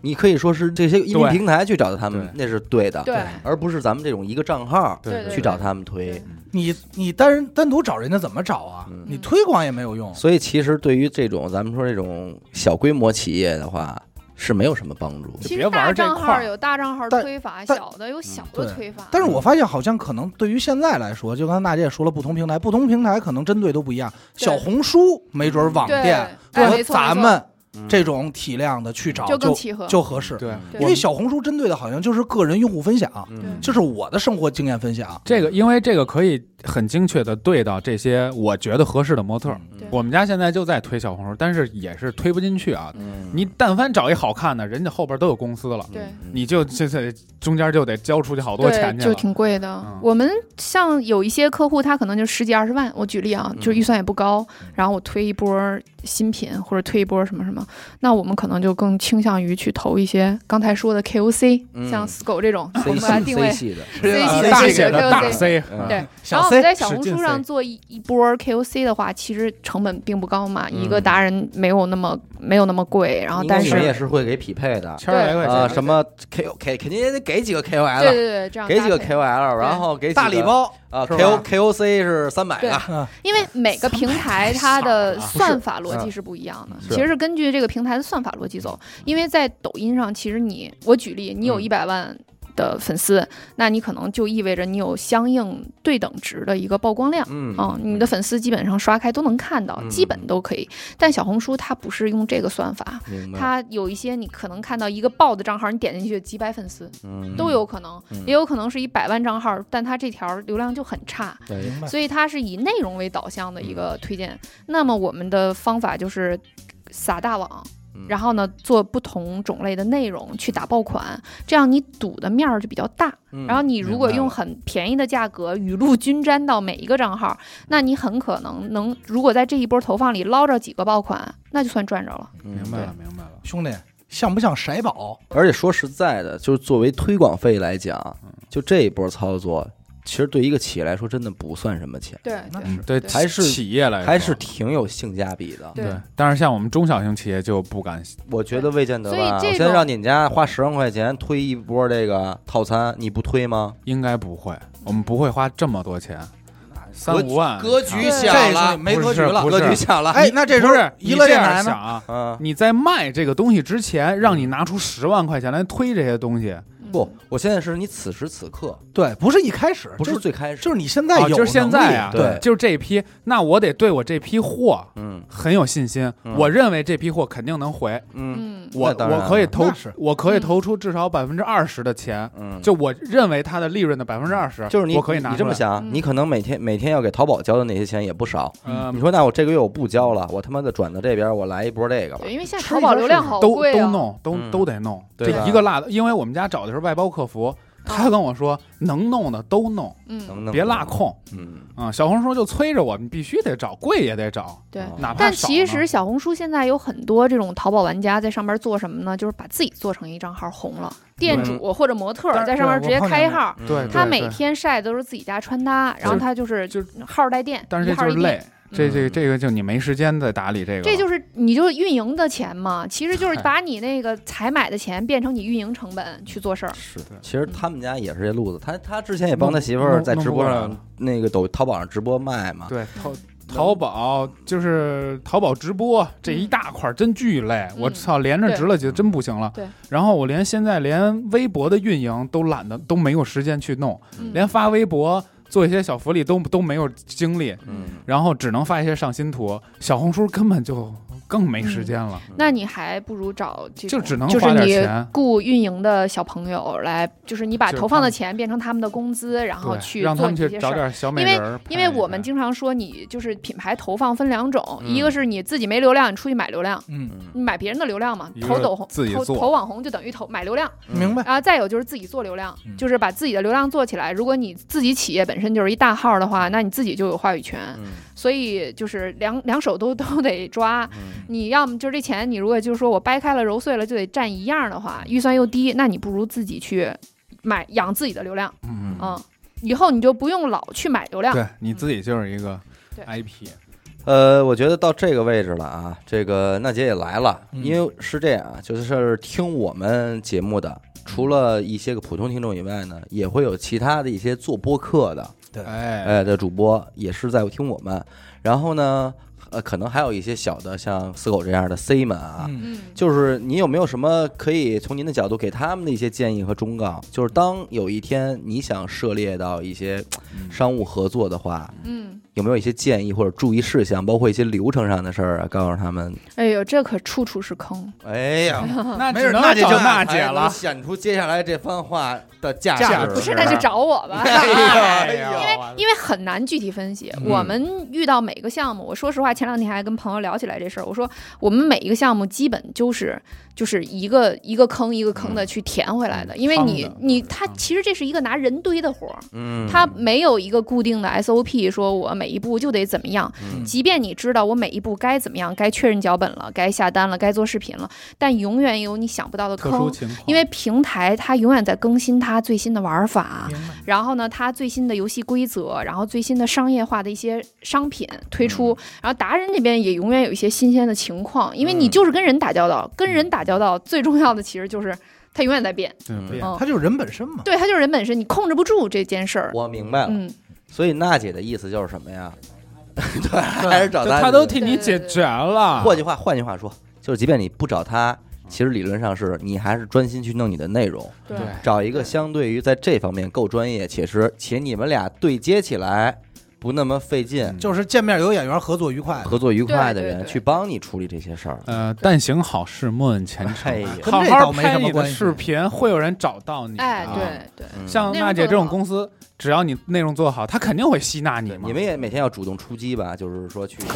[SPEAKER 1] 你可以说是这些音频
[SPEAKER 3] 对
[SPEAKER 1] 平台去找到他们
[SPEAKER 3] 对，
[SPEAKER 1] 那是对的，
[SPEAKER 4] 对
[SPEAKER 1] 而不是咱们这种一个账号
[SPEAKER 4] 对对对
[SPEAKER 1] 去找他们推
[SPEAKER 4] 对。
[SPEAKER 2] 你你单单独找人家怎么找啊
[SPEAKER 1] 嗯？
[SPEAKER 2] 你推广也没有用。
[SPEAKER 1] 所以其实对于这种咱们说这种小规模企业的话，是没有什么帮助。
[SPEAKER 4] 其
[SPEAKER 3] 别
[SPEAKER 4] 实
[SPEAKER 3] 玩
[SPEAKER 4] 大
[SPEAKER 3] 这
[SPEAKER 4] 账
[SPEAKER 3] 块
[SPEAKER 4] 号
[SPEAKER 3] 儿
[SPEAKER 4] 有大账号
[SPEAKER 2] 但
[SPEAKER 4] 推法，
[SPEAKER 2] 但
[SPEAKER 4] 小的有小
[SPEAKER 1] 嗯
[SPEAKER 4] 的
[SPEAKER 2] 对
[SPEAKER 4] 推法。
[SPEAKER 2] 但是我发现，好像可能对于现在来说，就刚才娜姐也说了，不同平台，不同平台可能针对都不一样。
[SPEAKER 4] 对
[SPEAKER 2] 小红书没准儿网
[SPEAKER 4] 对，
[SPEAKER 2] 店
[SPEAKER 4] 哎
[SPEAKER 2] 和
[SPEAKER 4] 没错没
[SPEAKER 2] 咱
[SPEAKER 4] 错
[SPEAKER 2] 们
[SPEAKER 1] 嗯
[SPEAKER 2] 这种体量的去找
[SPEAKER 4] 就更
[SPEAKER 2] 就
[SPEAKER 4] 契合。
[SPEAKER 2] 就合适，
[SPEAKER 3] 对
[SPEAKER 1] 嗯
[SPEAKER 4] 对
[SPEAKER 2] 因为小红书针对的好像就是个人用户分享，
[SPEAKER 1] 嗯
[SPEAKER 2] 就是我的生活经验分享。
[SPEAKER 3] 这个，因为这个可以很精确的对到这些我觉得合适的模特儿。
[SPEAKER 1] 嗯
[SPEAKER 4] 对
[SPEAKER 3] 我们家现在就在推小红书，但是也是推不进去啊。
[SPEAKER 1] 嗯
[SPEAKER 3] 你但凡找一好看的，人家后边都有公司了，
[SPEAKER 4] 对
[SPEAKER 3] 你就这这中间就得交出去好多
[SPEAKER 4] 对，
[SPEAKER 3] 钱去
[SPEAKER 4] 就
[SPEAKER 3] 了。
[SPEAKER 4] 挺贵的。
[SPEAKER 3] 嗯
[SPEAKER 4] 我们像有一些客户，他可能就十几二十万，我举例啊，
[SPEAKER 1] 嗯
[SPEAKER 4] 就是预算也不高，然后我推一波新品或者推一波什么什么，那我们可能就更倾向于去投一些刚才说的 KOC，、
[SPEAKER 1] 嗯
[SPEAKER 4] 像死狗这种，我
[SPEAKER 1] C
[SPEAKER 4] 们来
[SPEAKER 1] 系
[SPEAKER 4] 定
[SPEAKER 1] C
[SPEAKER 4] 位。
[SPEAKER 1] 系 的，
[SPEAKER 4] C
[SPEAKER 3] 呃
[SPEAKER 4] 系
[SPEAKER 2] 的
[SPEAKER 3] 大
[SPEAKER 2] 这
[SPEAKER 3] 写
[SPEAKER 2] 个
[SPEAKER 3] 的
[SPEAKER 4] 对
[SPEAKER 3] 大
[SPEAKER 4] 对
[SPEAKER 3] C，
[SPEAKER 1] 嗯
[SPEAKER 4] 对，
[SPEAKER 2] 小
[SPEAKER 4] 然后我们
[SPEAKER 2] C
[SPEAKER 4] 在小
[SPEAKER 3] 使
[SPEAKER 4] 红
[SPEAKER 3] 劲
[SPEAKER 4] 书
[SPEAKER 3] C
[SPEAKER 4] 上做一一波 KOC 的话，其实成本并不高嘛，一个达人没有那么没有那么贵，然后
[SPEAKER 1] 嗯应该
[SPEAKER 4] 但
[SPEAKER 1] 你们也
[SPEAKER 4] 是
[SPEAKER 1] 是会给匹配的
[SPEAKER 3] 千来块
[SPEAKER 1] 啊，
[SPEAKER 3] 钱。
[SPEAKER 1] 什么 K O K 肯定也得给几个 K O L，
[SPEAKER 4] 对
[SPEAKER 1] 啊
[SPEAKER 4] 对对，这样
[SPEAKER 1] 给几个
[SPEAKER 4] 搭配
[SPEAKER 1] K O L，然后给几个
[SPEAKER 2] 大礼包，
[SPEAKER 1] 啊
[SPEAKER 2] 是吧
[SPEAKER 1] ，K O K O C 是三百个
[SPEAKER 4] 对，因为每个平台它
[SPEAKER 1] 啊
[SPEAKER 4] 的算法逻辑是不一样的，
[SPEAKER 1] 是
[SPEAKER 4] 其实是根据这个平台的算法逻辑走。因为在抖音上，其实你我举例，你有
[SPEAKER 1] 嗯
[SPEAKER 4] 一百万的粉丝，那你可能就意味着你有相应对等值的一个曝光量。
[SPEAKER 1] 嗯
[SPEAKER 4] 嗯，你的粉丝基本上刷开都能看到，
[SPEAKER 1] 嗯
[SPEAKER 4] 基本都可以。但小红书它不是用这个算法，
[SPEAKER 1] 明白，
[SPEAKER 4] 它有一些你可能看到一个爆的账号，你点进去几百粉丝
[SPEAKER 1] 嗯
[SPEAKER 4] 都有可能，
[SPEAKER 1] 嗯
[SPEAKER 4] 也有可能是一百万账号，但它这条流量就很差。
[SPEAKER 1] 对
[SPEAKER 2] 明白？
[SPEAKER 4] 所以它是以内容为导向的一个推荐。那么我们的方法就是撒大网
[SPEAKER 1] 嗯。
[SPEAKER 4] 然后呢，做不同种类的内容去打爆款，这样你赌的面儿就比较大。
[SPEAKER 1] 嗯
[SPEAKER 4] 然后你如果
[SPEAKER 2] 明白了
[SPEAKER 4] 用很便宜的价格雨露均沾到每一个账号，那你很可能能，如果在这一波投放里捞着几个爆款，那就算赚着了。
[SPEAKER 1] 明
[SPEAKER 3] 明白了，明白了。
[SPEAKER 2] 兄弟，像不像骰宝？
[SPEAKER 1] 而且说实在的，就是作为推广费来讲，就这一波操作，其实对一个企业来说真的不算什么钱，
[SPEAKER 4] 对
[SPEAKER 2] 那
[SPEAKER 4] 对
[SPEAKER 2] 是
[SPEAKER 3] 嗯对，
[SPEAKER 4] 对
[SPEAKER 1] 还是
[SPEAKER 3] 企业来说，
[SPEAKER 1] 还是挺有性价比的。
[SPEAKER 4] 对
[SPEAKER 3] 对。但是像我们中小型企业就不敢，
[SPEAKER 1] 我觉得未见得
[SPEAKER 4] 所以
[SPEAKER 1] 吧。我
[SPEAKER 4] 这
[SPEAKER 1] 现在
[SPEAKER 4] 种
[SPEAKER 1] 让你们家花十万块钱推一波这个套餐，你不推吗？
[SPEAKER 3] 应该不会，我们不会花这么多钱，三
[SPEAKER 1] 格
[SPEAKER 3] 五万。
[SPEAKER 1] 格局
[SPEAKER 4] 对
[SPEAKER 2] 这
[SPEAKER 1] 小
[SPEAKER 2] 是
[SPEAKER 1] 了，
[SPEAKER 2] 没格局
[SPEAKER 3] 不
[SPEAKER 2] 了。
[SPEAKER 1] 格
[SPEAKER 3] 是啊
[SPEAKER 1] 局小了。
[SPEAKER 2] 哎，那这时候
[SPEAKER 3] 不是
[SPEAKER 2] 娱乐
[SPEAKER 3] 你这
[SPEAKER 2] 电
[SPEAKER 3] 样
[SPEAKER 2] 台呢
[SPEAKER 3] 想？啊，
[SPEAKER 1] 嗯，
[SPEAKER 3] 你在卖这个东西之前，让你拿出十万块钱来推这些东西，
[SPEAKER 1] 不，我现在是你此时此刻，
[SPEAKER 2] 对，不是一开始，
[SPEAKER 1] 不
[SPEAKER 2] 就是
[SPEAKER 1] 最开始，
[SPEAKER 2] 就是你现在有
[SPEAKER 3] 哦
[SPEAKER 2] 能力，
[SPEAKER 3] 就是现在啊
[SPEAKER 1] 对
[SPEAKER 2] 对，
[SPEAKER 3] 就是这批，那我得对我这批货
[SPEAKER 1] 嗯
[SPEAKER 3] 很有信心。
[SPEAKER 1] 嗯
[SPEAKER 3] 我认为这批货肯定能回，
[SPEAKER 1] 嗯
[SPEAKER 4] 嗯，
[SPEAKER 3] 我
[SPEAKER 1] 那当然
[SPEAKER 3] 我可以投
[SPEAKER 2] 那是，嗯
[SPEAKER 3] 我可以投出至少百分之二十的钱，
[SPEAKER 1] 嗯，
[SPEAKER 3] 就我认为它的利润的百分之二十，
[SPEAKER 1] 就是你
[SPEAKER 3] 我可以拿
[SPEAKER 1] 你这么
[SPEAKER 3] 出来，
[SPEAKER 1] 想，
[SPEAKER 4] 嗯
[SPEAKER 1] 你可能每天每天要给淘宝交的那些钱也不少。
[SPEAKER 3] 呃
[SPEAKER 1] 你，说那我这个月我不交了，我他妈的转到这边，我来一波这个吧
[SPEAKER 4] 对，。因为现在
[SPEAKER 2] 吃
[SPEAKER 4] 淘
[SPEAKER 2] 一
[SPEAKER 4] 宝
[SPEAKER 2] 个
[SPEAKER 4] 流
[SPEAKER 2] 是
[SPEAKER 4] 量好
[SPEAKER 3] 都
[SPEAKER 4] 贵
[SPEAKER 3] 都
[SPEAKER 4] 啊，
[SPEAKER 3] 弄，都
[SPEAKER 1] 嗯
[SPEAKER 3] 都得弄，
[SPEAKER 1] 对
[SPEAKER 3] 这
[SPEAKER 1] 吧
[SPEAKER 3] 一个落的，因为我们家找的是外包客
[SPEAKER 4] 啊
[SPEAKER 3] 服，他跟我说能弄的都弄，
[SPEAKER 1] 能
[SPEAKER 4] 嗯，
[SPEAKER 1] 不能
[SPEAKER 3] 别落空
[SPEAKER 1] 嗯，
[SPEAKER 3] 啊！小红书就催着我们必须得找，贵也得找，
[SPEAKER 4] 对。
[SPEAKER 1] 哦
[SPEAKER 3] 嗯哪怕
[SPEAKER 4] 但
[SPEAKER 3] 少
[SPEAKER 4] 其
[SPEAKER 3] 呢
[SPEAKER 4] 实小红书现在有很多这种淘宝玩家在上面做什么呢？就是把自己做成一账号红了，店主或者模特
[SPEAKER 2] 但
[SPEAKER 4] 儿在上面直接开一号，
[SPEAKER 1] 嗯
[SPEAKER 3] 对
[SPEAKER 4] 他
[SPEAKER 3] 对
[SPEAKER 4] 每天晒的都是自己家穿搭，然后他就是嗯
[SPEAKER 3] 就
[SPEAKER 4] 号儿带店，
[SPEAKER 3] 但是
[SPEAKER 4] 一
[SPEAKER 3] 这
[SPEAKER 4] 号
[SPEAKER 3] 就
[SPEAKER 4] 儿
[SPEAKER 3] 是
[SPEAKER 4] 一
[SPEAKER 3] 累
[SPEAKER 4] 店。，
[SPEAKER 3] 这
[SPEAKER 1] 嗯
[SPEAKER 3] 这这个就你没时间再打理这个了，
[SPEAKER 4] 这就是你就运营的钱嘛，其实就是
[SPEAKER 3] 对
[SPEAKER 4] 把你那个采买的钱变成你运营成本去做事儿。
[SPEAKER 1] 是
[SPEAKER 3] 对
[SPEAKER 1] 其实他们家也是这路子，他他之前也帮他媳妇儿
[SPEAKER 3] 嗯弄
[SPEAKER 1] 在直播
[SPEAKER 3] 弄不
[SPEAKER 1] 上那个抖淘宝上直播卖嘛，
[SPEAKER 3] 对淘淘宝就是淘宝直播这一大块儿真巨累，
[SPEAKER 4] 嗯
[SPEAKER 3] 我操，连着直了几真不行了。
[SPEAKER 4] 对，
[SPEAKER 3] 然后我连现在连微博的运营都懒得都没有时间去弄，
[SPEAKER 4] 嗯
[SPEAKER 3] 连发微博做一些小福利都都没有精力，
[SPEAKER 1] 嗯，
[SPEAKER 3] 然后只能发一些上新图，小红书根本就更没时间了，
[SPEAKER 4] 那你还不如找这
[SPEAKER 3] 就
[SPEAKER 4] 种
[SPEAKER 3] 只能
[SPEAKER 4] 嗯就是
[SPEAKER 3] 花点
[SPEAKER 4] 你
[SPEAKER 3] 钱
[SPEAKER 4] 雇运营的小朋友来，就是你把
[SPEAKER 3] 就是
[SPEAKER 4] 投放
[SPEAKER 3] 他
[SPEAKER 4] 的
[SPEAKER 3] 们
[SPEAKER 4] 钱变成他们的工资，然后
[SPEAKER 3] 对
[SPEAKER 4] 去
[SPEAKER 3] 让他
[SPEAKER 4] 做
[SPEAKER 3] 们
[SPEAKER 4] 你
[SPEAKER 3] 去
[SPEAKER 4] 这些事
[SPEAKER 3] 找
[SPEAKER 4] 儿。
[SPEAKER 3] 点小美人儿
[SPEAKER 4] 因为
[SPEAKER 3] 拍一
[SPEAKER 4] 我们
[SPEAKER 3] 拍
[SPEAKER 4] 经常说，你就是品牌投放分两种，
[SPEAKER 1] 嗯
[SPEAKER 4] 一个是你自己没流量，你出去买流量，
[SPEAKER 2] 嗯，
[SPEAKER 1] 嗯
[SPEAKER 4] 你买别人的流量嘛
[SPEAKER 3] 一，个
[SPEAKER 4] 投抖红，
[SPEAKER 3] 自己
[SPEAKER 4] 投
[SPEAKER 3] 做
[SPEAKER 4] 投网红就等于投买流量，
[SPEAKER 3] 嗯
[SPEAKER 1] 嗯
[SPEAKER 2] 明白。
[SPEAKER 4] 然后再有就是自己做流量，
[SPEAKER 2] 嗯
[SPEAKER 4] 就是把自己的流量做起来。如果你自己企业本身就是一大号的话，那你自己就有话语权，
[SPEAKER 1] 嗯
[SPEAKER 4] 所以就是两两手都 都得抓。
[SPEAKER 1] 嗯
[SPEAKER 4] 你要么就是这钱，你如果就是说我掰开了揉碎了就得占一样的话，预算又低，那你不如自己去买养自己的流量，
[SPEAKER 3] 嗯
[SPEAKER 4] 嗯，以后你就不用老去买流量。
[SPEAKER 3] 对你自己就是一个
[SPEAKER 4] 对
[SPEAKER 3] IP，
[SPEAKER 1] 呃，我觉得到这个位置了啊，这个娜姐也来了，
[SPEAKER 2] 嗯
[SPEAKER 1] 因为是这样啊，就是听我们节目的，除了一些个普通听众以外呢，也会有其他的一些做播客的，
[SPEAKER 3] 哎，
[SPEAKER 1] 哎的主播也是在听我们，然后呢，呃，可能还有一些小的，像四狗这样的 C 们啊，
[SPEAKER 2] 嗯
[SPEAKER 4] 嗯，
[SPEAKER 1] 就是你有没有什么可以从您的角度给他们的一些建议和忠告？就是当有一天你想涉猎到一些商务合作的话，
[SPEAKER 4] 嗯，
[SPEAKER 1] 有没有一些建议或者注意事项，包括一些流程上的事儿啊，告诉他们？
[SPEAKER 4] 哎呦，这可处处是坑。
[SPEAKER 1] 哎 呀，
[SPEAKER 3] 嗯那
[SPEAKER 2] 没
[SPEAKER 3] 只
[SPEAKER 2] 事
[SPEAKER 3] 能
[SPEAKER 2] 那就
[SPEAKER 3] 找
[SPEAKER 2] 叫
[SPEAKER 3] 娜姐了。
[SPEAKER 1] 显出接下来这番话的价
[SPEAKER 3] 价值
[SPEAKER 1] 值。
[SPEAKER 4] 不是，那就找我吧。
[SPEAKER 3] 哎呦
[SPEAKER 4] 因为因为很难具体分析。
[SPEAKER 1] 嗯
[SPEAKER 4] 我们遇到每一个项目，我说实话，前两天还跟朋友聊起来这事儿。我说我们每一个项目基本就是就是一个一个坑一个坑的去填回来的，因为你
[SPEAKER 3] 趟的
[SPEAKER 4] 你
[SPEAKER 3] 嗯
[SPEAKER 4] 它其实这是一个拿人堆的活儿，
[SPEAKER 1] 嗯，
[SPEAKER 4] 它没有一个固定的 SOP，说我每一步就得怎么样。
[SPEAKER 1] 嗯
[SPEAKER 4] 即便你知道我每一步该怎么样，该确认脚本了，该下单了，该做视频了，但永远有你想不到的
[SPEAKER 3] 特殊
[SPEAKER 4] 坑。
[SPEAKER 3] 情况，
[SPEAKER 4] 因为平台它永远在更新它最新的玩
[SPEAKER 3] 嗯
[SPEAKER 4] 法，
[SPEAKER 2] 明白
[SPEAKER 4] 然后呢，它最新的游戏规则，然后最新的商业化的一些商品推出，
[SPEAKER 1] 嗯
[SPEAKER 4] 然后达人这边也永远有一些新鲜的情况，因为你
[SPEAKER 1] 嗯
[SPEAKER 4] 就是跟人打交道，跟人打交道最重要的其实就是它永远在变，
[SPEAKER 1] 嗯
[SPEAKER 3] 对
[SPEAKER 4] 嗯
[SPEAKER 2] 他就是人本身嘛。
[SPEAKER 4] 对，它就是人本身，你控制不住这件事儿。
[SPEAKER 1] 我明白了。
[SPEAKER 4] 嗯，
[SPEAKER 1] 所以娜姐的意思就是什么 呀？对，还是找
[SPEAKER 3] 就
[SPEAKER 1] 她。
[SPEAKER 3] 他都替你解决了。
[SPEAKER 1] 换句话，换句话说，就是即便你不找她，其实理论上是你还是专心去弄你的内容。
[SPEAKER 4] 对
[SPEAKER 3] 对
[SPEAKER 1] 找一个相对于在这方面够专业，且是且你们俩对接起来不那么费
[SPEAKER 3] 嗯
[SPEAKER 1] 劲、
[SPEAKER 2] 就是见面有眼缘，合作愉快。
[SPEAKER 1] 合作愉快的
[SPEAKER 4] 对对
[SPEAKER 1] 人
[SPEAKER 4] 对
[SPEAKER 1] 去帮你处理这些事儿。
[SPEAKER 3] 呃，但行好事，莫问前
[SPEAKER 1] 哎
[SPEAKER 3] 程
[SPEAKER 1] 呀。
[SPEAKER 3] 好
[SPEAKER 2] 跟这
[SPEAKER 3] 好
[SPEAKER 2] 倒没
[SPEAKER 3] 拍
[SPEAKER 2] 什么
[SPEAKER 3] 你的
[SPEAKER 2] 关系
[SPEAKER 3] 视频，会有人找到你的。
[SPEAKER 4] 哎，
[SPEAKER 1] 啊
[SPEAKER 4] 对对。
[SPEAKER 1] 嗯
[SPEAKER 3] 像
[SPEAKER 4] 内容
[SPEAKER 3] 娜姐
[SPEAKER 4] 做得
[SPEAKER 3] 这种
[SPEAKER 4] 好
[SPEAKER 3] 公司，只要你内容做得好，他肯定会吸纳你
[SPEAKER 1] 对
[SPEAKER 3] 嘛。
[SPEAKER 1] 你们也每天要主动出击吧，就是说去找。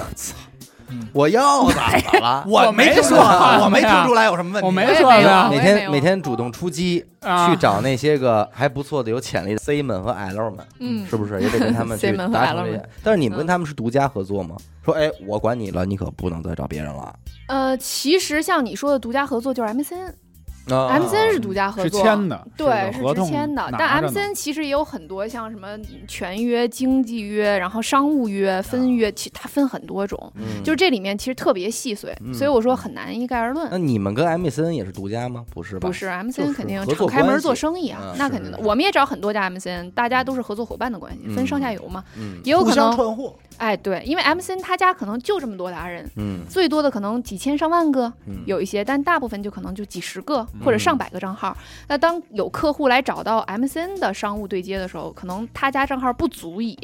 [SPEAKER 2] 嗯
[SPEAKER 1] 我要咋了？
[SPEAKER 2] 我
[SPEAKER 3] 没
[SPEAKER 2] 听
[SPEAKER 3] 说
[SPEAKER 2] 出来，
[SPEAKER 3] 呀
[SPEAKER 2] 我没听出来有什么问题。哎
[SPEAKER 3] 我没
[SPEAKER 4] 啊我也
[SPEAKER 3] 说
[SPEAKER 4] 没有
[SPEAKER 3] 呀
[SPEAKER 1] 哎
[SPEAKER 4] 我
[SPEAKER 1] 每
[SPEAKER 4] 也没
[SPEAKER 1] 天
[SPEAKER 4] 有
[SPEAKER 1] 每天主动出击，
[SPEAKER 3] 啊
[SPEAKER 1] 去找那些个还不错的、有潜力的 C 们和 L 们，
[SPEAKER 4] 嗯
[SPEAKER 1] 是不是也得跟他 们
[SPEAKER 4] C
[SPEAKER 1] 去
[SPEAKER 4] 们和
[SPEAKER 1] 达
[SPEAKER 4] L
[SPEAKER 1] 成这
[SPEAKER 4] 们
[SPEAKER 1] 些？但是你们跟他们是独家合作吗？说，哎，我管你了，你可不能再找别人了。
[SPEAKER 4] 呃，其实像你说的独家合作就是 MCN，MCN、
[SPEAKER 1] 啊
[SPEAKER 4] MCN 是独家合
[SPEAKER 3] 是
[SPEAKER 4] 作，
[SPEAKER 3] 签的，
[SPEAKER 4] 对，
[SPEAKER 3] 是
[SPEAKER 4] 是
[SPEAKER 3] 有合
[SPEAKER 4] 之
[SPEAKER 3] 同
[SPEAKER 4] 签的，
[SPEAKER 3] 拿
[SPEAKER 4] 但
[SPEAKER 3] 着呢
[SPEAKER 4] MCN 其实也有很多像什么全约、经济约，然后商务约、分约，其它分很多种，
[SPEAKER 1] 啊嗯
[SPEAKER 4] 就是这里面其实特别细碎，
[SPEAKER 1] 嗯
[SPEAKER 4] 所以我说很难一概而论。
[SPEAKER 1] 那你们跟 MCN 也是独家吗？不是吧？
[SPEAKER 4] 不是
[SPEAKER 1] 就是
[SPEAKER 4] ，MCN 肯定
[SPEAKER 1] 合作
[SPEAKER 4] 敞开门
[SPEAKER 1] 关系
[SPEAKER 4] 做生意啊
[SPEAKER 1] 嗯，
[SPEAKER 4] 那
[SPEAKER 1] 是
[SPEAKER 4] 肯定的。
[SPEAKER 1] 是
[SPEAKER 4] 我们也找很多家 MCN，大家都是合作伙伴的关系，分上下游嘛，
[SPEAKER 1] 嗯
[SPEAKER 4] 也有
[SPEAKER 2] 互
[SPEAKER 4] 可
[SPEAKER 2] 相
[SPEAKER 4] 能，
[SPEAKER 2] 串货，
[SPEAKER 4] 哎，对，因为 MCN 他家可能就这么多达人，
[SPEAKER 1] 嗯
[SPEAKER 4] 最多的可能几千上万个，
[SPEAKER 1] 嗯
[SPEAKER 4] 有一些，但大部分就可能就几十个或者上百个账号。那当有客户来找到 MCN 的商务对接的时候，可能他家账号不足以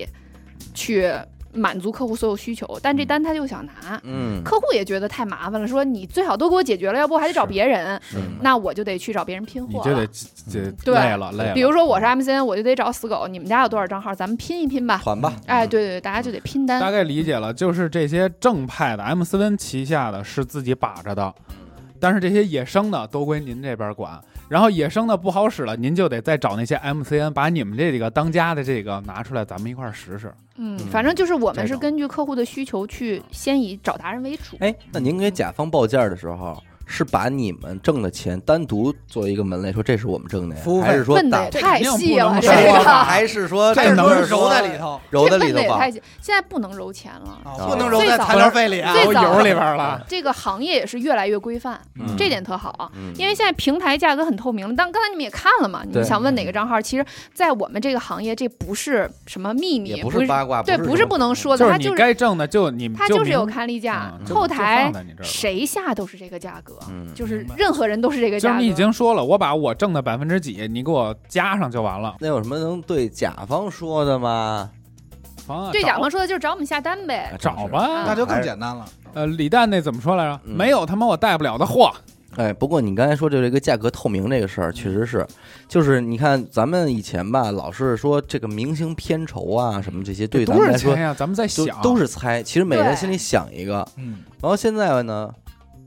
[SPEAKER 4] 去满足客户所有需求，但这单他就想拿，
[SPEAKER 1] 嗯
[SPEAKER 4] 客户也觉得太麻烦了，说你最好都给我解决了，要不我还得找别人，
[SPEAKER 1] 嗯
[SPEAKER 4] 那我就得去找别人拼
[SPEAKER 3] 你
[SPEAKER 4] 货
[SPEAKER 3] 就得哎
[SPEAKER 4] 了。
[SPEAKER 3] 这
[SPEAKER 4] 啊对
[SPEAKER 3] 累了累了。
[SPEAKER 4] 比如说我是 MCN，我就得找死狗，你们家有多少账号，咱们拼一拼吧。
[SPEAKER 1] 团吧，
[SPEAKER 4] 哎，对对对，大家就得拼
[SPEAKER 3] 大
[SPEAKER 4] 单。
[SPEAKER 3] 概理解了，就是这些正派的 M 四 N 旗下的是自己把着的，
[SPEAKER 1] 嗯
[SPEAKER 3] 但是这些野生的都归您这边管。然后野生的不好使了，您就得再找那些 MCN，把你们这几个当家的这个拿出来，咱们一块儿使使。
[SPEAKER 4] 嗯
[SPEAKER 1] 嗯，
[SPEAKER 4] 反正就是我们
[SPEAKER 3] 这
[SPEAKER 4] 是
[SPEAKER 3] 种
[SPEAKER 4] 根据客户的需求去，先以找达人为主。
[SPEAKER 1] 哎，那您给甲方报价的时候，是把你们挣的钱单独做一个门类，说这是我们挣的呀
[SPEAKER 2] 服务，费
[SPEAKER 1] 还是说
[SPEAKER 4] 问的
[SPEAKER 1] 打
[SPEAKER 4] 也太细了，
[SPEAKER 3] 这
[SPEAKER 4] 这
[SPEAKER 3] 肯定不能
[SPEAKER 4] 个
[SPEAKER 3] 说吧
[SPEAKER 1] 还是说
[SPEAKER 3] 这能
[SPEAKER 1] 还是说
[SPEAKER 2] 揉在里头
[SPEAKER 1] 揉在里
[SPEAKER 4] 问的
[SPEAKER 1] 头
[SPEAKER 4] 也
[SPEAKER 1] 吧
[SPEAKER 4] 太？细，现在不能揉钱了。
[SPEAKER 2] 啊，
[SPEAKER 3] 哦
[SPEAKER 1] 啊
[SPEAKER 2] 不能揉在材料费里啊。
[SPEAKER 4] 最
[SPEAKER 3] 都
[SPEAKER 4] 早
[SPEAKER 3] 油里边了，
[SPEAKER 4] 这个行业也是越来越规范，
[SPEAKER 1] 嗯
[SPEAKER 4] 这点特好。
[SPEAKER 1] 嗯
[SPEAKER 4] 因为现在平台价格很透明了，但刚才你们也看了嘛，你
[SPEAKER 1] 对
[SPEAKER 4] 们想问哪个账号？其实，在我们这个行业，这不是什么秘密，
[SPEAKER 1] 也
[SPEAKER 4] 不
[SPEAKER 1] 不是八卦，
[SPEAKER 4] 对，
[SPEAKER 1] 不
[SPEAKER 4] 不是不能说的，
[SPEAKER 3] 就是
[SPEAKER 4] 它
[SPEAKER 3] 你
[SPEAKER 4] 就是
[SPEAKER 3] 该挣的就你，
[SPEAKER 4] 它
[SPEAKER 3] 就
[SPEAKER 4] 就是
[SPEAKER 3] 明
[SPEAKER 4] 有看例价
[SPEAKER 3] 嗯，就
[SPEAKER 4] 后
[SPEAKER 3] 就
[SPEAKER 4] 台
[SPEAKER 3] 放在你这儿了。
[SPEAKER 4] 谁下都是这个价格，
[SPEAKER 1] 嗯
[SPEAKER 4] 就是
[SPEAKER 2] 明白
[SPEAKER 4] 任何人都是这个
[SPEAKER 3] 就
[SPEAKER 4] 价
[SPEAKER 3] 是
[SPEAKER 4] 格。
[SPEAKER 3] 你已经说了，我把我挣的百分之几，你给我加上就完了。
[SPEAKER 1] 那有什么能对甲方说的吗？
[SPEAKER 3] 方案
[SPEAKER 4] 对
[SPEAKER 3] 找
[SPEAKER 4] 甲方说的嗯就是找我们下单呗，
[SPEAKER 3] 找。吧，
[SPEAKER 1] 啊
[SPEAKER 2] 那就更简单了，
[SPEAKER 3] 呃，李诞那怎么说来着？
[SPEAKER 1] 嗯
[SPEAKER 3] 没有他妈我带不了的货。
[SPEAKER 1] 哎，不过你刚才说这个价格透明这个事儿，确实是，就是你看咱们以前吧，老是说这个明星片酬啊什么这些，对咱
[SPEAKER 3] 多
[SPEAKER 1] 们
[SPEAKER 3] 少
[SPEAKER 1] 来说
[SPEAKER 3] 钱呀？咱们在
[SPEAKER 1] 都
[SPEAKER 3] 想，
[SPEAKER 1] 都是猜，其实每个人
[SPEAKER 4] 对
[SPEAKER 1] 心里想一个。
[SPEAKER 2] 嗯，
[SPEAKER 1] 然后现在呢，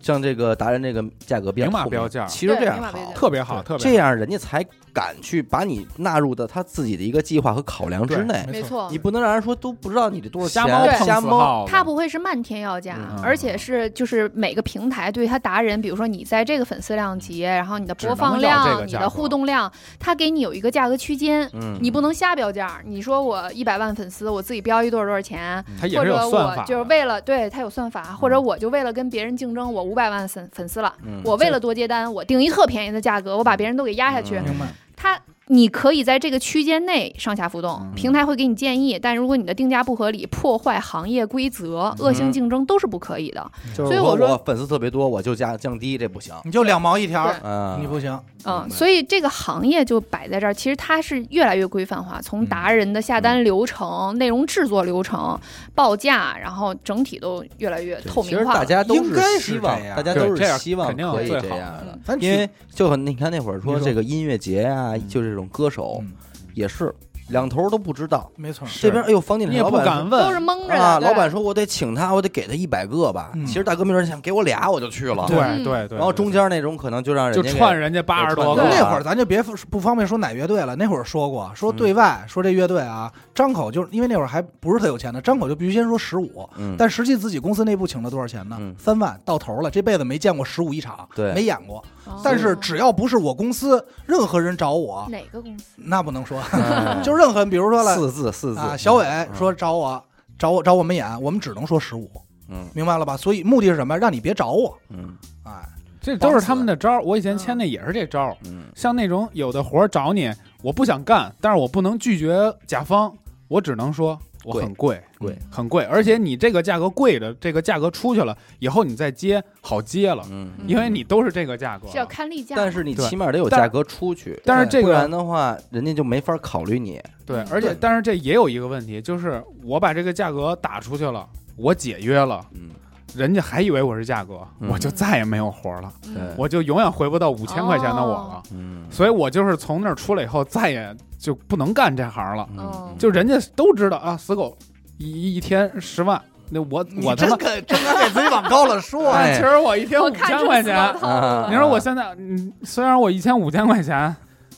[SPEAKER 1] 像这个达人这个价格标
[SPEAKER 3] 明码标价
[SPEAKER 1] 其实这样
[SPEAKER 4] 对明码标
[SPEAKER 1] 好
[SPEAKER 4] 价，
[SPEAKER 3] 特别好，特别
[SPEAKER 1] 这样人家才敢去把你纳入到他自己的一个计划和考量之内。
[SPEAKER 4] 没错
[SPEAKER 1] 你，不能让人说都不知道你这多少钱，
[SPEAKER 3] 瞎猫碰
[SPEAKER 1] 瞎
[SPEAKER 3] 死
[SPEAKER 1] 猫。
[SPEAKER 3] 耗子，
[SPEAKER 4] 它不会是漫天要价，啊
[SPEAKER 1] 嗯
[SPEAKER 4] 而且是就是每个平台对它达人，比如说你在这个粉丝量级，然后你的播放
[SPEAKER 3] 嗯只能要这
[SPEAKER 4] 量、
[SPEAKER 3] 个
[SPEAKER 4] 你
[SPEAKER 3] 价格
[SPEAKER 4] 的互动量，它给你有一个价格区间。
[SPEAKER 1] 嗯，
[SPEAKER 4] 你不能瞎标价，你说我一百万粉丝，我自己标一多少多少钱，
[SPEAKER 3] 它也
[SPEAKER 4] 或
[SPEAKER 3] 是
[SPEAKER 4] 者
[SPEAKER 3] 有算
[SPEAKER 4] 我
[SPEAKER 3] 法的，嗯
[SPEAKER 4] 就是为了对它有算法，或者我就为了跟别人竞争，我五百万粉粉丝了，
[SPEAKER 1] 嗯，
[SPEAKER 4] 我为了多接单，我定一特便宜的价格，我把别人都给压下去
[SPEAKER 1] 嗯，
[SPEAKER 2] 明白。
[SPEAKER 4] 它你可以在这个区间内上下浮动
[SPEAKER 3] 嗯，
[SPEAKER 4] 平台会给你建议，但如果你的定价不合理，破坏行业规则、
[SPEAKER 1] 嗯
[SPEAKER 4] 恶性竞争都是不可以的。
[SPEAKER 1] 就是
[SPEAKER 4] 所以
[SPEAKER 1] 我
[SPEAKER 4] 我说
[SPEAKER 1] 粉丝特别多，我就加降低，这不行。
[SPEAKER 2] 你就两毛一条
[SPEAKER 4] 对，
[SPEAKER 1] 嗯，
[SPEAKER 2] 你不行。
[SPEAKER 4] 嗯，
[SPEAKER 1] 明白
[SPEAKER 4] 所以这个行业就摆在这儿，其实它是越来越规范化，从达人的下
[SPEAKER 1] 嗯
[SPEAKER 4] 单流程、内容制作流程、报价，然后整体都越来越
[SPEAKER 1] 对
[SPEAKER 4] 透
[SPEAKER 1] 其
[SPEAKER 4] 明
[SPEAKER 1] 实
[SPEAKER 4] 化了。
[SPEAKER 1] 大家都
[SPEAKER 2] 应该是
[SPEAKER 1] 希望
[SPEAKER 2] 这，样
[SPEAKER 1] 大家都
[SPEAKER 3] 对这
[SPEAKER 1] 是
[SPEAKER 3] 样
[SPEAKER 1] 希望
[SPEAKER 3] 肯定
[SPEAKER 1] 可以
[SPEAKER 3] 最
[SPEAKER 1] 这
[SPEAKER 3] 好嗯
[SPEAKER 1] 样的。
[SPEAKER 2] 嗯咱
[SPEAKER 1] 因为
[SPEAKER 2] 挺
[SPEAKER 1] 就很，你看那会儿说
[SPEAKER 2] 你说
[SPEAKER 1] 这个音乐节啊，
[SPEAKER 2] 嗯
[SPEAKER 1] 就是这种歌手
[SPEAKER 2] 嗯
[SPEAKER 1] 也是两头都不知道。
[SPEAKER 2] 没错，
[SPEAKER 1] 这边哎呦，房地
[SPEAKER 3] 你
[SPEAKER 1] 产
[SPEAKER 3] 也
[SPEAKER 1] 老
[SPEAKER 3] 不
[SPEAKER 1] 板
[SPEAKER 3] 敢
[SPEAKER 4] 都是
[SPEAKER 3] 问，
[SPEAKER 4] 蒙着的。
[SPEAKER 1] 啊，
[SPEAKER 4] 对
[SPEAKER 1] 老板说我得请他，我得给他一百个吧。
[SPEAKER 2] 嗯
[SPEAKER 1] 其实大哥没准想给我俩，我就去了。
[SPEAKER 3] 对对
[SPEAKER 4] 嗯
[SPEAKER 3] 对对，
[SPEAKER 1] 然后中间那种可能就让人
[SPEAKER 3] 就
[SPEAKER 1] 家给
[SPEAKER 3] 串人家八十多
[SPEAKER 1] 对啊嗯
[SPEAKER 3] 个，
[SPEAKER 2] 那会儿咱就别不方便说哪乐队了。那会儿说过，说对外、说这乐队啊，张口就是因为那会儿还不是特有钱的，张口就必须先说十五、
[SPEAKER 1] 嗯，
[SPEAKER 2] 但实际自己公司内部请了多少钱呢？
[SPEAKER 1] 嗯
[SPEAKER 2] 三万到头了，这辈子没见过十五一场，
[SPEAKER 1] 对
[SPEAKER 2] 没演过。
[SPEAKER 4] 哦
[SPEAKER 2] 但是只要不是我公司任何人找我，
[SPEAKER 4] 哪个公司？
[SPEAKER 2] 那不能说，
[SPEAKER 1] 嗯
[SPEAKER 2] 就任何人，比如说了
[SPEAKER 1] 四字四字
[SPEAKER 2] 啊，小伟
[SPEAKER 1] 嗯
[SPEAKER 2] 说找我找我找我们演，我们只能说十五，
[SPEAKER 1] 嗯
[SPEAKER 2] 明白了吧？所以目的是什么？让你别找我，
[SPEAKER 1] 嗯
[SPEAKER 2] 哎，
[SPEAKER 3] 这都是他们的招儿。我以前签的也是这招儿，
[SPEAKER 1] 嗯，
[SPEAKER 3] 像那种有的活儿找你，我不想干，但是我不能拒绝甲方，我只能说我很贵，
[SPEAKER 1] 贵
[SPEAKER 3] 嗯很贵，而且你这个价格贵的，这个价格出去了以后，你再接好接了，
[SPEAKER 1] 嗯嗯
[SPEAKER 3] 因为你都是这个价格。
[SPEAKER 4] 是要看例价
[SPEAKER 1] 啊
[SPEAKER 4] 吗，
[SPEAKER 1] 但是你
[SPEAKER 3] 对
[SPEAKER 1] 起码得有
[SPEAKER 3] 但
[SPEAKER 1] 价格出去，
[SPEAKER 3] 但是这
[SPEAKER 1] 不然
[SPEAKER 3] 个
[SPEAKER 1] 的话，人家就没法考虑你。
[SPEAKER 3] 对
[SPEAKER 4] 嗯，
[SPEAKER 3] 而且
[SPEAKER 2] 对
[SPEAKER 3] 但是这也有一个问题，就是我把这个价格打出去了，我解约了，
[SPEAKER 1] 嗯，
[SPEAKER 3] 人家还以为我是价格，
[SPEAKER 1] 嗯
[SPEAKER 3] 我就再也没有活儿了，
[SPEAKER 1] 对
[SPEAKER 4] 嗯
[SPEAKER 3] 我就永远回不到五千块钱的我了。
[SPEAKER 1] 嗯，
[SPEAKER 3] 所以我就是从那儿出来以后，再也就不能干这行
[SPEAKER 1] 嗯
[SPEAKER 3] 了。
[SPEAKER 4] 哦
[SPEAKER 3] 就人家都知道啊，死狗一一天十万，那我我他妈，
[SPEAKER 2] 敢真敢给自己往高了说
[SPEAKER 1] 哎
[SPEAKER 3] 其实我一天
[SPEAKER 4] 我
[SPEAKER 3] 五
[SPEAKER 4] 看
[SPEAKER 3] 千
[SPEAKER 4] 出
[SPEAKER 3] 块
[SPEAKER 4] 丝袜
[SPEAKER 3] 钱
[SPEAKER 4] 的。套路
[SPEAKER 1] 啊
[SPEAKER 4] 了
[SPEAKER 3] 你 说我现在，嗯，虽然我一天五千块钱，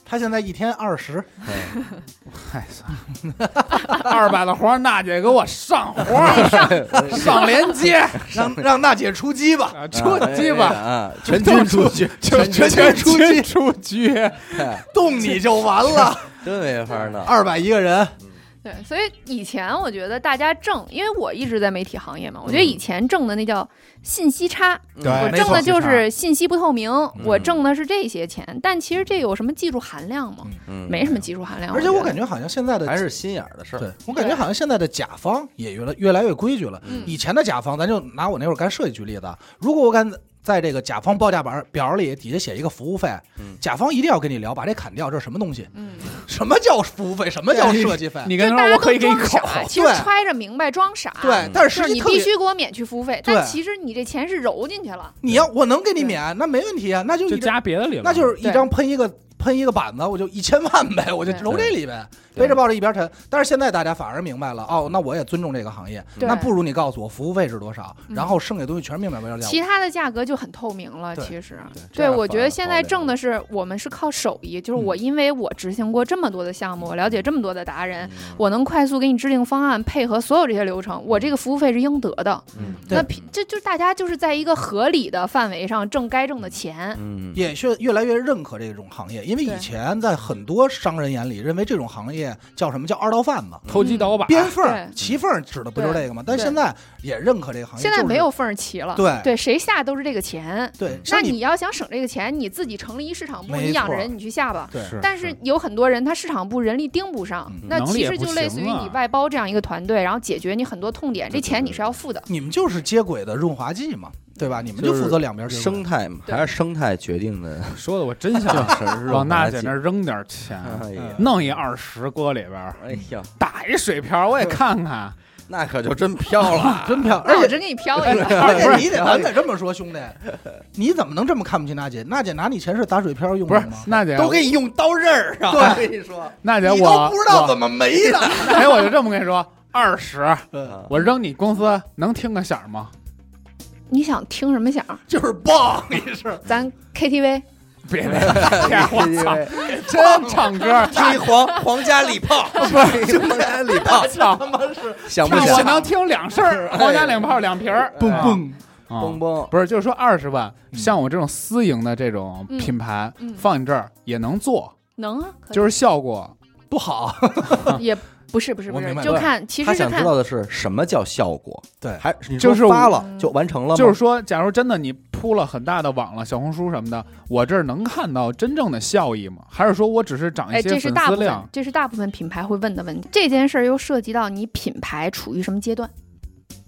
[SPEAKER 2] 他现在一天二 十，
[SPEAKER 1] 对
[SPEAKER 3] 嗨，哎算了，二百的活儿娜姐给我上活儿，
[SPEAKER 1] 哎
[SPEAKER 3] 上连接，
[SPEAKER 2] 让让娜姐出击吧。
[SPEAKER 3] 啊出击
[SPEAKER 1] 啊
[SPEAKER 3] 吧，
[SPEAKER 1] 啊，全军出击，
[SPEAKER 3] 全
[SPEAKER 2] 全
[SPEAKER 3] 全
[SPEAKER 2] 出
[SPEAKER 3] 军出击，
[SPEAKER 2] 动你就 完了，
[SPEAKER 1] 真没法弄。
[SPEAKER 2] 二百一个人，
[SPEAKER 4] 对，所以以前我觉得大家挣，因为我一直在媒体行业嘛，我觉得以前挣的那叫信息差，
[SPEAKER 3] 对
[SPEAKER 4] 我
[SPEAKER 3] 没
[SPEAKER 4] 挣
[SPEAKER 3] 错
[SPEAKER 4] 的就
[SPEAKER 3] 信息差
[SPEAKER 4] 是信息不透明，我挣的是这些钱，但其实这有什么技术含量吗？
[SPEAKER 1] 嗯，
[SPEAKER 4] 没什么技术含量，
[SPEAKER 2] 而且我
[SPEAKER 4] 觉
[SPEAKER 2] 感觉好像现在的
[SPEAKER 1] 还是心眼儿的事儿。
[SPEAKER 2] 对我感觉好像现在的甲方也越来越来越规矩了。
[SPEAKER 4] 嗯
[SPEAKER 2] 以前的甲方，咱就拿我那会儿干设计举例子，啊，如果我敢在这个甲方报价表表里底下写一个服务费
[SPEAKER 1] 嗯，
[SPEAKER 2] 甲方一定要跟你聊，把这砍掉，这是什么东西？
[SPEAKER 4] 得嗯，
[SPEAKER 2] 什么叫服务费？什么叫设计费？
[SPEAKER 3] 你
[SPEAKER 4] 就
[SPEAKER 3] 跟他
[SPEAKER 4] 大
[SPEAKER 3] 说
[SPEAKER 4] 家
[SPEAKER 3] 我可以
[SPEAKER 4] 都
[SPEAKER 3] 给你
[SPEAKER 4] 装
[SPEAKER 3] 烤，
[SPEAKER 4] 傻，其实
[SPEAKER 2] 对
[SPEAKER 4] 揣着明白装傻，
[SPEAKER 2] 对
[SPEAKER 1] 嗯，
[SPEAKER 2] 但是
[SPEAKER 4] 就是
[SPEAKER 2] 实
[SPEAKER 4] 你
[SPEAKER 2] 际特
[SPEAKER 4] 必
[SPEAKER 2] 别，
[SPEAKER 4] 须给我免去服务费，
[SPEAKER 2] 对
[SPEAKER 4] 但其实你这钱是揉进去了，
[SPEAKER 2] 你要我能给你免，那没问题啊，那就
[SPEAKER 3] 就
[SPEAKER 2] 一张，
[SPEAKER 3] 加别的理论，
[SPEAKER 2] 那就是一
[SPEAKER 4] 对
[SPEAKER 2] 张喷一个。喷一个板子，我就一千万呗，我就
[SPEAKER 4] 对
[SPEAKER 2] 揉这里呗，
[SPEAKER 1] 对
[SPEAKER 2] 背着抱着一边沉。但是现在大家反而明白了，哦，那我也尊重这个行业，
[SPEAKER 4] 对
[SPEAKER 2] 那不如你告诉我服务费是多少，
[SPEAKER 4] 嗯
[SPEAKER 2] 然后剩下东西全是明码标价。
[SPEAKER 4] 其他的价格就很透明了。
[SPEAKER 2] 对
[SPEAKER 4] 其实，
[SPEAKER 1] 对这
[SPEAKER 4] 对
[SPEAKER 1] 样
[SPEAKER 4] 我
[SPEAKER 1] 反
[SPEAKER 4] 觉
[SPEAKER 1] 而
[SPEAKER 4] 得现
[SPEAKER 1] 好
[SPEAKER 4] 在
[SPEAKER 1] 点
[SPEAKER 4] 挣的是我们是靠手艺，就是我因为我执行过这么多的项目，我了解这么多的达
[SPEAKER 1] 嗯
[SPEAKER 4] 人，我能快速给你制定方案，配合所有这些流程，我这个服务费是应得的。
[SPEAKER 1] 嗯
[SPEAKER 2] 对
[SPEAKER 4] 那平这就是大家就是在一个合理的范围上挣该挣的
[SPEAKER 2] 啊
[SPEAKER 4] 钱。
[SPEAKER 1] 嗯，
[SPEAKER 2] 也越越来越认可这种行业，因为
[SPEAKER 4] 对
[SPEAKER 2] 以前在很多商人眼里，认为这种行业叫什么叫二道贩子、
[SPEAKER 3] 投机倒把，
[SPEAKER 2] 嗯边缝
[SPEAKER 4] 嗯对
[SPEAKER 2] 儿、棋缝儿指的不就是这个吗？但现在也认可这个行业，
[SPEAKER 4] 现在
[SPEAKER 2] 就是
[SPEAKER 4] 没有缝儿齐了，
[SPEAKER 2] 对
[SPEAKER 4] 对，谁下都是这个钱。
[SPEAKER 2] 对，像
[SPEAKER 4] 那你要想省这个钱，你自己成立一市场部，
[SPEAKER 2] 没
[SPEAKER 4] 你养着
[SPEAKER 2] 错
[SPEAKER 4] 人，你去下吧。
[SPEAKER 2] 对
[SPEAKER 3] 是
[SPEAKER 4] 但是有很多人他市场部人力盯不上
[SPEAKER 2] 嗯，
[SPEAKER 4] 那
[SPEAKER 3] 能力
[SPEAKER 4] 其
[SPEAKER 3] 也
[SPEAKER 4] 实
[SPEAKER 3] 不
[SPEAKER 4] 就类似于
[SPEAKER 3] 行啊
[SPEAKER 4] 你外包这样一个团队，然后解决你很多痛点，这钱你是要付的。
[SPEAKER 2] 你们就是接轨的润滑剂嘛，对吧？你们
[SPEAKER 1] 就
[SPEAKER 2] 就是负责两边接轨
[SPEAKER 1] 生态嘛，
[SPEAKER 4] 对
[SPEAKER 1] 还是生态决定的。 啊
[SPEAKER 3] 说的我真想往娜姐那儿嗯扔点钱，
[SPEAKER 1] 哎呀，
[SPEAKER 3] 弄一二十搁里边儿，
[SPEAKER 1] 哎呀，
[SPEAKER 3] 打一水漂，我也看看。
[SPEAKER 1] 那可就真飘了。
[SPEAKER 2] 真漂亮，
[SPEAKER 4] 那
[SPEAKER 2] 而
[SPEAKER 4] 我
[SPEAKER 2] 且。
[SPEAKER 4] 真给你飘一个。
[SPEAKER 2] 而且你得，咱得这么说， 兄弟，你怎么能这么看不起娜姐？娜姐拿你钱是打水漂用
[SPEAKER 3] 不
[SPEAKER 2] 的
[SPEAKER 3] 是
[SPEAKER 2] 吗？
[SPEAKER 3] 娜姐，
[SPEAKER 1] 都给你用刀刃儿啊！
[SPEAKER 2] 对
[SPEAKER 1] 我跟你 说，
[SPEAKER 3] 娜姐
[SPEAKER 2] 你
[SPEAKER 3] 我
[SPEAKER 2] 都不知道怎
[SPEAKER 3] 么，
[SPEAKER 2] 么没的。
[SPEAKER 3] 哎，我就这么跟你说，二十，
[SPEAKER 2] 嗯
[SPEAKER 3] 我扔你公司能听个响吗？
[SPEAKER 4] 你想听什么响？
[SPEAKER 2] 就是棒一声，
[SPEAKER 4] 咱 KTV
[SPEAKER 3] 别别，我操，真唱歌，
[SPEAKER 1] 听一皇皇家礼炮，不是皇家礼炮，
[SPEAKER 3] 操，
[SPEAKER 1] 想不
[SPEAKER 3] 我
[SPEAKER 1] 想？
[SPEAKER 3] 能听两声儿，皇家两炮两瓶儿，
[SPEAKER 2] 蹦蹦，
[SPEAKER 3] 啊
[SPEAKER 1] 嘣嘣，
[SPEAKER 3] 不是，就是说二十万，
[SPEAKER 2] 嗯
[SPEAKER 3] 像我这种私营的这种
[SPEAKER 4] 嗯
[SPEAKER 3] 品牌
[SPEAKER 4] 嗯，
[SPEAKER 3] 放你这儿也能做，
[SPEAKER 4] 能啊，可以
[SPEAKER 3] 就是效果
[SPEAKER 2] 不好。
[SPEAKER 4] 也不是不是
[SPEAKER 2] 我
[SPEAKER 4] 不是
[SPEAKER 2] 明，白
[SPEAKER 4] 就
[SPEAKER 1] 了
[SPEAKER 4] 看其
[SPEAKER 1] 他
[SPEAKER 4] 实是
[SPEAKER 1] 想知
[SPEAKER 4] 看
[SPEAKER 1] 道的是什么叫效果，
[SPEAKER 2] 对
[SPEAKER 1] 还你说
[SPEAKER 3] 就是
[SPEAKER 1] 发了
[SPEAKER 4] 我
[SPEAKER 1] 就完成了吗，
[SPEAKER 3] 就是说，假如真的你铺了很大的网了，小红书什么的，我这儿能看到真正的效益吗？还是说我只是涨一
[SPEAKER 4] 哎，
[SPEAKER 3] 些
[SPEAKER 4] 这是
[SPEAKER 3] 粉
[SPEAKER 4] 大
[SPEAKER 3] 丝
[SPEAKER 4] 部分
[SPEAKER 3] 量？，
[SPEAKER 4] 这是大部分品牌会问的问题。这件事儿又涉及到你品牌处于什么阶段，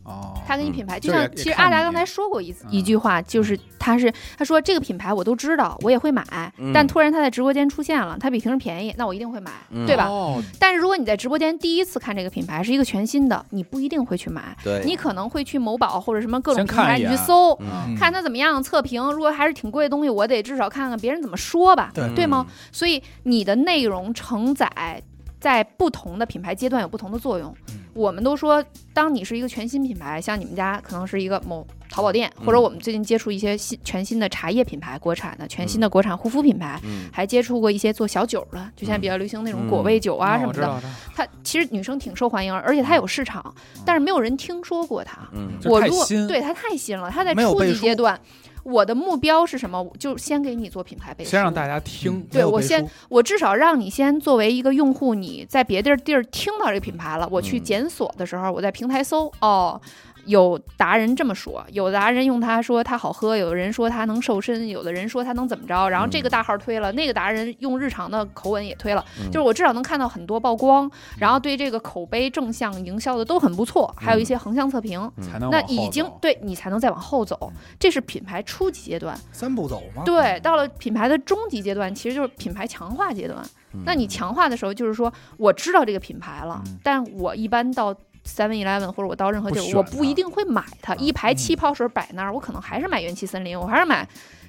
[SPEAKER 3] 哦，
[SPEAKER 4] 它跟你
[SPEAKER 1] 嗯
[SPEAKER 4] 品牌，就
[SPEAKER 3] 这也
[SPEAKER 4] 像
[SPEAKER 3] 也
[SPEAKER 4] 其实
[SPEAKER 3] 看
[SPEAKER 4] 阿达
[SPEAKER 3] 你
[SPEAKER 4] 刚才说过一次
[SPEAKER 3] 嗯
[SPEAKER 4] 一句话，就是他是他说这个品牌我都知道，我也会买，
[SPEAKER 1] 嗯
[SPEAKER 4] 但突然他在直播间出现了，他比平时便宜，那我一定会买，
[SPEAKER 1] 嗯
[SPEAKER 4] 对吧？
[SPEAKER 3] 哦，
[SPEAKER 4] 但是如果你在直播间第一次看这个品牌是一个全新的，你不一定会去买，
[SPEAKER 1] 对，
[SPEAKER 4] 你可能会去某宝或者什么各种
[SPEAKER 3] 先
[SPEAKER 4] 平
[SPEAKER 3] 看
[SPEAKER 4] 台
[SPEAKER 3] 一
[SPEAKER 4] 你去
[SPEAKER 3] 眼
[SPEAKER 4] 搜，
[SPEAKER 1] 嗯
[SPEAKER 4] 看它怎么样测评。如果还是挺贵的东西，我得至少看看别人怎么说吧，
[SPEAKER 2] 对
[SPEAKER 4] 对吗？？所以你的内容承载在不同的品牌阶段有不同的作用。
[SPEAKER 3] 嗯
[SPEAKER 4] 我们都说，当你是一个全新品牌，像你们家可能是一个某淘宝店，或者
[SPEAKER 1] 嗯
[SPEAKER 4] 我们最近接触一些新全新的茶叶品牌，国产的全新的国产护肤品牌。
[SPEAKER 1] 嗯
[SPEAKER 4] 还接触过一些做小酒的，就现在比较流行那种果味酒啊
[SPEAKER 3] 那嗯
[SPEAKER 4] 什
[SPEAKER 3] 我
[SPEAKER 4] 么
[SPEAKER 3] 知
[SPEAKER 4] 的，
[SPEAKER 3] 道了，
[SPEAKER 4] 它其实女生挺受欢迎，而且它有市场，但是没有人听说过它。
[SPEAKER 1] 嗯
[SPEAKER 3] 就嗯
[SPEAKER 4] 我
[SPEAKER 3] 太
[SPEAKER 4] 如果
[SPEAKER 3] 新
[SPEAKER 4] 对它太新了，它在
[SPEAKER 2] 没有
[SPEAKER 4] 初
[SPEAKER 2] 背
[SPEAKER 4] 级
[SPEAKER 2] 书
[SPEAKER 4] 阶段，我的目标是什么？我就先给你做品牌背书，
[SPEAKER 3] 先让大家听。
[SPEAKER 4] 对我先我至少让你先作为一个用户，你在别的地儿听到这个品牌了，我去
[SPEAKER 1] 嗯
[SPEAKER 4] 检索的时候，我在平台搜哦。有达人这么说，有达人用它说它好喝，有人说它能瘦身，有的人说它能怎么着，然后这个
[SPEAKER 3] 嗯
[SPEAKER 4] 大号推了，那个达人用日常的口吻也推了，
[SPEAKER 1] 嗯
[SPEAKER 4] 就是我至少能看到很多曝光，
[SPEAKER 3] 嗯
[SPEAKER 4] 然后对这个口碑正向营销的都很不错，还有一些横向测评，
[SPEAKER 3] 才能
[SPEAKER 4] 那
[SPEAKER 3] 嗯往后
[SPEAKER 4] 已经
[SPEAKER 3] 走嗯
[SPEAKER 4] 对你才能再往后走，这是品牌初级阶段。
[SPEAKER 2] 三步走嘛。
[SPEAKER 4] 对，到了品牌的中级阶段，其实就是品牌强化阶段。
[SPEAKER 1] 嗯
[SPEAKER 4] 那你强化的时候，就是说我知道这个品牌了，
[SPEAKER 3] 嗯
[SPEAKER 4] 但我一般到 Seven Eleven 或者我到任何地
[SPEAKER 3] 不
[SPEAKER 4] 儿，
[SPEAKER 3] 选
[SPEAKER 4] 我不
[SPEAKER 3] 它啊嗯
[SPEAKER 4] 一定会买它。一排气泡水摆那儿，我可能还是买元气森林，我还是买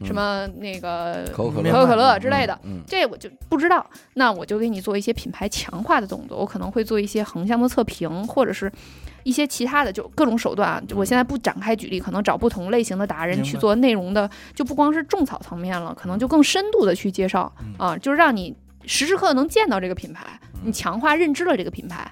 [SPEAKER 4] 什
[SPEAKER 1] 嗯
[SPEAKER 4] 么那个
[SPEAKER 1] 可口可
[SPEAKER 4] 可
[SPEAKER 2] 明
[SPEAKER 1] 乐
[SPEAKER 2] 白
[SPEAKER 4] 口可乐之类的。，
[SPEAKER 1] 嗯
[SPEAKER 4] 这我就不知道，那我就给你做一些品牌强化的动作，我可能会做一些横向的测评，或者是一些其他的，就各种手段啊。就我现在不展开举例，可能找不同类型的达人
[SPEAKER 2] 嗯明白嗯
[SPEAKER 4] 去做内容的，就不光是种草层面了，可能就更深度的去介绍啊，就是让你时时刻刻能见到这个品牌，
[SPEAKER 2] 嗯
[SPEAKER 4] 你强化认知了这个品牌。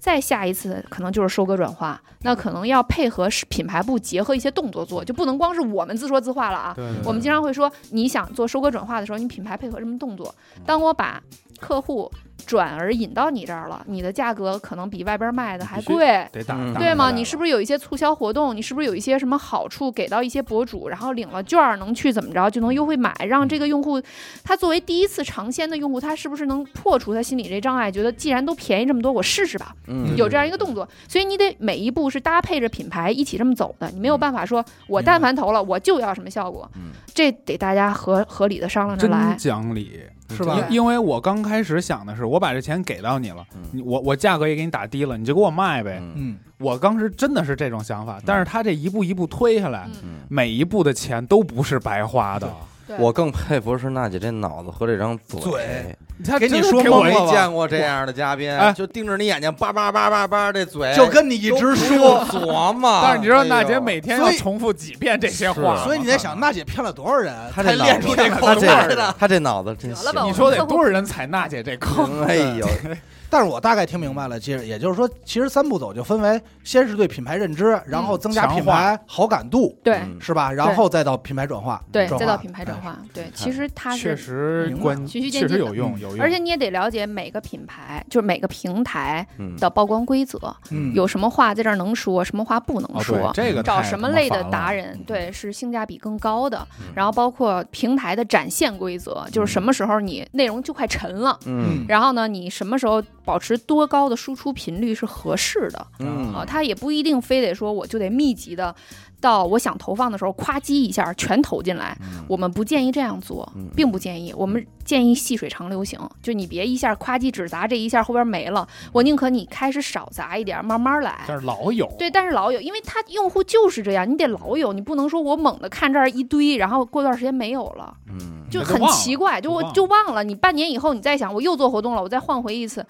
[SPEAKER 4] 再下一次可能就是收割转化，那可能要配合是品牌部结合一些动作做，就不能光是我们自说自话了啊。
[SPEAKER 3] 对对
[SPEAKER 4] 我们经常会说，你想做收割转化的时候，你品牌配合什么动作？当我把客户转而引到你这儿了，你的价格可能比外边卖的还贵。
[SPEAKER 3] 得打，
[SPEAKER 1] 嗯
[SPEAKER 3] 打
[SPEAKER 4] 对
[SPEAKER 3] 回
[SPEAKER 4] 吗？
[SPEAKER 3] 来
[SPEAKER 4] 你
[SPEAKER 3] 了
[SPEAKER 4] 是不是有一些促销活动？你是不是有一些什么好处给到一些博主，然后领了券儿能去怎么着就能优惠买，让这个用户他作为第一次尝鲜的用户，他是不是能破除他心里这障碍？觉得既然都便宜这么多，我试试吧。
[SPEAKER 1] 嗯
[SPEAKER 4] 有这样一个动作，所以你得每一步是搭配着品牌一起这么走的，你没有
[SPEAKER 1] 嗯
[SPEAKER 4] 办法说我但凡投了我就要什么效果
[SPEAKER 1] 嗯，
[SPEAKER 4] 这得大家合合理的商量着来
[SPEAKER 3] 真。讲理，
[SPEAKER 2] 是吧
[SPEAKER 3] 因因为我刚开始想的是，我把这钱给到你了，你我我价格也给你打低了，你就给我卖呗。
[SPEAKER 1] 嗯
[SPEAKER 2] 嗯，
[SPEAKER 3] 我当时真的是这种想法，但是他这一步一步推下来，
[SPEAKER 4] 嗯
[SPEAKER 1] 嗯，
[SPEAKER 3] 每一步的钱都不是白花的。
[SPEAKER 4] 对
[SPEAKER 1] 我更佩服是娜姐这脑子和这张嘴。
[SPEAKER 2] 嘴
[SPEAKER 3] 他
[SPEAKER 2] 给你
[SPEAKER 3] 真的
[SPEAKER 2] 说
[SPEAKER 3] 给
[SPEAKER 2] 懵
[SPEAKER 3] 我
[SPEAKER 1] 没
[SPEAKER 2] 了吧
[SPEAKER 1] 见过这样的嘉宾
[SPEAKER 3] 哎，
[SPEAKER 1] 就盯着你眼睛叭叭叭叭叭，这嘴
[SPEAKER 2] 就跟你一
[SPEAKER 1] 都
[SPEAKER 2] 直
[SPEAKER 1] 不
[SPEAKER 2] 说
[SPEAKER 1] 用，琢磨。
[SPEAKER 3] 但是你知道，娜
[SPEAKER 1] 哎
[SPEAKER 3] 姐
[SPEAKER 1] 呦
[SPEAKER 3] 每天要
[SPEAKER 2] 所以
[SPEAKER 3] 重复几遍这些话，
[SPEAKER 1] 是
[SPEAKER 2] 所以你在想，娜姐骗了多少 人，
[SPEAKER 1] 她
[SPEAKER 2] 才
[SPEAKER 1] 这脑
[SPEAKER 2] 练出这口
[SPEAKER 1] 他
[SPEAKER 2] 味
[SPEAKER 1] 这
[SPEAKER 2] 儿
[SPEAKER 1] 他
[SPEAKER 2] 的？
[SPEAKER 1] 这他这脑子真
[SPEAKER 4] 得了吧
[SPEAKER 1] 行
[SPEAKER 3] 你说得多少人踩娜姐这坑？
[SPEAKER 1] 哎呦，
[SPEAKER 2] 但是我大概听明白了，其实也就是说，其实三步走就分为先是对品牌认知，然后增加
[SPEAKER 3] 强
[SPEAKER 2] 品
[SPEAKER 3] 化
[SPEAKER 2] 牌好感度，
[SPEAKER 4] 对
[SPEAKER 1] 嗯
[SPEAKER 2] 是吧？然后再到品牌转化，
[SPEAKER 4] 对，
[SPEAKER 2] 转
[SPEAKER 4] 再
[SPEAKER 2] 化哎
[SPEAKER 4] 到品牌转化，对，其实它
[SPEAKER 3] 确
[SPEAKER 4] 是，
[SPEAKER 3] 实
[SPEAKER 2] 明白
[SPEAKER 3] 关，
[SPEAKER 4] 循序渐
[SPEAKER 3] 确
[SPEAKER 4] 进
[SPEAKER 3] 实
[SPEAKER 4] 的
[SPEAKER 3] 有用，有用。
[SPEAKER 4] 而且你也得了解每个品牌，就是每个平台
[SPEAKER 1] 嗯
[SPEAKER 4] 的曝光规则，
[SPEAKER 2] 嗯，
[SPEAKER 4] 有什么话在这儿能说，什么话不能
[SPEAKER 3] 哦，
[SPEAKER 4] 说。
[SPEAKER 3] 对，这个
[SPEAKER 4] 找
[SPEAKER 3] 太
[SPEAKER 4] 什
[SPEAKER 3] 他
[SPEAKER 4] 么
[SPEAKER 3] 妈
[SPEAKER 4] 类的
[SPEAKER 3] 烦了
[SPEAKER 4] 达人，对，是性价比更高的
[SPEAKER 1] 嗯。
[SPEAKER 4] 然后包括平台的展现规则，就是什么时候你内容就快沉了，
[SPEAKER 1] 嗯
[SPEAKER 4] 然后呢，你什么时候保持多高的输出频率是合适的啊？
[SPEAKER 1] 嗯，
[SPEAKER 4] 它也不一定非得说我就得密集的到我想投放的时候，夸叽一下全投进来。我们不建议这样做
[SPEAKER 1] 嗯，
[SPEAKER 4] 并不建议。我们建议细水长流型，就你别一下夸叽只砸这一下，后边没了。我宁可你开始少砸一点，慢慢来。
[SPEAKER 3] 但是老有
[SPEAKER 4] 对，但是老有，因为他用户就是这样，你得老有，你不能说我猛的看这儿一堆，然后过段时间没有了，
[SPEAKER 1] 嗯
[SPEAKER 4] 就
[SPEAKER 3] 那就
[SPEAKER 4] 很
[SPEAKER 3] 忘
[SPEAKER 4] 奇
[SPEAKER 3] 了
[SPEAKER 4] 怪，就
[SPEAKER 3] 就
[SPEAKER 4] 我
[SPEAKER 3] 忘
[SPEAKER 4] 就忘了。你半年以后你再想，我又做活动了，我再换回一次，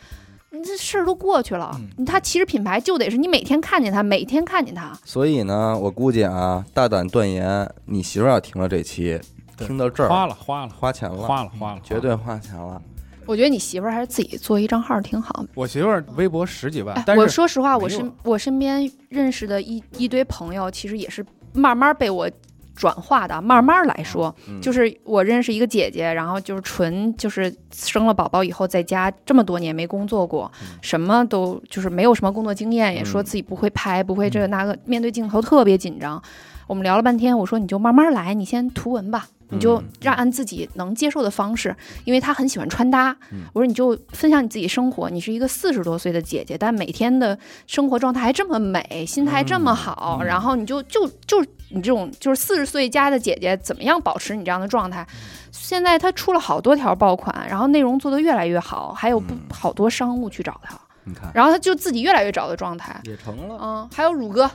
[SPEAKER 4] 你这事儿都过去了。
[SPEAKER 2] 嗯
[SPEAKER 4] 你他其实品牌就得是你每天看见他，每天看见他，
[SPEAKER 1] 所以呢，我估计啊，大胆断言，你媳妇儿要听了这期，
[SPEAKER 2] 对
[SPEAKER 1] 听到这儿
[SPEAKER 3] 花了花了
[SPEAKER 1] 花钱了，
[SPEAKER 3] 花了花了，
[SPEAKER 1] 绝对花钱了。
[SPEAKER 4] 我觉得你媳妇儿还是自己做一张号儿挺好。
[SPEAKER 3] 我媳妇儿微博十几万
[SPEAKER 4] 哎，
[SPEAKER 3] 啊但，
[SPEAKER 4] 我
[SPEAKER 3] 是
[SPEAKER 4] 说实话，我
[SPEAKER 3] 没有
[SPEAKER 4] 身我身边认识的一一堆朋友，其实也是慢慢被我转化的，慢慢来说。
[SPEAKER 1] 嗯
[SPEAKER 4] 就是我认识一个姐姐，然后就是纯就是生了宝宝以后在家这么多年没工作过，什么都就是没有什么工作经验，也说
[SPEAKER 1] 嗯
[SPEAKER 4] 自己不会拍，不会这个那个，面对镜头特别紧张。我们聊了半天，我说你就慢慢来，你先图文吧，你就
[SPEAKER 1] 嗯
[SPEAKER 4] 让按自己能接受的方式，因为她很喜欢穿搭
[SPEAKER 1] 嗯。
[SPEAKER 4] 我说你就分享你自己生活，你是一个四十多岁的姐姐，但每天的生活状态还这么美，心态这么好，
[SPEAKER 3] 嗯嗯
[SPEAKER 4] 然后你就就就你这种就是四十岁加的姐姐，怎么样保持你这样的状态？现在她出了好多条爆款，然后内容做得越来越好，还有不
[SPEAKER 1] 嗯
[SPEAKER 4] 好多商务去找她，
[SPEAKER 1] 你看啊
[SPEAKER 4] 然后她就自己越来越找的状态。
[SPEAKER 1] 也成了，
[SPEAKER 4] 嗯，还有乳哥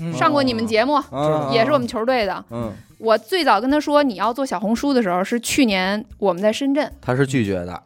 [SPEAKER 2] 嗯
[SPEAKER 4] 上过你们节目，
[SPEAKER 1] 啊
[SPEAKER 4] 也是我们球队的。
[SPEAKER 1] 嗯，
[SPEAKER 4] 我最早跟他说你要做小红书的时候，是去年我们在深圳，
[SPEAKER 1] 他是拒绝的，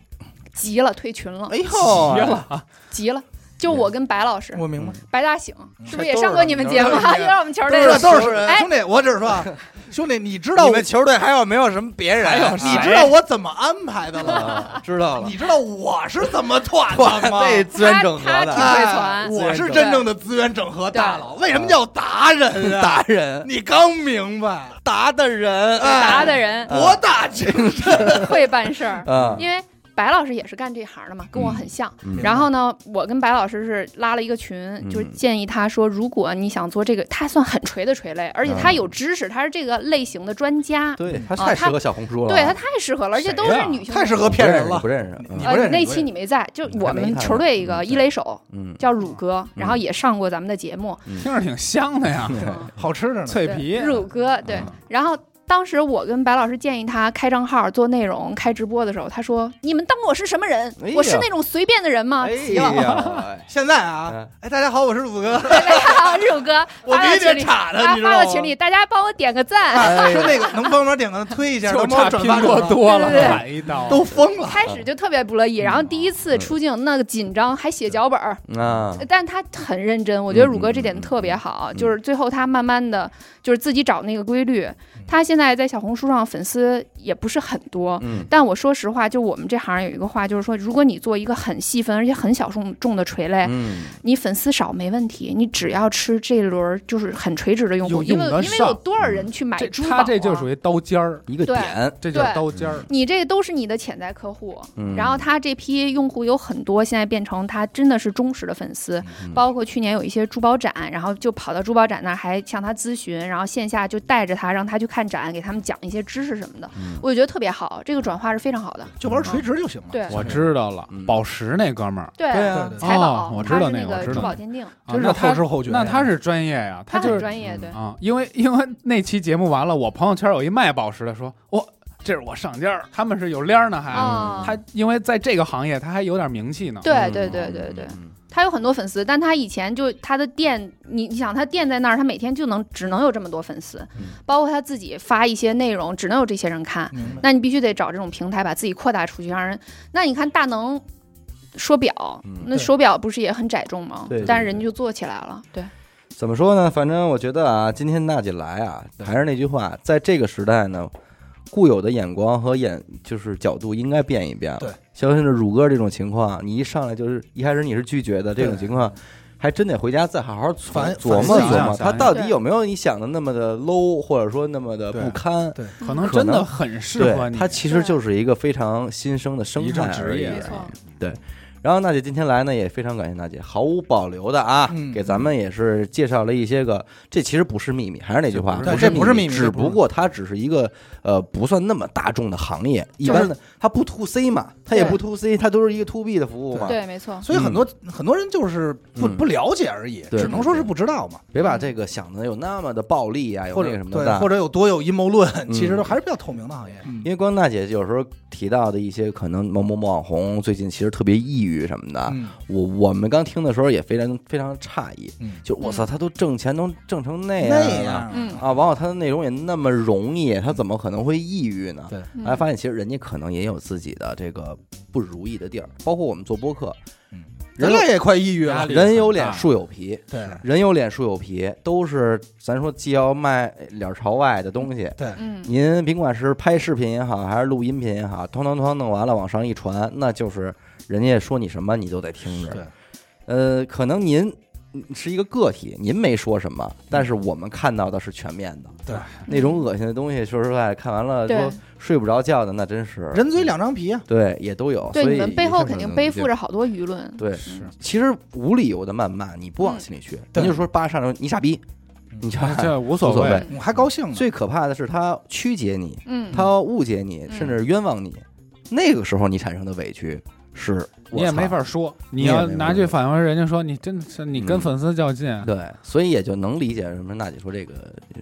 [SPEAKER 4] 急了退群了，
[SPEAKER 1] 哎呦，
[SPEAKER 3] 绝了，
[SPEAKER 4] 急了。就我跟白老师，
[SPEAKER 2] 我明白，
[SPEAKER 4] 白大醒是不是也上过你们节目？
[SPEAKER 2] 嗯都是
[SPEAKER 4] 也是我们球队
[SPEAKER 2] 都
[SPEAKER 4] 的
[SPEAKER 2] 是都是
[SPEAKER 4] 哎
[SPEAKER 2] 兄弟，我只是说啊，兄弟，你知道
[SPEAKER 1] 你
[SPEAKER 2] 我
[SPEAKER 1] 们球队还有没有什么别人？
[SPEAKER 3] 还有
[SPEAKER 2] 你
[SPEAKER 3] 谁
[SPEAKER 2] 知道我怎么安排的了？
[SPEAKER 1] 啊知道了
[SPEAKER 2] 你，知道我是怎么团
[SPEAKER 1] 哇，
[SPEAKER 2] 的吗？
[SPEAKER 1] 这资源整合
[SPEAKER 4] 他
[SPEAKER 1] 的
[SPEAKER 4] 他
[SPEAKER 2] 哎
[SPEAKER 4] 会团
[SPEAKER 2] 我是真正的资源整合大佬。为什么叫达人啊？
[SPEAKER 1] 达人，
[SPEAKER 2] 你刚明白，
[SPEAKER 1] 达的人，
[SPEAKER 2] 哎哎
[SPEAKER 4] 答的人
[SPEAKER 2] 博大精深。
[SPEAKER 4] 会办事儿，
[SPEAKER 1] 啊，
[SPEAKER 4] 因为白老师也是干这行的嘛，跟我很像。
[SPEAKER 1] 嗯
[SPEAKER 4] 然后呢，我跟白老师是拉了一个
[SPEAKER 2] 嗯
[SPEAKER 4] 群，就是建议他说，如果你想做这个，他算很锤的锤类，而且
[SPEAKER 2] 嗯
[SPEAKER 4] 他有知识，他是这个类型的专家，
[SPEAKER 1] 对他
[SPEAKER 4] 啊
[SPEAKER 1] 太适
[SPEAKER 4] 他
[SPEAKER 1] 合小红书了，
[SPEAKER 4] 对他太适合了，而且都
[SPEAKER 3] 谁
[SPEAKER 4] 是
[SPEAKER 3] 呀
[SPEAKER 4] 女性，
[SPEAKER 2] 太适合
[SPEAKER 1] 不
[SPEAKER 2] 骗
[SPEAKER 1] 认
[SPEAKER 2] 人
[SPEAKER 1] 识
[SPEAKER 2] 了
[SPEAKER 1] 你不认识，
[SPEAKER 2] 你
[SPEAKER 1] 嗯
[SPEAKER 2] 不认
[SPEAKER 4] 呃，
[SPEAKER 2] 识
[SPEAKER 4] 那
[SPEAKER 2] 你
[SPEAKER 4] 期你没在，就
[SPEAKER 1] 你
[SPEAKER 4] 我
[SPEAKER 1] 还没
[SPEAKER 4] 们
[SPEAKER 1] 看
[SPEAKER 4] 球
[SPEAKER 1] 呢
[SPEAKER 4] 队一个
[SPEAKER 1] 嗯
[SPEAKER 4] 一垒手
[SPEAKER 1] 嗯，
[SPEAKER 4] 叫乳哥，然后也上过咱们的节目，
[SPEAKER 3] 听着挺香的呀，
[SPEAKER 2] 好吃着呢。
[SPEAKER 3] 脆皮
[SPEAKER 4] 对乳
[SPEAKER 2] 啊
[SPEAKER 4] 哥对
[SPEAKER 1] 嗯。
[SPEAKER 4] 然后当时我跟白老师建议他开账号做内容、开直播的时候，他说：“你们当我是什么人
[SPEAKER 1] 哎？呀
[SPEAKER 4] 我是那种随便的人吗？”
[SPEAKER 1] 哎
[SPEAKER 4] 急了，
[SPEAKER 1] 呀，
[SPEAKER 2] 现在啊
[SPEAKER 1] 嗯，
[SPEAKER 2] 哎，大家好，我是五哥。
[SPEAKER 4] 乳哥
[SPEAKER 2] 我
[SPEAKER 4] 发到
[SPEAKER 2] 比
[SPEAKER 4] 群
[SPEAKER 2] 你
[SPEAKER 4] 里，
[SPEAKER 2] 差的，
[SPEAKER 4] 他
[SPEAKER 2] 你知道
[SPEAKER 4] 发
[SPEAKER 2] 吗啊
[SPEAKER 4] 到？群里，大家帮我点个赞。
[SPEAKER 1] 哎
[SPEAKER 2] 说
[SPEAKER 1] 呀，
[SPEAKER 2] 那个能帮忙点个推一下，
[SPEAKER 3] 就
[SPEAKER 2] 能帮
[SPEAKER 3] 差
[SPEAKER 2] 我转
[SPEAKER 3] 苹
[SPEAKER 2] 发
[SPEAKER 3] 果
[SPEAKER 2] 转发。
[SPEAKER 3] 多了
[SPEAKER 4] 对对对
[SPEAKER 3] 买一刀，
[SPEAKER 2] 都疯了，嗯
[SPEAKER 4] 开始就特别不乐意，然后第一次出镜那个紧张，还写脚本儿，
[SPEAKER 1] 啊，
[SPEAKER 2] 嗯
[SPEAKER 4] 但他很认真，我觉得
[SPEAKER 1] 嗯
[SPEAKER 4] 乳哥这点特别好，就是最后他慢慢的就是自己找那个规
[SPEAKER 2] 嗯
[SPEAKER 4] 律。他现在在小红书上粉丝也不是很多，
[SPEAKER 1] 嗯
[SPEAKER 4] 但我说实话，就我们这行有一个话，就是说，如果你做一个很细分而且很小众众的垂类，
[SPEAKER 1] 嗯，
[SPEAKER 4] 你粉丝少没问题，你只要吃这轮儿就是很垂直的用户，
[SPEAKER 3] 有
[SPEAKER 4] 因
[SPEAKER 3] 用
[SPEAKER 4] 为
[SPEAKER 3] 得
[SPEAKER 4] 因为
[SPEAKER 3] 上嗯
[SPEAKER 4] 有多少人去买
[SPEAKER 3] 这
[SPEAKER 4] 珠宝、啊
[SPEAKER 3] 他这就属于刀尖儿，
[SPEAKER 1] 一个
[SPEAKER 4] 对
[SPEAKER 1] 点，
[SPEAKER 3] 这就是
[SPEAKER 4] 对
[SPEAKER 3] 刀尖儿。
[SPEAKER 4] 你这都是你的潜在客户，
[SPEAKER 1] 嗯
[SPEAKER 4] 然后他这批用户有很多，现在变成他真的是忠实的粉丝，
[SPEAKER 1] 嗯
[SPEAKER 4] 包括去年有一些珠宝展，然后就跑到珠宝展那儿还向他咨询，然后线下就带着他让他去看展，给他们讲一些知识什么的，
[SPEAKER 1] 嗯
[SPEAKER 4] 我就觉得特别好，这个转化是非常好的。
[SPEAKER 2] 就玩垂直就行了。
[SPEAKER 4] 对
[SPEAKER 3] 我知道了
[SPEAKER 1] 嗯，
[SPEAKER 3] 宝石那哥们儿，
[SPEAKER 4] 对
[SPEAKER 2] 对啊
[SPEAKER 4] 财宝，
[SPEAKER 3] 哦我知
[SPEAKER 4] 他
[SPEAKER 3] 道
[SPEAKER 4] 是
[SPEAKER 3] 那个我
[SPEAKER 4] 个
[SPEAKER 3] 知道
[SPEAKER 4] 珠
[SPEAKER 3] 那
[SPEAKER 4] 宝
[SPEAKER 3] 个
[SPEAKER 4] 鉴定，
[SPEAKER 3] 啊
[SPEAKER 2] 真是
[SPEAKER 3] 那他
[SPEAKER 2] 后知后觉呀。
[SPEAKER 3] 那他是专业呀，
[SPEAKER 4] 他
[SPEAKER 3] 就
[SPEAKER 4] 很
[SPEAKER 3] 是
[SPEAKER 4] 专业，对。
[SPEAKER 3] 啊，因为因为那期节目完了，我朋友圈有一卖宝石的说，我这是我上家儿，他们是有链儿呢还，
[SPEAKER 4] 啊，
[SPEAKER 3] 他因为在这个行业他还有点名气呢，
[SPEAKER 1] 啊嗯
[SPEAKER 4] 对对对对对，他有很多粉丝，但他以前就他的店，你你想他店在那儿，他每天就能只能有这么多粉丝，包括他自己发一些内容，只能有这些人看。
[SPEAKER 2] 明白。
[SPEAKER 4] 那你必须得找这种平台把自己扩大出去，让人。那你看大能说表，
[SPEAKER 1] 嗯
[SPEAKER 4] 那手表不是也很窄众吗？
[SPEAKER 1] 对对
[SPEAKER 4] 但是人家就做起来了，对，
[SPEAKER 1] 怎么说呢？反正我觉得啊，今天娜姐来啊，还是那句话，在这个时代呢，固有的眼光和眼就是角度应该变一变了。
[SPEAKER 2] 对，
[SPEAKER 1] 像现在乳哥这种情况，你一上来就是一开始你是拒绝的这种
[SPEAKER 2] 对
[SPEAKER 1] 情况，还真得回家再好好琢
[SPEAKER 2] 反
[SPEAKER 1] 琢磨
[SPEAKER 2] 反思一
[SPEAKER 1] 琢
[SPEAKER 3] 下
[SPEAKER 1] 磨，
[SPEAKER 3] 想一
[SPEAKER 1] 他
[SPEAKER 3] 想
[SPEAKER 1] 到底
[SPEAKER 4] 对
[SPEAKER 1] 有没有你想的那么的 low，或者说那么的
[SPEAKER 2] 对
[SPEAKER 1] 不堪。
[SPEAKER 2] 对，
[SPEAKER 3] 可能
[SPEAKER 1] 可
[SPEAKER 3] 真的
[SPEAKER 1] 能
[SPEAKER 3] 很适合
[SPEAKER 1] 对，
[SPEAKER 3] 你。
[SPEAKER 1] 它其实
[SPEAKER 4] 对
[SPEAKER 1] 就是一个非常新生的生
[SPEAKER 3] 一种
[SPEAKER 1] 态
[SPEAKER 3] 职
[SPEAKER 1] 而已
[SPEAKER 3] 业
[SPEAKER 4] 没错
[SPEAKER 1] 啊。对，然后娜姐今天来呢，也非常感谢娜姐，毫无保留的啊，
[SPEAKER 2] 嗯
[SPEAKER 1] 给咱们也是介绍了一些个，这其实不是秘密，还是那句话，
[SPEAKER 2] 对这不是秘密
[SPEAKER 1] 只不过它只是一个呃不算那么大众的行业，
[SPEAKER 2] 嗯
[SPEAKER 1] 一般的它不 to C 嘛，它也不 to C，它都是一个 to B 的服务嘛。
[SPEAKER 4] 对，没错，
[SPEAKER 2] 所以很多很多人就是不
[SPEAKER 1] 嗯
[SPEAKER 2] 不了解而已，
[SPEAKER 1] 对
[SPEAKER 2] 只能说是不知道嘛，
[SPEAKER 1] 别把这个想的有那么的暴力啊，有
[SPEAKER 2] 或
[SPEAKER 1] 那
[SPEAKER 2] 者
[SPEAKER 1] 个什么
[SPEAKER 2] 对
[SPEAKER 1] 的，，
[SPEAKER 2] 或者有多有阴谋论，
[SPEAKER 1] 嗯
[SPEAKER 2] 其实都还是比较透明的行业。
[SPEAKER 1] 因为光娜姐有时候提到的一些可能某某某网红最近其实特别抑郁什么的，
[SPEAKER 2] 嗯，
[SPEAKER 1] 我我们刚听的时候也非常非常诧异，
[SPEAKER 2] 嗯
[SPEAKER 1] 就我操，他都挣钱能挣成那样
[SPEAKER 2] 那
[SPEAKER 1] 了
[SPEAKER 2] 样，
[SPEAKER 4] 嗯，
[SPEAKER 1] 啊，完后他的内容也那么容易，他怎么可能会抑郁呢？
[SPEAKER 2] 对，
[SPEAKER 4] 嗯
[SPEAKER 1] 后来哎发现其实人家可能也有自己的这个不如意的地儿，包括我们做播客，
[SPEAKER 2] 嗯
[SPEAKER 1] 人
[SPEAKER 2] 人类也快抑郁了
[SPEAKER 3] 压，力
[SPEAKER 1] 人有
[SPEAKER 3] 很大
[SPEAKER 1] 脸树有皮，
[SPEAKER 2] 对
[SPEAKER 1] 人有脸树有皮，都是咱说既要卖脸朝外的东西，
[SPEAKER 2] 对，
[SPEAKER 4] 嗯，
[SPEAKER 1] 您甭管是拍视频也好，还是录音频也好，哐哐哐弄完了往上一传，那就是人家说你什么你都得听着。
[SPEAKER 2] 对，
[SPEAKER 1] 呃，可能您是一个个体，您没说什么，但是我们看到的是全面的。
[SPEAKER 2] 对，
[SPEAKER 1] 那种恶心的东西，说实在，看完了
[SPEAKER 4] 嗯对
[SPEAKER 1] 说睡不着觉的，那真是
[SPEAKER 2] 人嘴两张皮啊，
[SPEAKER 1] 对，也都有。
[SPEAKER 4] 对
[SPEAKER 1] 所以
[SPEAKER 4] 你们背后肯定背负
[SPEAKER 1] 着。
[SPEAKER 4] 着好多舆论。
[SPEAKER 1] 对，
[SPEAKER 3] 是
[SPEAKER 1] 其实无理由的谩骂，你不
[SPEAKER 4] 嗯
[SPEAKER 1] 往心里去，
[SPEAKER 2] 对
[SPEAKER 1] 咱就说八上来你傻逼，你瞧，
[SPEAKER 3] 嗯这无
[SPEAKER 1] 无所谓
[SPEAKER 3] 谓。
[SPEAKER 2] 我还高兴呢。
[SPEAKER 1] 最可怕的是他曲解你，
[SPEAKER 4] 嗯，
[SPEAKER 1] 他误解你，
[SPEAKER 4] 嗯
[SPEAKER 1] 甚至冤枉你。那个时候你产生的委屈是，
[SPEAKER 3] 你也
[SPEAKER 1] 我操
[SPEAKER 3] 没。法说，你
[SPEAKER 1] 你也
[SPEAKER 3] 要
[SPEAKER 1] 没法
[SPEAKER 3] 拿去
[SPEAKER 1] 说
[SPEAKER 3] 反问人家说，你真的是你跟
[SPEAKER 1] 嗯
[SPEAKER 3] 粉丝较劲，
[SPEAKER 1] 对，所以也就能理解什么娜姐说这个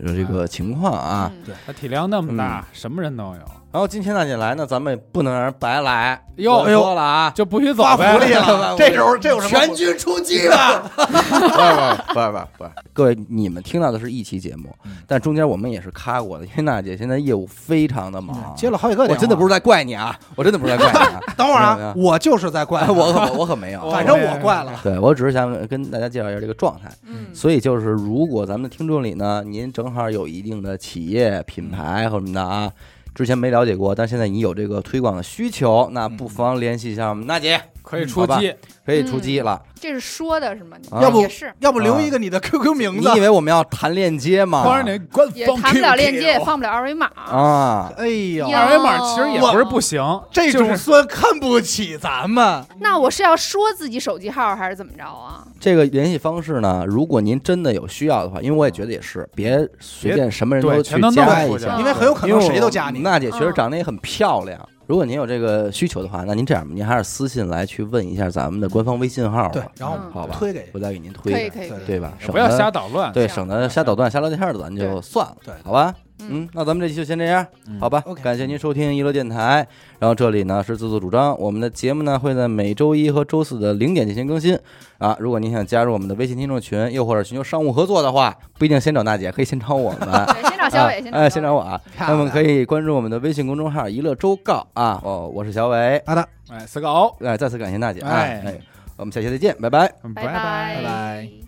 [SPEAKER 1] 呃这个情况啊。
[SPEAKER 4] 嗯
[SPEAKER 2] 对
[SPEAKER 3] 他体量那么
[SPEAKER 1] 嗯
[SPEAKER 3] 大，什么人都有，
[SPEAKER 1] 然后今天娜姐来呢，咱们不能让人白来，
[SPEAKER 3] 哟哎
[SPEAKER 1] 我说了啊，
[SPEAKER 3] 就不许走
[SPEAKER 2] 发
[SPEAKER 3] 呗
[SPEAKER 2] 福利。 了，这时候这有什么？
[SPEAKER 1] 全军出击 吧！不是不是不是不是，各位，你们听到的是一期节目，但中间我们也是咔过的，因为娜姐现在业务非常的忙，啊
[SPEAKER 2] 嗯接了好几个电
[SPEAKER 1] 我
[SPEAKER 2] 话，
[SPEAKER 1] 真的不是在怪你啊，我真的不是在怪 你啊，
[SPEAKER 2] 等会儿
[SPEAKER 1] 没有
[SPEAKER 2] 啊，
[SPEAKER 1] 没
[SPEAKER 2] 我就是在怪
[SPEAKER 1] 有我可我可没有，啊
[SPEAKER 3] 我
[SPEAKER 2] 反正我怪了。
[SPEAKER 1] 对我只是想跟大家介绍一下这个状态。
[SPEAKER 4] 嗯
[SPEAKER 1] 所以就是，如果咱们的听众里呢，您正好有一定的企业品牌和什么的
[SPEAKER 2] 嗯
[SPEAKER 1] 啊，之前没了解过，但现在你有这个推广的需求，那
[SPEAKER 2] 嗯
[SPEAKER 1] 不妨联系一下我们娜姐，嗯
[SPEAKER 3] 可以出击，
[SPEAKER 1] 可以出
[SPEAKER 2] 嗯
[SPEAKER 1] 击了。
[SPEAKER 4] 这是说的是吗？你
[SPEAKER 1] 啊
[SPEAKER 2] 要不
[SPEAKER 4] 也是，
[SPEAKER 2] 要不留一个你的 QQ 名
[SPEAKER 1] 你
[SPEAKER 2] 字？
[SPEAKER 1] 以为我们要谈链接 吗？
[SPEAKER 3] 当然得官
[SPEAKER 4] 也
[SPEAKER 3] 方
[SPEAKER 4] 谈不了链接，也
[SPEAKER 3] QQ
[SPEAKER 4] 放不了二维码。
[SPEAKER 1] 啊，
[SPEAKER 2] 哎呦，
[SPEAKER 4] 呀
[SPEAKER 3] 二维码其实也不是不行，
[SPEAKER 2] 这
[SPEAKER 3] 就
[SPEAKER 2] 种
[SPEAKER 3] 是
[SPEAKER 2] 算看不起咱们。
[SPEAKER 4] 那我是要说自己手机号还是怎么着啊？
[SPEAKER 1] 这个联系方式呢，如果您真的有需要的话，因为我也觉得也是，别随便什么人
[SPEAKER 3] 对
[SPEAKER 1] 都
[SPEAKER 3] 全
[SPEAKER 1] 去
[SPEAKER 3] 都弄
[SPEAKER 1] 加
[SPEAKER 3] 出
[SPEAKER 1] 一
[SPEAKER 3] 去
[SPEAKER 1] 下
[SPEAKER 4] 嗯，
[SPEAKER 2] 因为很有可能谁都加你。
[SPEAKER 1] 娜姐确实长得也很漂亮。如果您有这个需求的话，那您这样吧，您还是私信来去问一下咱们的官方微信号吧。
[SPEAKER 2] 对，然后
[SPEAKER 4] 嗯
[SPEAKER 1] 好吧，
[SPEAKER 2] 推给
[SPEAKER 1] 我再给您推
[SPEAKER 4] 可以
[SPEAKER 1] 一
[SPEAKER 4] 可
[SPEAKER 1] 下，
[SPEAKER 4] 以可
[SPEAKER 2] 对
[SPEAKER 4] 以，
[SPEAKER 1] 对吧？省
[SPEAKER 3] 不要
[SPEAKER 1] 得
[SPEAKER 3] 瞎捣乱。
[SPEAKER 1] 对，
[SPEAKER 4] 这样
[SPEAKER 1] 省得瞎捣乱、瞎聊天的，咱就
[SPEAKER 4] 对
[SPEAKER 1] 算了，
[SPEAKER 2] 对
[SPEAKER 1] 好吧？
[SPEAKER 4] 嗯
[SPEAKER 1] 嗯，那咱们这期就先这样，好吧嗯
[SPEAKER 2] OK
[SPEAKER 1] 感谢您收听娱乐电台。然后这里呢是自作主张，我们的节目呢会在每周一和周四的零点进行更新啊。如果您想加入我们的微信听众群，又或者寻求商务合作的话，不一定先找娜姐，可以先找我们。
[SPEAKER 4] 对，先找小伟，先
[SPEAKER 1] 啊哎，
[SPEAKER 4] 找
[SPEAKER 1] 先找我啊。
[SPEAKER 2] 漂
[SPEAKER 1] 那
[SPEAKER 2] 亮
[SPEAKER 1] 么可以关注我们的微信公众号“娱乐周告”啊。哦，我是小伟。
[SPEAKER 2] 好的。
[SPEAKER 3] 哎，死狗，
[SPEAKER 1] 哎，再次感谢娜姐啊。
[SPEAKER 3] 哎
[SPEAKER 1] 哎，我们下期再见，拜拜。
[SPEAKER 4] 拜
[SPEAKER 3] 拜
[SPEAKER 2] 拜拜
[SPEAKER 4] 拜。